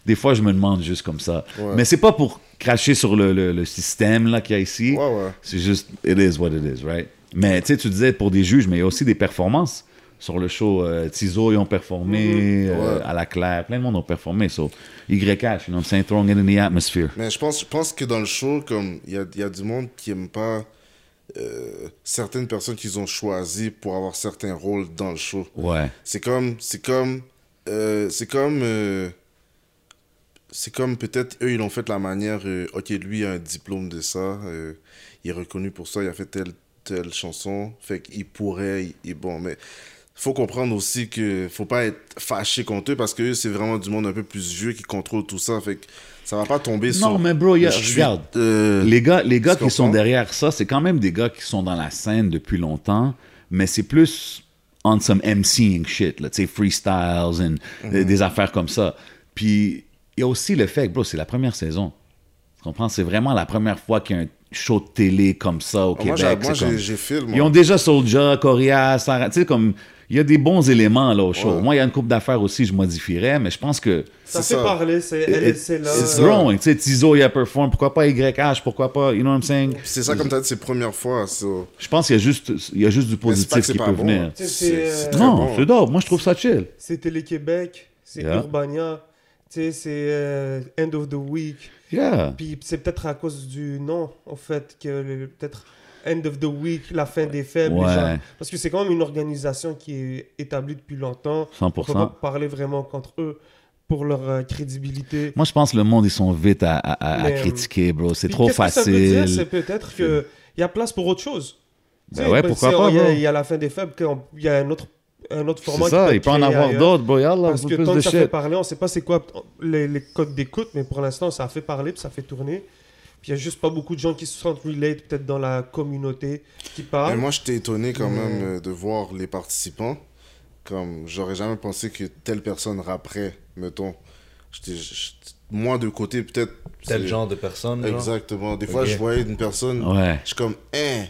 E: Des fois, je me demande juste comme ça. Mais c'est pas pour cracher sur le, le- le système là qu'il y a ici.
F: Ouais, ouais.
E: C'est juste, it is what it is, right? Mais tu sais, tu disais pour des juges, mais il y a aussi des performances. Sur le show, euh, Tizo, ils ont performé,
F: Mm-hmm.
E: euh, à la claire, plein de monde ont performé. So, YH, you know, Saint Throng in the atmosphere.
F: Mais je pense, je pense que dans le show, comme il y a, il y a du monde qui aime pas euh, certaines personnes qu'ils ont choisies pour avoir certains rôles dans le show.
E: Ouais.
F: C'est comme, c'est comme, euh, c'est comme, euh, c'est comme peut-être eux ils l'ont fait de la manière. euh, ok, lui il a un diplôme de ça, euh, il est reconnu pour ça, il a fait telle telle chanson, fait qu'il pourrait, il, il- bon, mais faut comprendre aussi que faut pas être fâché contre eux parce que eux c'est vraiment du monde un peu plus vieux qui contrôle tout ça, fait que ça va pas tomber sur.
E: Non, mais bro, y a-
F: je suis,
E: regarde.
F: euh,
E: Les gars, les gars
F: Tu
E: qui sont
F: comprends?
E: derrière ça, c'est quand même des gars qui sont dans la scène depuis longtemps, mais c'est plus on some MCing shit, là, tu sais, freestyles and
F: Mhm.
E: euh, des affaires comme ça. Puis il y a aussi le fait que, bro, c'est la première saison. Tu comprends? C'est vraiment la première fois qu'il y a un show de télé comme ça au
F: Ah, moi,
E: Québec.
F: j'ai- moi
E: c'est comme-
F: j'ai j'ai filmé.
E: ils ont déjà Soulja, Coria, Sarah. Tu sais, comme, il y a des bons éléments là au show. Moi, il y a une coupe d'affaires aussi, je modifierais, mais je pense que.
C: Ça
F: C'est
C: fait
F: ça.
C: parler, c'est elle,
E: it-
C: c'est là.
E: it's
F: ça.
E: growing. Tu sais, Tizo, il a perform. Pourquoi pas YH? Pourquoi pas? You know what I'm saying?
F: C'est ça comme t'as dit, c'est première fois. so-
E: Je pense qu'il y a juste, il y a juste du
F: Mais c'est pas
E: positif
F: que c'est
E: qui
F: pas
E: peut
F: bon,
E: venir.
F: hein.
C: C'est-
F: C'est-
C: c'est,
F: c'est
C: euh,
F: très
E: Non,
F: bon.
E: c'est dope. Moi, je trouve ça chill.
C: C'est Télé-Québec, c'est
E: Yeah.
C: Urbania, tu sais, c'est euh, End of the Week.
E: Yeah.
C: Puis c'est peut-être à cause du nom, en fait, que le- peut-être End of the Week, la fin des faibles. les
E: Ouais.
C: gens- Parce que c'est quand même une organisation qui est établie depuis longtemps. On peut
E: 100%.
C: pas parler vraiment contre eux pour leur euh, crédibilité.
E: Moi, je pense que le monde, ils sont vite à, à- à- à
C: Mais, euh,
E: critiquer, bro. C'est
C: Puis
E: trop
C: qu'est-ce que ça veut dire? C'est
E: facile.
C: peut-être qu'il y a place pour autre chose.
E: Ben
C: Tu sais,
E: ouais,
C: ben,
E: pourquoi
C: c'est-
E: pas,
C: Il y a-
E: bro.
C: il y, a la fin des faibles, qu'on- il y a un autre, un autre format.
E: C'est
C: qui
E: ça.
C: peut
E: Il peut en
C: créer
E: avoir
C: ailleurs.
E: d'autres, bro. Yalla,
C: Parce que
E: plus
C: tant
E: de
C: que ça fait
E: shit.
C: parler, on ne sait pas c'est quoi les, les codes d'écoute, mais pour l'instant, ça a fait parler, puis ça fait tourner. Puis il n'y a juste pas beaucoup de gens qui se sentent relate, peut-être dans la communauté, qui
F: Mais
C: parlent.
F: moi, j'étais étonné
E: Hmm.
F: quand même euh, de voir les participants. Comme j'aurais jamais pensé que telle personne rapperait, mettons. J'étais j'étais- moins de côté, peut-être.
G: Tel
F: c'est-
G: genre de personne. genre.
F: Exactement. Des fois, je voyais une personne.
E: Ouais.
F: Je suis comme, hein.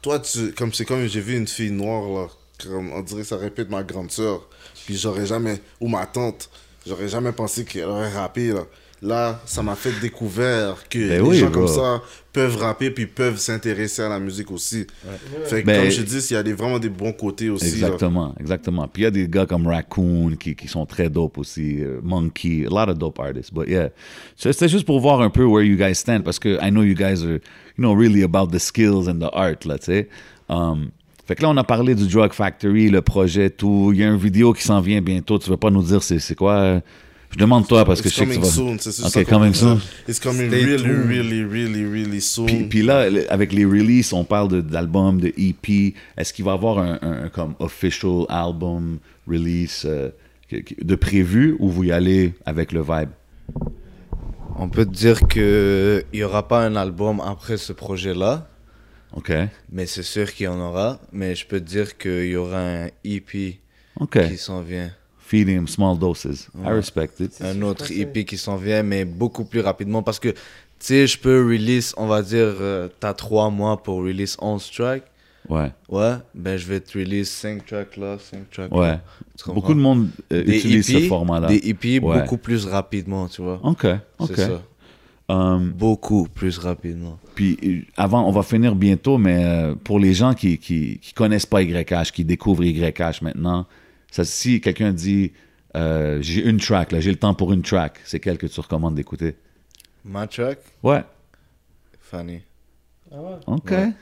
F: Toi, tu. Comme c'est comme j'ai vu une fille noire, là. Comme, on dirait que ça répète ma grande sœur. Puis j'aurais jamais. Ou ma tante. J'aurais jamais pensé qu'elle aurait rappé, là. Là, ça m'a fait découvert que les
E: Ben oui,
F: gens comme
E: bro.
F: ça peuvent rapper puis peuvent s'intéresser à la musique aussi. Fait que,
E: Ben-
F: comme je dis, il y a des- vraiment des bons côtés aussi. Là.
E: Exactement, exactement. Puis il y a des gars comme Raccoon qui, qui sont très dope aussi, euh, Monkey, a lot of dope artists. But yeah, So, c'était juste pour voir un peu where you guys stand parce que I know you guys are, you know, really about the skills and the art là, tu sais. Um, fait que là, on a parlé du Drug Factory, le projet, tout. Il y a une vidéo qui s'en vient bientôt. Tu veux pas nous dire c'est c'est quoi euh, Je demande toi parce que
F: It's
E: je sais que tu
F: coming
E: vas.
F: soon, c'est juste
E: Ok,
F: ça qu'on
E: coming
F: dit.
E: soon.
F: It's coming
D: Stay
F: really,
D: tuned.
F: really, really, really soon.
D: Mm.
E: Puis, puis là, le- avec les releases, on parle de- d'albums, de, EP. Est-ce qu'il va y avoir un, un- un comme official album release euh, que- que- de prévu ou vous y allez avec le vibe?
D: On peut te dire que il y aura pas un album après ce projet-là,
E: OK.
D: mais c'est sûr qu'il y en aura. Mais je peux te dire qu'il y aura un EP
E: OK.
D: qui s'en vient,
E: Feeding small doses. I respect it.
D: un
C: sûr,
D: autre
C: ça, c'est-
D: EP qui s'en vient, mais beaucoup plus rapidement parce que tu sais, je peux release, on va dire, euh, t'as trois mois pour release 11 tracks.
E: Ouais.
D: Ouais, ben je vais te release 5 tracks là, 5 tracks
E: Ouais.
D: là. Tu comprends?
E: Beaucoup de monde euh,
D: Des
E: utilise ce
D: hippies,
E: format-là.
D: Des hippies
E: Ouais.
D: beaucoup plus rapidement, tu vois.
E: OK. OK.
D: C'est ça.
E: Um,
G: Beaucoup plus rapidement.
E: puis euh, avant, on va finir bientôt, mais euh, pour les gens qui, qui, qui connaissent pas YH, qui découvrent YH maintenant, ça, si quelqu'un dit euh, j'ai une track, là, j'ai le temps pour une track, c'est quelle que tu recommandes d'écouter
D: Ma track,
E: Ouais,
D: Fanny.
E: ok.
D: Ouais.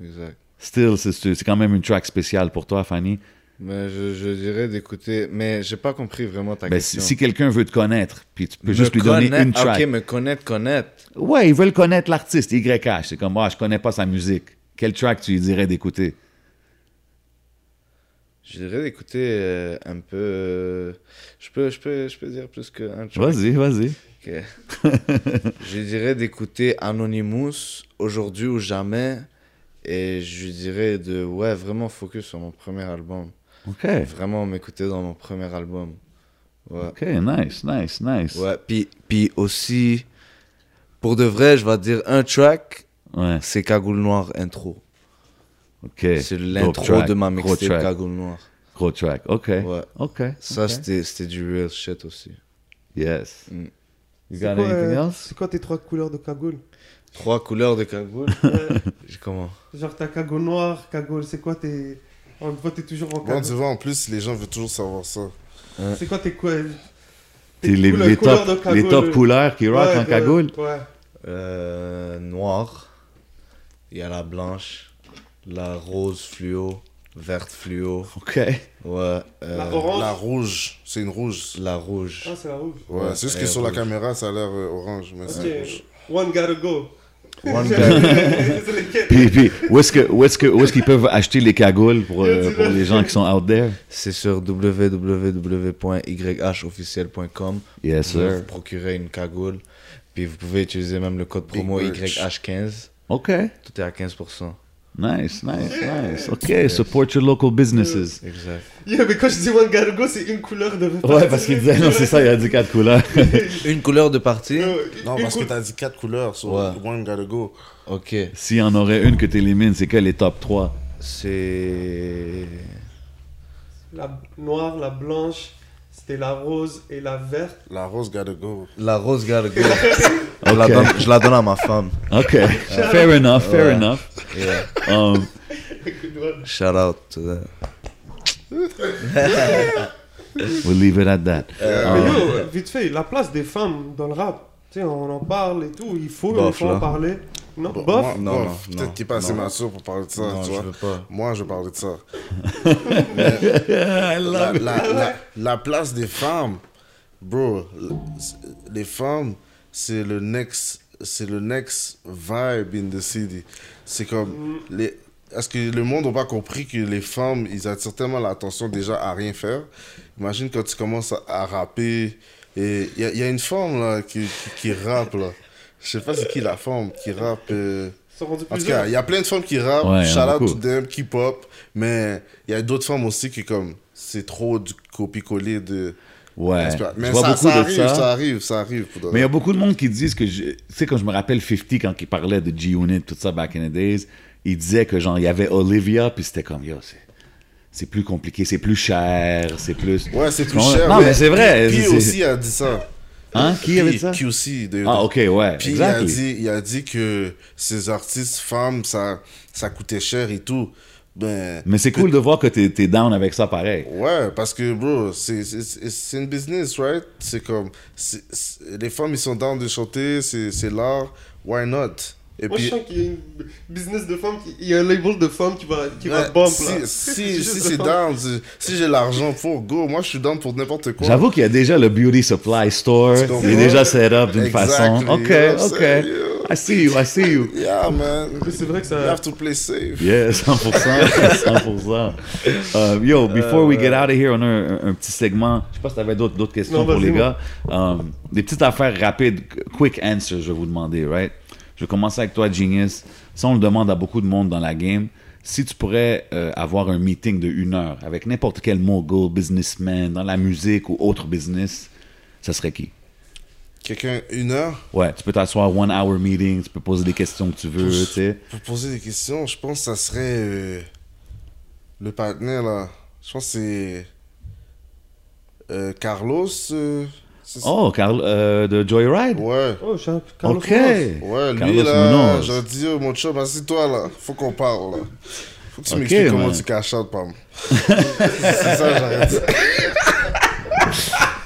D: Exact.
E: Still, c'est- c'est c'est quand même une track spéciale pour toi, Fanny.
D: Mais je, je dirais d'écouter. Mais j'ai pas compris vraiment ta
E: Ben, si
D: question.
E: si quelqu'un veut te connaître, puis tu peux
D: Me
E: juste lui donner
D: connaître-
E: une
D: ah,
E: track.
D: Ok, me connaître, connaître.
E: Ouais, ils veulent connaître l'artiste, YH. C'est comme, ah, je connais pas sa musique. Quelle track tu lui dirais d'écouter?
D: Je dirais d'écouter euh, un peu. euh, je, peux, je, peux, je peux dire plus qu'un track.
E: Vas-y, vas-y.
D: Ok. je dirais d'écouter Anonymous aujourd'hui ou jamais. Et je lui dirais de ouais, vraiment focus sur mon premier album.
E: OK.
D: Vraiment m'écouter dans mon premier album. Ouais.
E: OK, nice, nice, nice. Ouais.
D: Ouais. Puis, puis aussi, pour de vrai, je vais dire un track c'est Cagoule Noire Intro.
E: OK.
D: C'est
E: Dope
D: l'intro
E: track,
D: de ma
E: Gros
D: mixtape
E: track.
D: Cagoule Noire.
E: Gros track. OK.
D: Ouais.
E: OK.
D: Ça,
E: OK.
D: c'était c'était du real shit aussi.
E: Yes.
D: Mm.
E: You
C: C'est
E: got
C: quoi,
E: anything
C: euh,
E: else?
C: C'est quoi tes trois couleurs de cagoule
D: Trois couleurs de cagoule. J'ai comment
C: Genre ta cagoule noire, cagoule, c'est quoi tes. On te voit, t'es toujours en
F: Bon, tu
C: cagoule.
F: vois, en plus, les gens veulent toujours savoir ça.
C: C'est quoi tes quoi
E: T'es les,
C: couleurs-
E: les
C: couleurs de
E: top,
C: cagoule,
E: les top
C: euh.
E: couleurs qui rock
C: Ouais,
E: en
C: ouais,
E: cagoule?
C: Ouais.
D: euh, Noir. Il y a la blanche. La rose fluo. Verte fluo.
E: OK.
D: Ouais. euh,
C: La orange
F: La rouge, c'est une rouge.
D: la rouge.
C: Ah, c'est la rouge.
F: Ouais,
D: Ouais,
F: c'est juste
D: elle
F: que
D: est
F: sur la
D: rouge.
F: caméra, ça a l'air euh, orange, mais
C: Ok.
F: c'est rouge.
C: One gotta go.
D: One guy.
C: C'est lesquels
E: Puis, puis où est-ce que- où est-ce que- où est-ce qu'ils peuvent acheter les cagoules pour, euh,
C: Dis-le.
E: pour les gens qui sont out there?
D: C'est sur www.yhofficiel.com.
E: Yes,
D: Vous pouvez
E: sir.
D: vous procurer une cagoule. Puis vous pouvez utiliser même le code promo
F: Big Birch.
D: YH15.
E: OK.
D: Tout est à 15%.
E: Nice, nice, nice. OK, support your local businesses.
D: Exact.
C: Yeah, mais quand je dis one gotta go, c'est une couleur de.
E: Ouais, parce qu'il disait, non, c'est ça, il a dit quatre couleurs.
D: Une couleur de partie
C: Euh,
F: Non, parce que t'as dit quatre couleurs sur
D: Ouais.
F: One Gotta Go.
D: Ok.
E: S'il y en aurait une que t'élimines, c'est que les top 3.
D: C'est.
C: La noire, la blanche, c'était la rose et la verte.
F: La rose Gotta Go.
D: La rose gargouille. je, la donne, je la donne à ma femme.
E: OK. Fair enough, fair
D: Ouais.
E: enough.
D: Yeah.
E: Um,
D: Shout out to that.
E: we'll leave it at that.
C: Mais yo, vite fait, la place des femmes dans le rap. Tu sais, on en parle et tout, il faut, il
D: Bof,
C: faut en
D: là.
C: parler. Non,
F: Bon,
C: bof.
F: moi,
D: Non, non,
F: bof,
D: non,
F: Peut-être qu'il est pas assez
D: non.
F: mature pour parler de ça,
D: Non,
F: tu
D: je
F: vois.
D: veux pas.
F: Moi, je parler de ça. la, la- la- la place des femmes, bro, les femmes, c'est le next, c'est le next vibe in the city. C'est comme les. Est-ce que le monde n'a pas compris que les femmes, ils attirent tellement l'attention déjà à rien faire Imagine quand tu commences à, à rapper. Et il y, a- y a une femme là qui, qui, qui rappe là. Je sais pas c'est qui la femme qui rappe. euh,
C: Ils sont rendus
F: en tout
C: plusieurs.
F: cas, il y a plein de femmes qui rappent,
E: Ouais,
F: shout
E: il y en a
F: out to
E: beaucoup.
F: them, keep up, mais il y a d'autres femmes aussi qui, comme, c'est trop du copier-coller de.
E: Ouais.
F: Mais
E: Je vois
F: ça,
E: beaucoup
F: ça
E: de
F: arrive,
E: ça.
F: ça. arrive, ça arrive. pour de
E: Mais il y a
F: vrai.
E: beaucoup de monde qui disent que, je- tu sais, quand je me rappelle 50, quand il parlait de G-Unit, tout ça, back in the days, il disait que, genre, il y avait Olivia, puis c'était comme, yo, c'est. C'est plus compliqué, c'est plus cher, c'est plus.
F: Ouais, c'est plus
E: Non,
F: cher.
E: Non, mais c'est vrai.
F: Puis
E: c'est-
F: aussi a dit ça.
E: Hein, qui avait dit ça?
F: Puis aussi. de-
E: Ah, ok, ouais.
F: Puis
E: exactly.
F: il, a dit, il a dit que ces artistes femmes, ça, ça coûtait cher et tout. Ben.
E: Mais c'est cool de voir que t'es t'es down avec ça pareil.
F: Ouais, parce que, bro, c'est- c'est c'est une business, right? C'est comme. c'est- c'est- les femmes, ils sont down de chanter, c'est c'est l'art. Why not? Et
C: Moi, je sens qu'il y a une business de femmes, qui- il y a un label de femmes qui va, qui va
F: ouais,
C: bump là.
F: si, si,
C: Juste
F: si
C: de
F: c'est
C: femmes.
F: down, si- si j'ai l'argent pour, go, moi je suis down pour n'importe quoi.
E: J'avoue qu'il y a déjà le Beauty Supply Store.
F: Tu comprends?
E: Il est déjà set up d'une
F: Exactly,
E: façon. OK,
F: yeah,
E: OK.
F: sérieux.
E: I see you, I see you.
F: Yeah, man.
C: Mais C'est vrai que
F: You
C: ça.
F: have to play safe.
E: Yeah, 100%. 100%. Um, yo, before we get out of here, on a un, un petit segment. Je sais pas si t'avais d'autres d'autres questions
C: Non,
E: pour
C: vas-y,
E: les
C: moi.
E: gars. Um, des petites affaires rapides, quick answers, je vais vous demander, right? Je vais commencer avec toi, Genius. Ça, on le demande à beaucoup de monde dans la game. Si tu pourrais euh, avoir un meeting de une heure avec n'importe quel mogul, businessman, dans la musique ou autre business, ça serait qui?
F: Quelqu'un, une heure
E: Ouais, tu peux t'asseoir one hour meeting, tu peux poser des questions que tu veux, tu sais.
F: pour poser des questions, je pense que ça serait euh, le partenaire là. Je pense que c'est euh, Carlos. euh, C'est ça.
E: Oh, Carl, euh, de Joyride?
F: Ouais.
C: Oh, je suis un- Carlos
E: OK.
C: Munoz.
F: Ouais, lui
E: Carlos
F: là,
E: Munoz.
F: j'ai dit, oh, mon chum, assis-toi là, faut qu'on parle là. Faut que tu
E: Ok,
F: m'expliques comment
E: ouais.
F: tu cash out, Pam. c'est ça, j'arrête.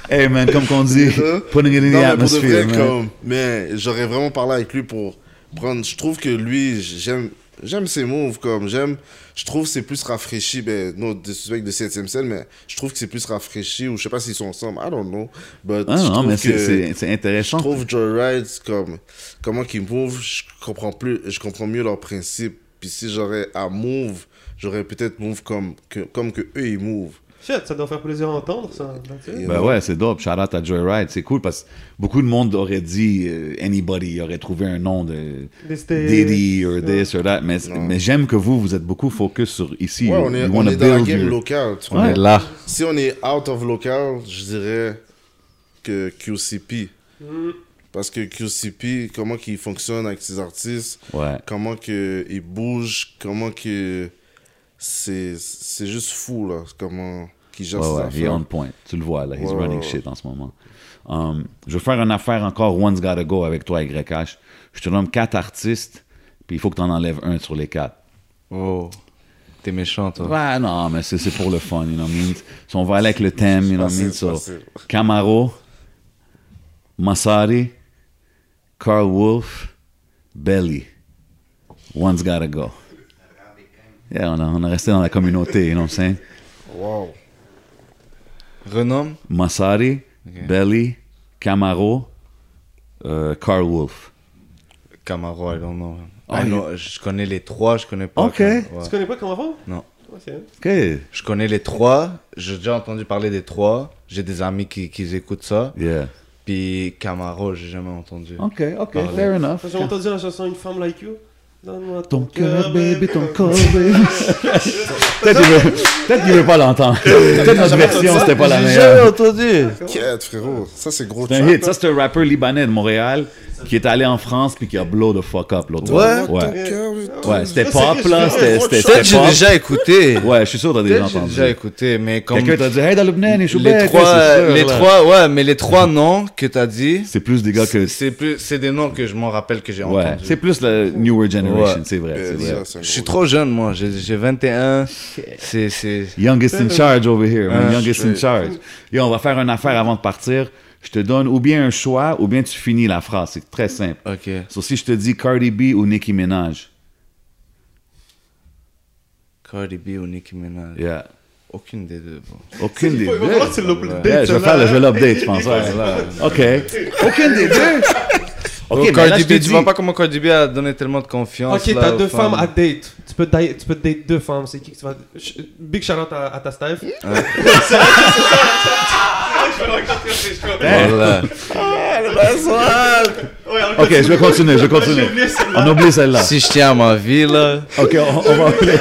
E: Hey, Eh, man, comme qu'on dit, putting it in the
F: Non, mais pour de
E: atmosphere,
F: vrai,
E: man.
F: comme, mais j'aurais vraiment parlé avec lui pour prendre. Je trouve que lui, j'aime. J'aime ses moves, comme j'aime. Je trouve que c'est plus rafraîchi, ben, non, des suspects de 7ème scène, mais je trouve que c'est plus rafraîchi, ou je sais pas s'ils sont ensemble, I don't know. But
E: Ah,
F: je
E: non,
F: trouve
E: mais c'est-
F: que-
E: c'est c'est
F: je
E: intéressant.
F: trouve Joyride comme comment qu'ils move, je comprends plus, je comprends mieux leurs principes. Puis si j'aurais à move, j'aurais peut-être move comme que comme que eux ils move.
C: Shit, ça doit faire plaisir à entendre, ça. Mathieu.
F: Et
E: Ben ouais, c'est dope. Shout out à Joyride. C'est cool parce que beaucoup de monde aurait dit euh, anybody, aurait trouvé un nom de
C: Des sté-
E: Diddy or
C: Ouais.
E: this or that. Mais, mais j'aime que vous, vous êtes beaucoup focus sur ici.
F: Ouais, on est,
E: You
F: on
E: wanna
F: est dans la
E: build
F: game
E: your-
F: locale. tu
E: Ouais.
F: vois.
D: là.
F: Si on est out of local, je dirais que QCP. Parce que QCP, comment qu'il fonctionne avec ses artistes,
E: Ouais.
F: comment que il bouge, comment que c'est c'est juste fou là, comment qu'il gère
E: Ouais,
F: ses
E: ouais, il est
F: affaires.
E: on point. Tu le vois, là. He's
F: Ouais,
E: running
F: ouais,
E: shit en ce moment. Um, je vais faire une affaire encore One's Gotta Go avec toi, YH. Je te nomme quatre artistes, puis il faut que tu en enlèves un sur les quatre.
D: Oh, t'es méchant, toi.
E: Ouais, non, mais c'est, c'est pour le fun, you know what I mean? So, on va aller avec le thème, you know what I mean?
F: Facile,
E: So,
F: facile.
E: Camaro, Masari, Carl Wolf, Belly. One's gotta go. Yeah, on a, on a resté dans la communauté, you know what I'm saying?
F: Wow.
D: Renomme
E: Masari, Belly, Camaro, euh, Carl Wolf.
D: Camaro, I don't know.
E: Ah,
D: I
E: il-
D: know, Je connais les trois, je connais pas.
E: Ok.
D: Cam-
C: Tu
D: ouais.
C: connais pas Camaro
D: Non.
C: Ok.
E: OK.
D: Je connais les trois. J'ai déjà entendu parler des trois. J'ai des amis qui, qui écoutent ça.
E: Yeah.
D: Puis Camaro, j'ai jamais entendu.
E: OK, OK, fair enough.
C: J'ai entendu la chanson Une femme like you. Donne-moi
E: Ton cœur, baby, ton cœur, baby. Peut-être qu'il veut, peut-être qu'il veut pas l'entendre. Peut-être notre version, c'était pas la
D: J'ai
E: meilleure.
D: jamais entendu.
F: Quête, frérot. Ça, c'est gros
E: C'est un hit. Ça, c'est un rappeur libanais de Montréal qui est allé en France puis qui a blow the fuck up l'autre
D: Ouais?
E: fois. Ouais.
F: Ouais.
E: Ouais, c'était pop, là. C'était c'était-
D: Peut-être
E: c'était
D: j'ai
E: pop.
D: déjà écouté.
E: Ouais, je suis sûr que t'as déjà
D: Peut-être j'ai
E: entendu.
D: déjà écouté, mais comme.
E: Quelqu'un t'a dit, hey, Dalubnen, les
D: Les
E: Choubet,
D: trois, les trois, ouais, mais les trois noms que t'as dit,
E: C'est plus des gars que.
D: c'est plus, c'est des noms que je m'en rappelle que j'ai
E: Ouais, Euh,
D: entendu.
E: c'est plus la newer generation,
D: Ouais.
E: c'est vrai.
F: Eh,
E: c'est vrai.
D: Je suis trop jeune, moi. J'ai j'ai 21. C'est, c'est.
E: Youngest in charge over here, man.
D: Ouais,
E: Youngest in charge. Et on va faire une affaire avant de partir. Je te donne ou bien un choix ou bien tu finis la phrase. C'est très simple.
D: Ok.
E: Sauf si je te dis Cardi B ou Nicki Minaj.
D: Cardi B ou Nicki Minaj.
E: Yeah.
D: Aucune des deux. Bon.
E: Aucune des
C: Il va
E: deux.
C: falloir que tu l'updates,
E: Ouais, je vais
C: celle-là.
E: faire le je vais l'update, je pense. ouais. OK. Aucune des deux. OK, mais là,
D: Oh, Cardi
E: je te
D: B, tu
E: dis-
D: vois pas comment Cardi B a donné tellement de confiance.
C: Ok,
D: là,
C: t'as
D: aux
C: deux femmes à date. Tu peux, date. tu peux date deux femmes. C'est qui que tu vas. Ch- Big shout out à, à ta Steph.
D: Voilà.
E: OK, je vais continuer, je vais continuer. On oublie celle-là.
D: Si je tiens à ma vie, là.
E: OK, on, on va appeler.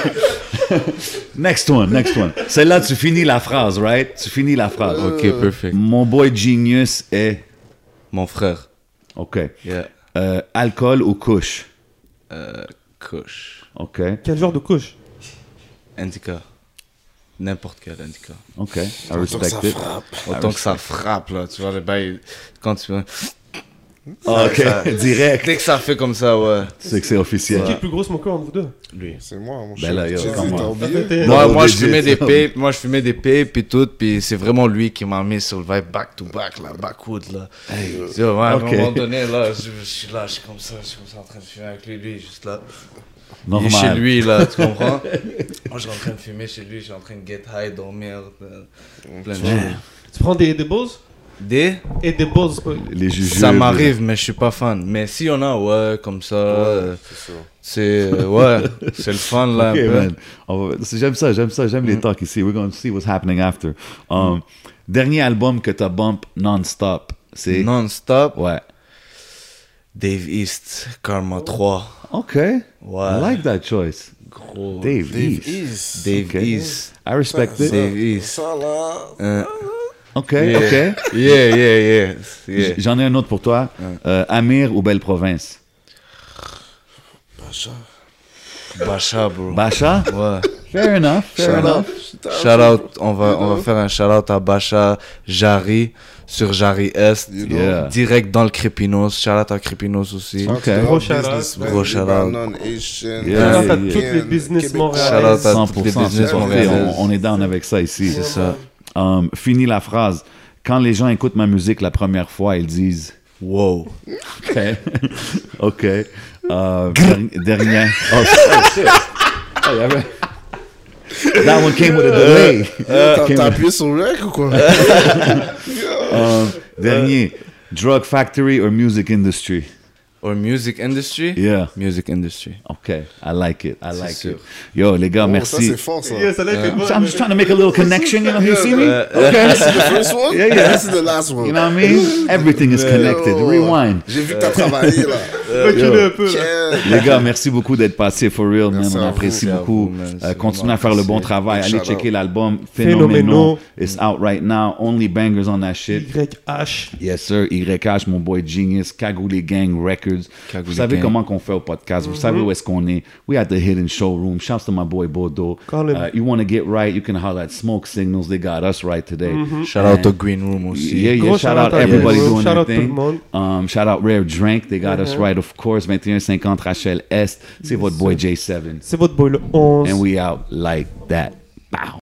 E: next one, next one. Celle-là, tu finis la phrase, right? Tu finis la phrase.
D: Ok, perfect.
E: Mon boy genius est...
D: Mon frère.
E: OK.
D: Yeah.
E: Euh, alcool ou couche?
D: Couche.
E: OK,
C: Quel genre de couche
D: Indica. N'importe quel indica.
E: OK. I respect it.
D: Autant que ça frappe, là. Tu vois, le bail. Quand tu.
E: OK, direct.
D: Dès que ça fait comme ça, ouais.
E: C'est que c'est officiel.
C: Qui est le plus gros smoker entre vous deux
F: C'est moi, mon
E: Ben là, yo,
F: J'ai dit,
E: come on.
F: t'as oublié?
C: T'es-
D: Moi,
E: Double
D: moi je
E: digit.
D: fumais des pipes, moi je fumais des pipes et tout, puis c'est vraiment lui qui m'a mis sur le vibe back to back là, backwood là. Tu vois, ouais,
E: Ok.
D: à un moment donné là, je, je suis là, je suis comme ça, je suis comme ça en train de fumer avec lui, lui juste là. Il est
E: Normal.
D: chez lui là, tu comprends Moi je suis en train de fumer chez lui, je suis en train de get high, dormir, euh, plein de choses.
C: Tu prends des, des balls
D: Des
C: Et des balls. quoi.
E: Les jujubes.
D: ça m'arrive, mais je suis pas fan. Mais si on a, ouais, comme ça, euh, c'est euh, ouais, c'est le fun là. un
E: Okay,
D: peu. Mm.
E: man. On va- c'est- J'aime ça, j'aime ça, j'aime les talks ici. We're going to see what's happening after. Um, Dernier album que t'as bump non-stop, c'est...
D: Non-stop,
E: Ouais.
D: Dave East, Karma 3.
E: OK.
D: Ouais.
E: I like that choice.
D: Gros.
E: Dave,
F: Dave
E: East.
F: East.
D: Dave
E: Ok.
D: East.
E: I respect it.
D: Dave Oh. East.
F: Ça, là.
E: Eh,
D: Euh,
E: OK,
D: yeah.
E: OK.
D: yeah, yeah, yeah. yeah.
E: J'en ai un autre pour toi. Euh, Amir ou Belle Province?
D: Bacha, bro.
E: Bacha?
D: Ouais.
E: Fair enough, fair
D: Shout
E: enough.
D: out. Shout out. On va, on va faire un shout out à Bacha, Jari. sur Jarry Est,
F: You know?
E: Yeah.
D: direct dans le Crépinos. Charlotte à Crépinos aussi.
E: Ok.
C: Gros
D: Gros shout-out.
F: Asian.
E: Yeah. Shout-out
C: à
F: African,
C: tous les business
F: Québécois.
C: montréalais.
D: Shout-out à toutes les
E: 100%, c'est
D: business
E: ça.
D: montréalaises.
E: On, on est down avec ça ici.
D: C'est ça.
E: Um, fini la phrase. Quand les gens écoutent ma musique la première fois, ils disent Wow. OK. OK. Euh, der- dernière. Oh, oh, shit. Oh, il y avait- That one came with a delay.
F: T'as
E: Uh, Came
F: t'as
E: with-
F: appuyé sur rec ou quoi
E: Ah, Um, dernier. Drug factory or music industry?
D: Or music industry?
E: Yeah.
D: Music industry.
E: OK. I like it. I like
D: sûr.
E: it. Yo, les gars,
F: Oh, Ça,
E: merci.
F: c'est fort, ça.
C: Yeah, ça l'a été bon.
E: So I'm just trying to make a little connection. You know, you see me?
F: This is the first one?
E: Yeah, yeah.
F: This is the last one.
E: You know what I mean? Everything is connected.
F: Yo.
E: Rewind.
F: J'ai vu que t'as travaillé, là.
C: Reculez un peu. là.
F: Yeah.
E: Les gars, merci beaucoup d'être passés for real, man.
F: Merci
E: On
F: à vous,
E: apprécie
D: merci à
E: beaucoup.
D: vous, man.
E: Euh,
D: C'est
E: continuez
D: vraiment
E: à faire le bon
D: apprécié.
E: travail. Allez
F: Shout out.
E: checker l'album
C: Phénoménaux.
E: Phénoménaux. It's out right now. Only bangers on that shit.
C: YH.
E: Yes, sir. YH, mon boy Genius, Cagoulé Gang Records.
D: Cagoulé
E: vous savez
D: Gang.
E: comment qu'on fait au podcast. Vous savez où est-ce qu'on est. We at the Hidden Showroom. Shouts to my boy Bodo.
C: Call him.
E: Uh, you want to get right, you can holler at Smoke Signals. They got us right today.
D: Shout out to Green Room aussi.
E: Yeah, yeah.
C: Gros
E: shout out
C: shout-out à
E: everybody
C: Rare Room.
E: doing
C: Shout
E: their
C: out tout le
E: thing.
C: monde.
E: Um, shout out Rare Drink. They got us right, of course. 2150 Rachel Est. C'est votre boy J7. Eh
C: C'est votre boy le 11.
E: And we out like that. Pow.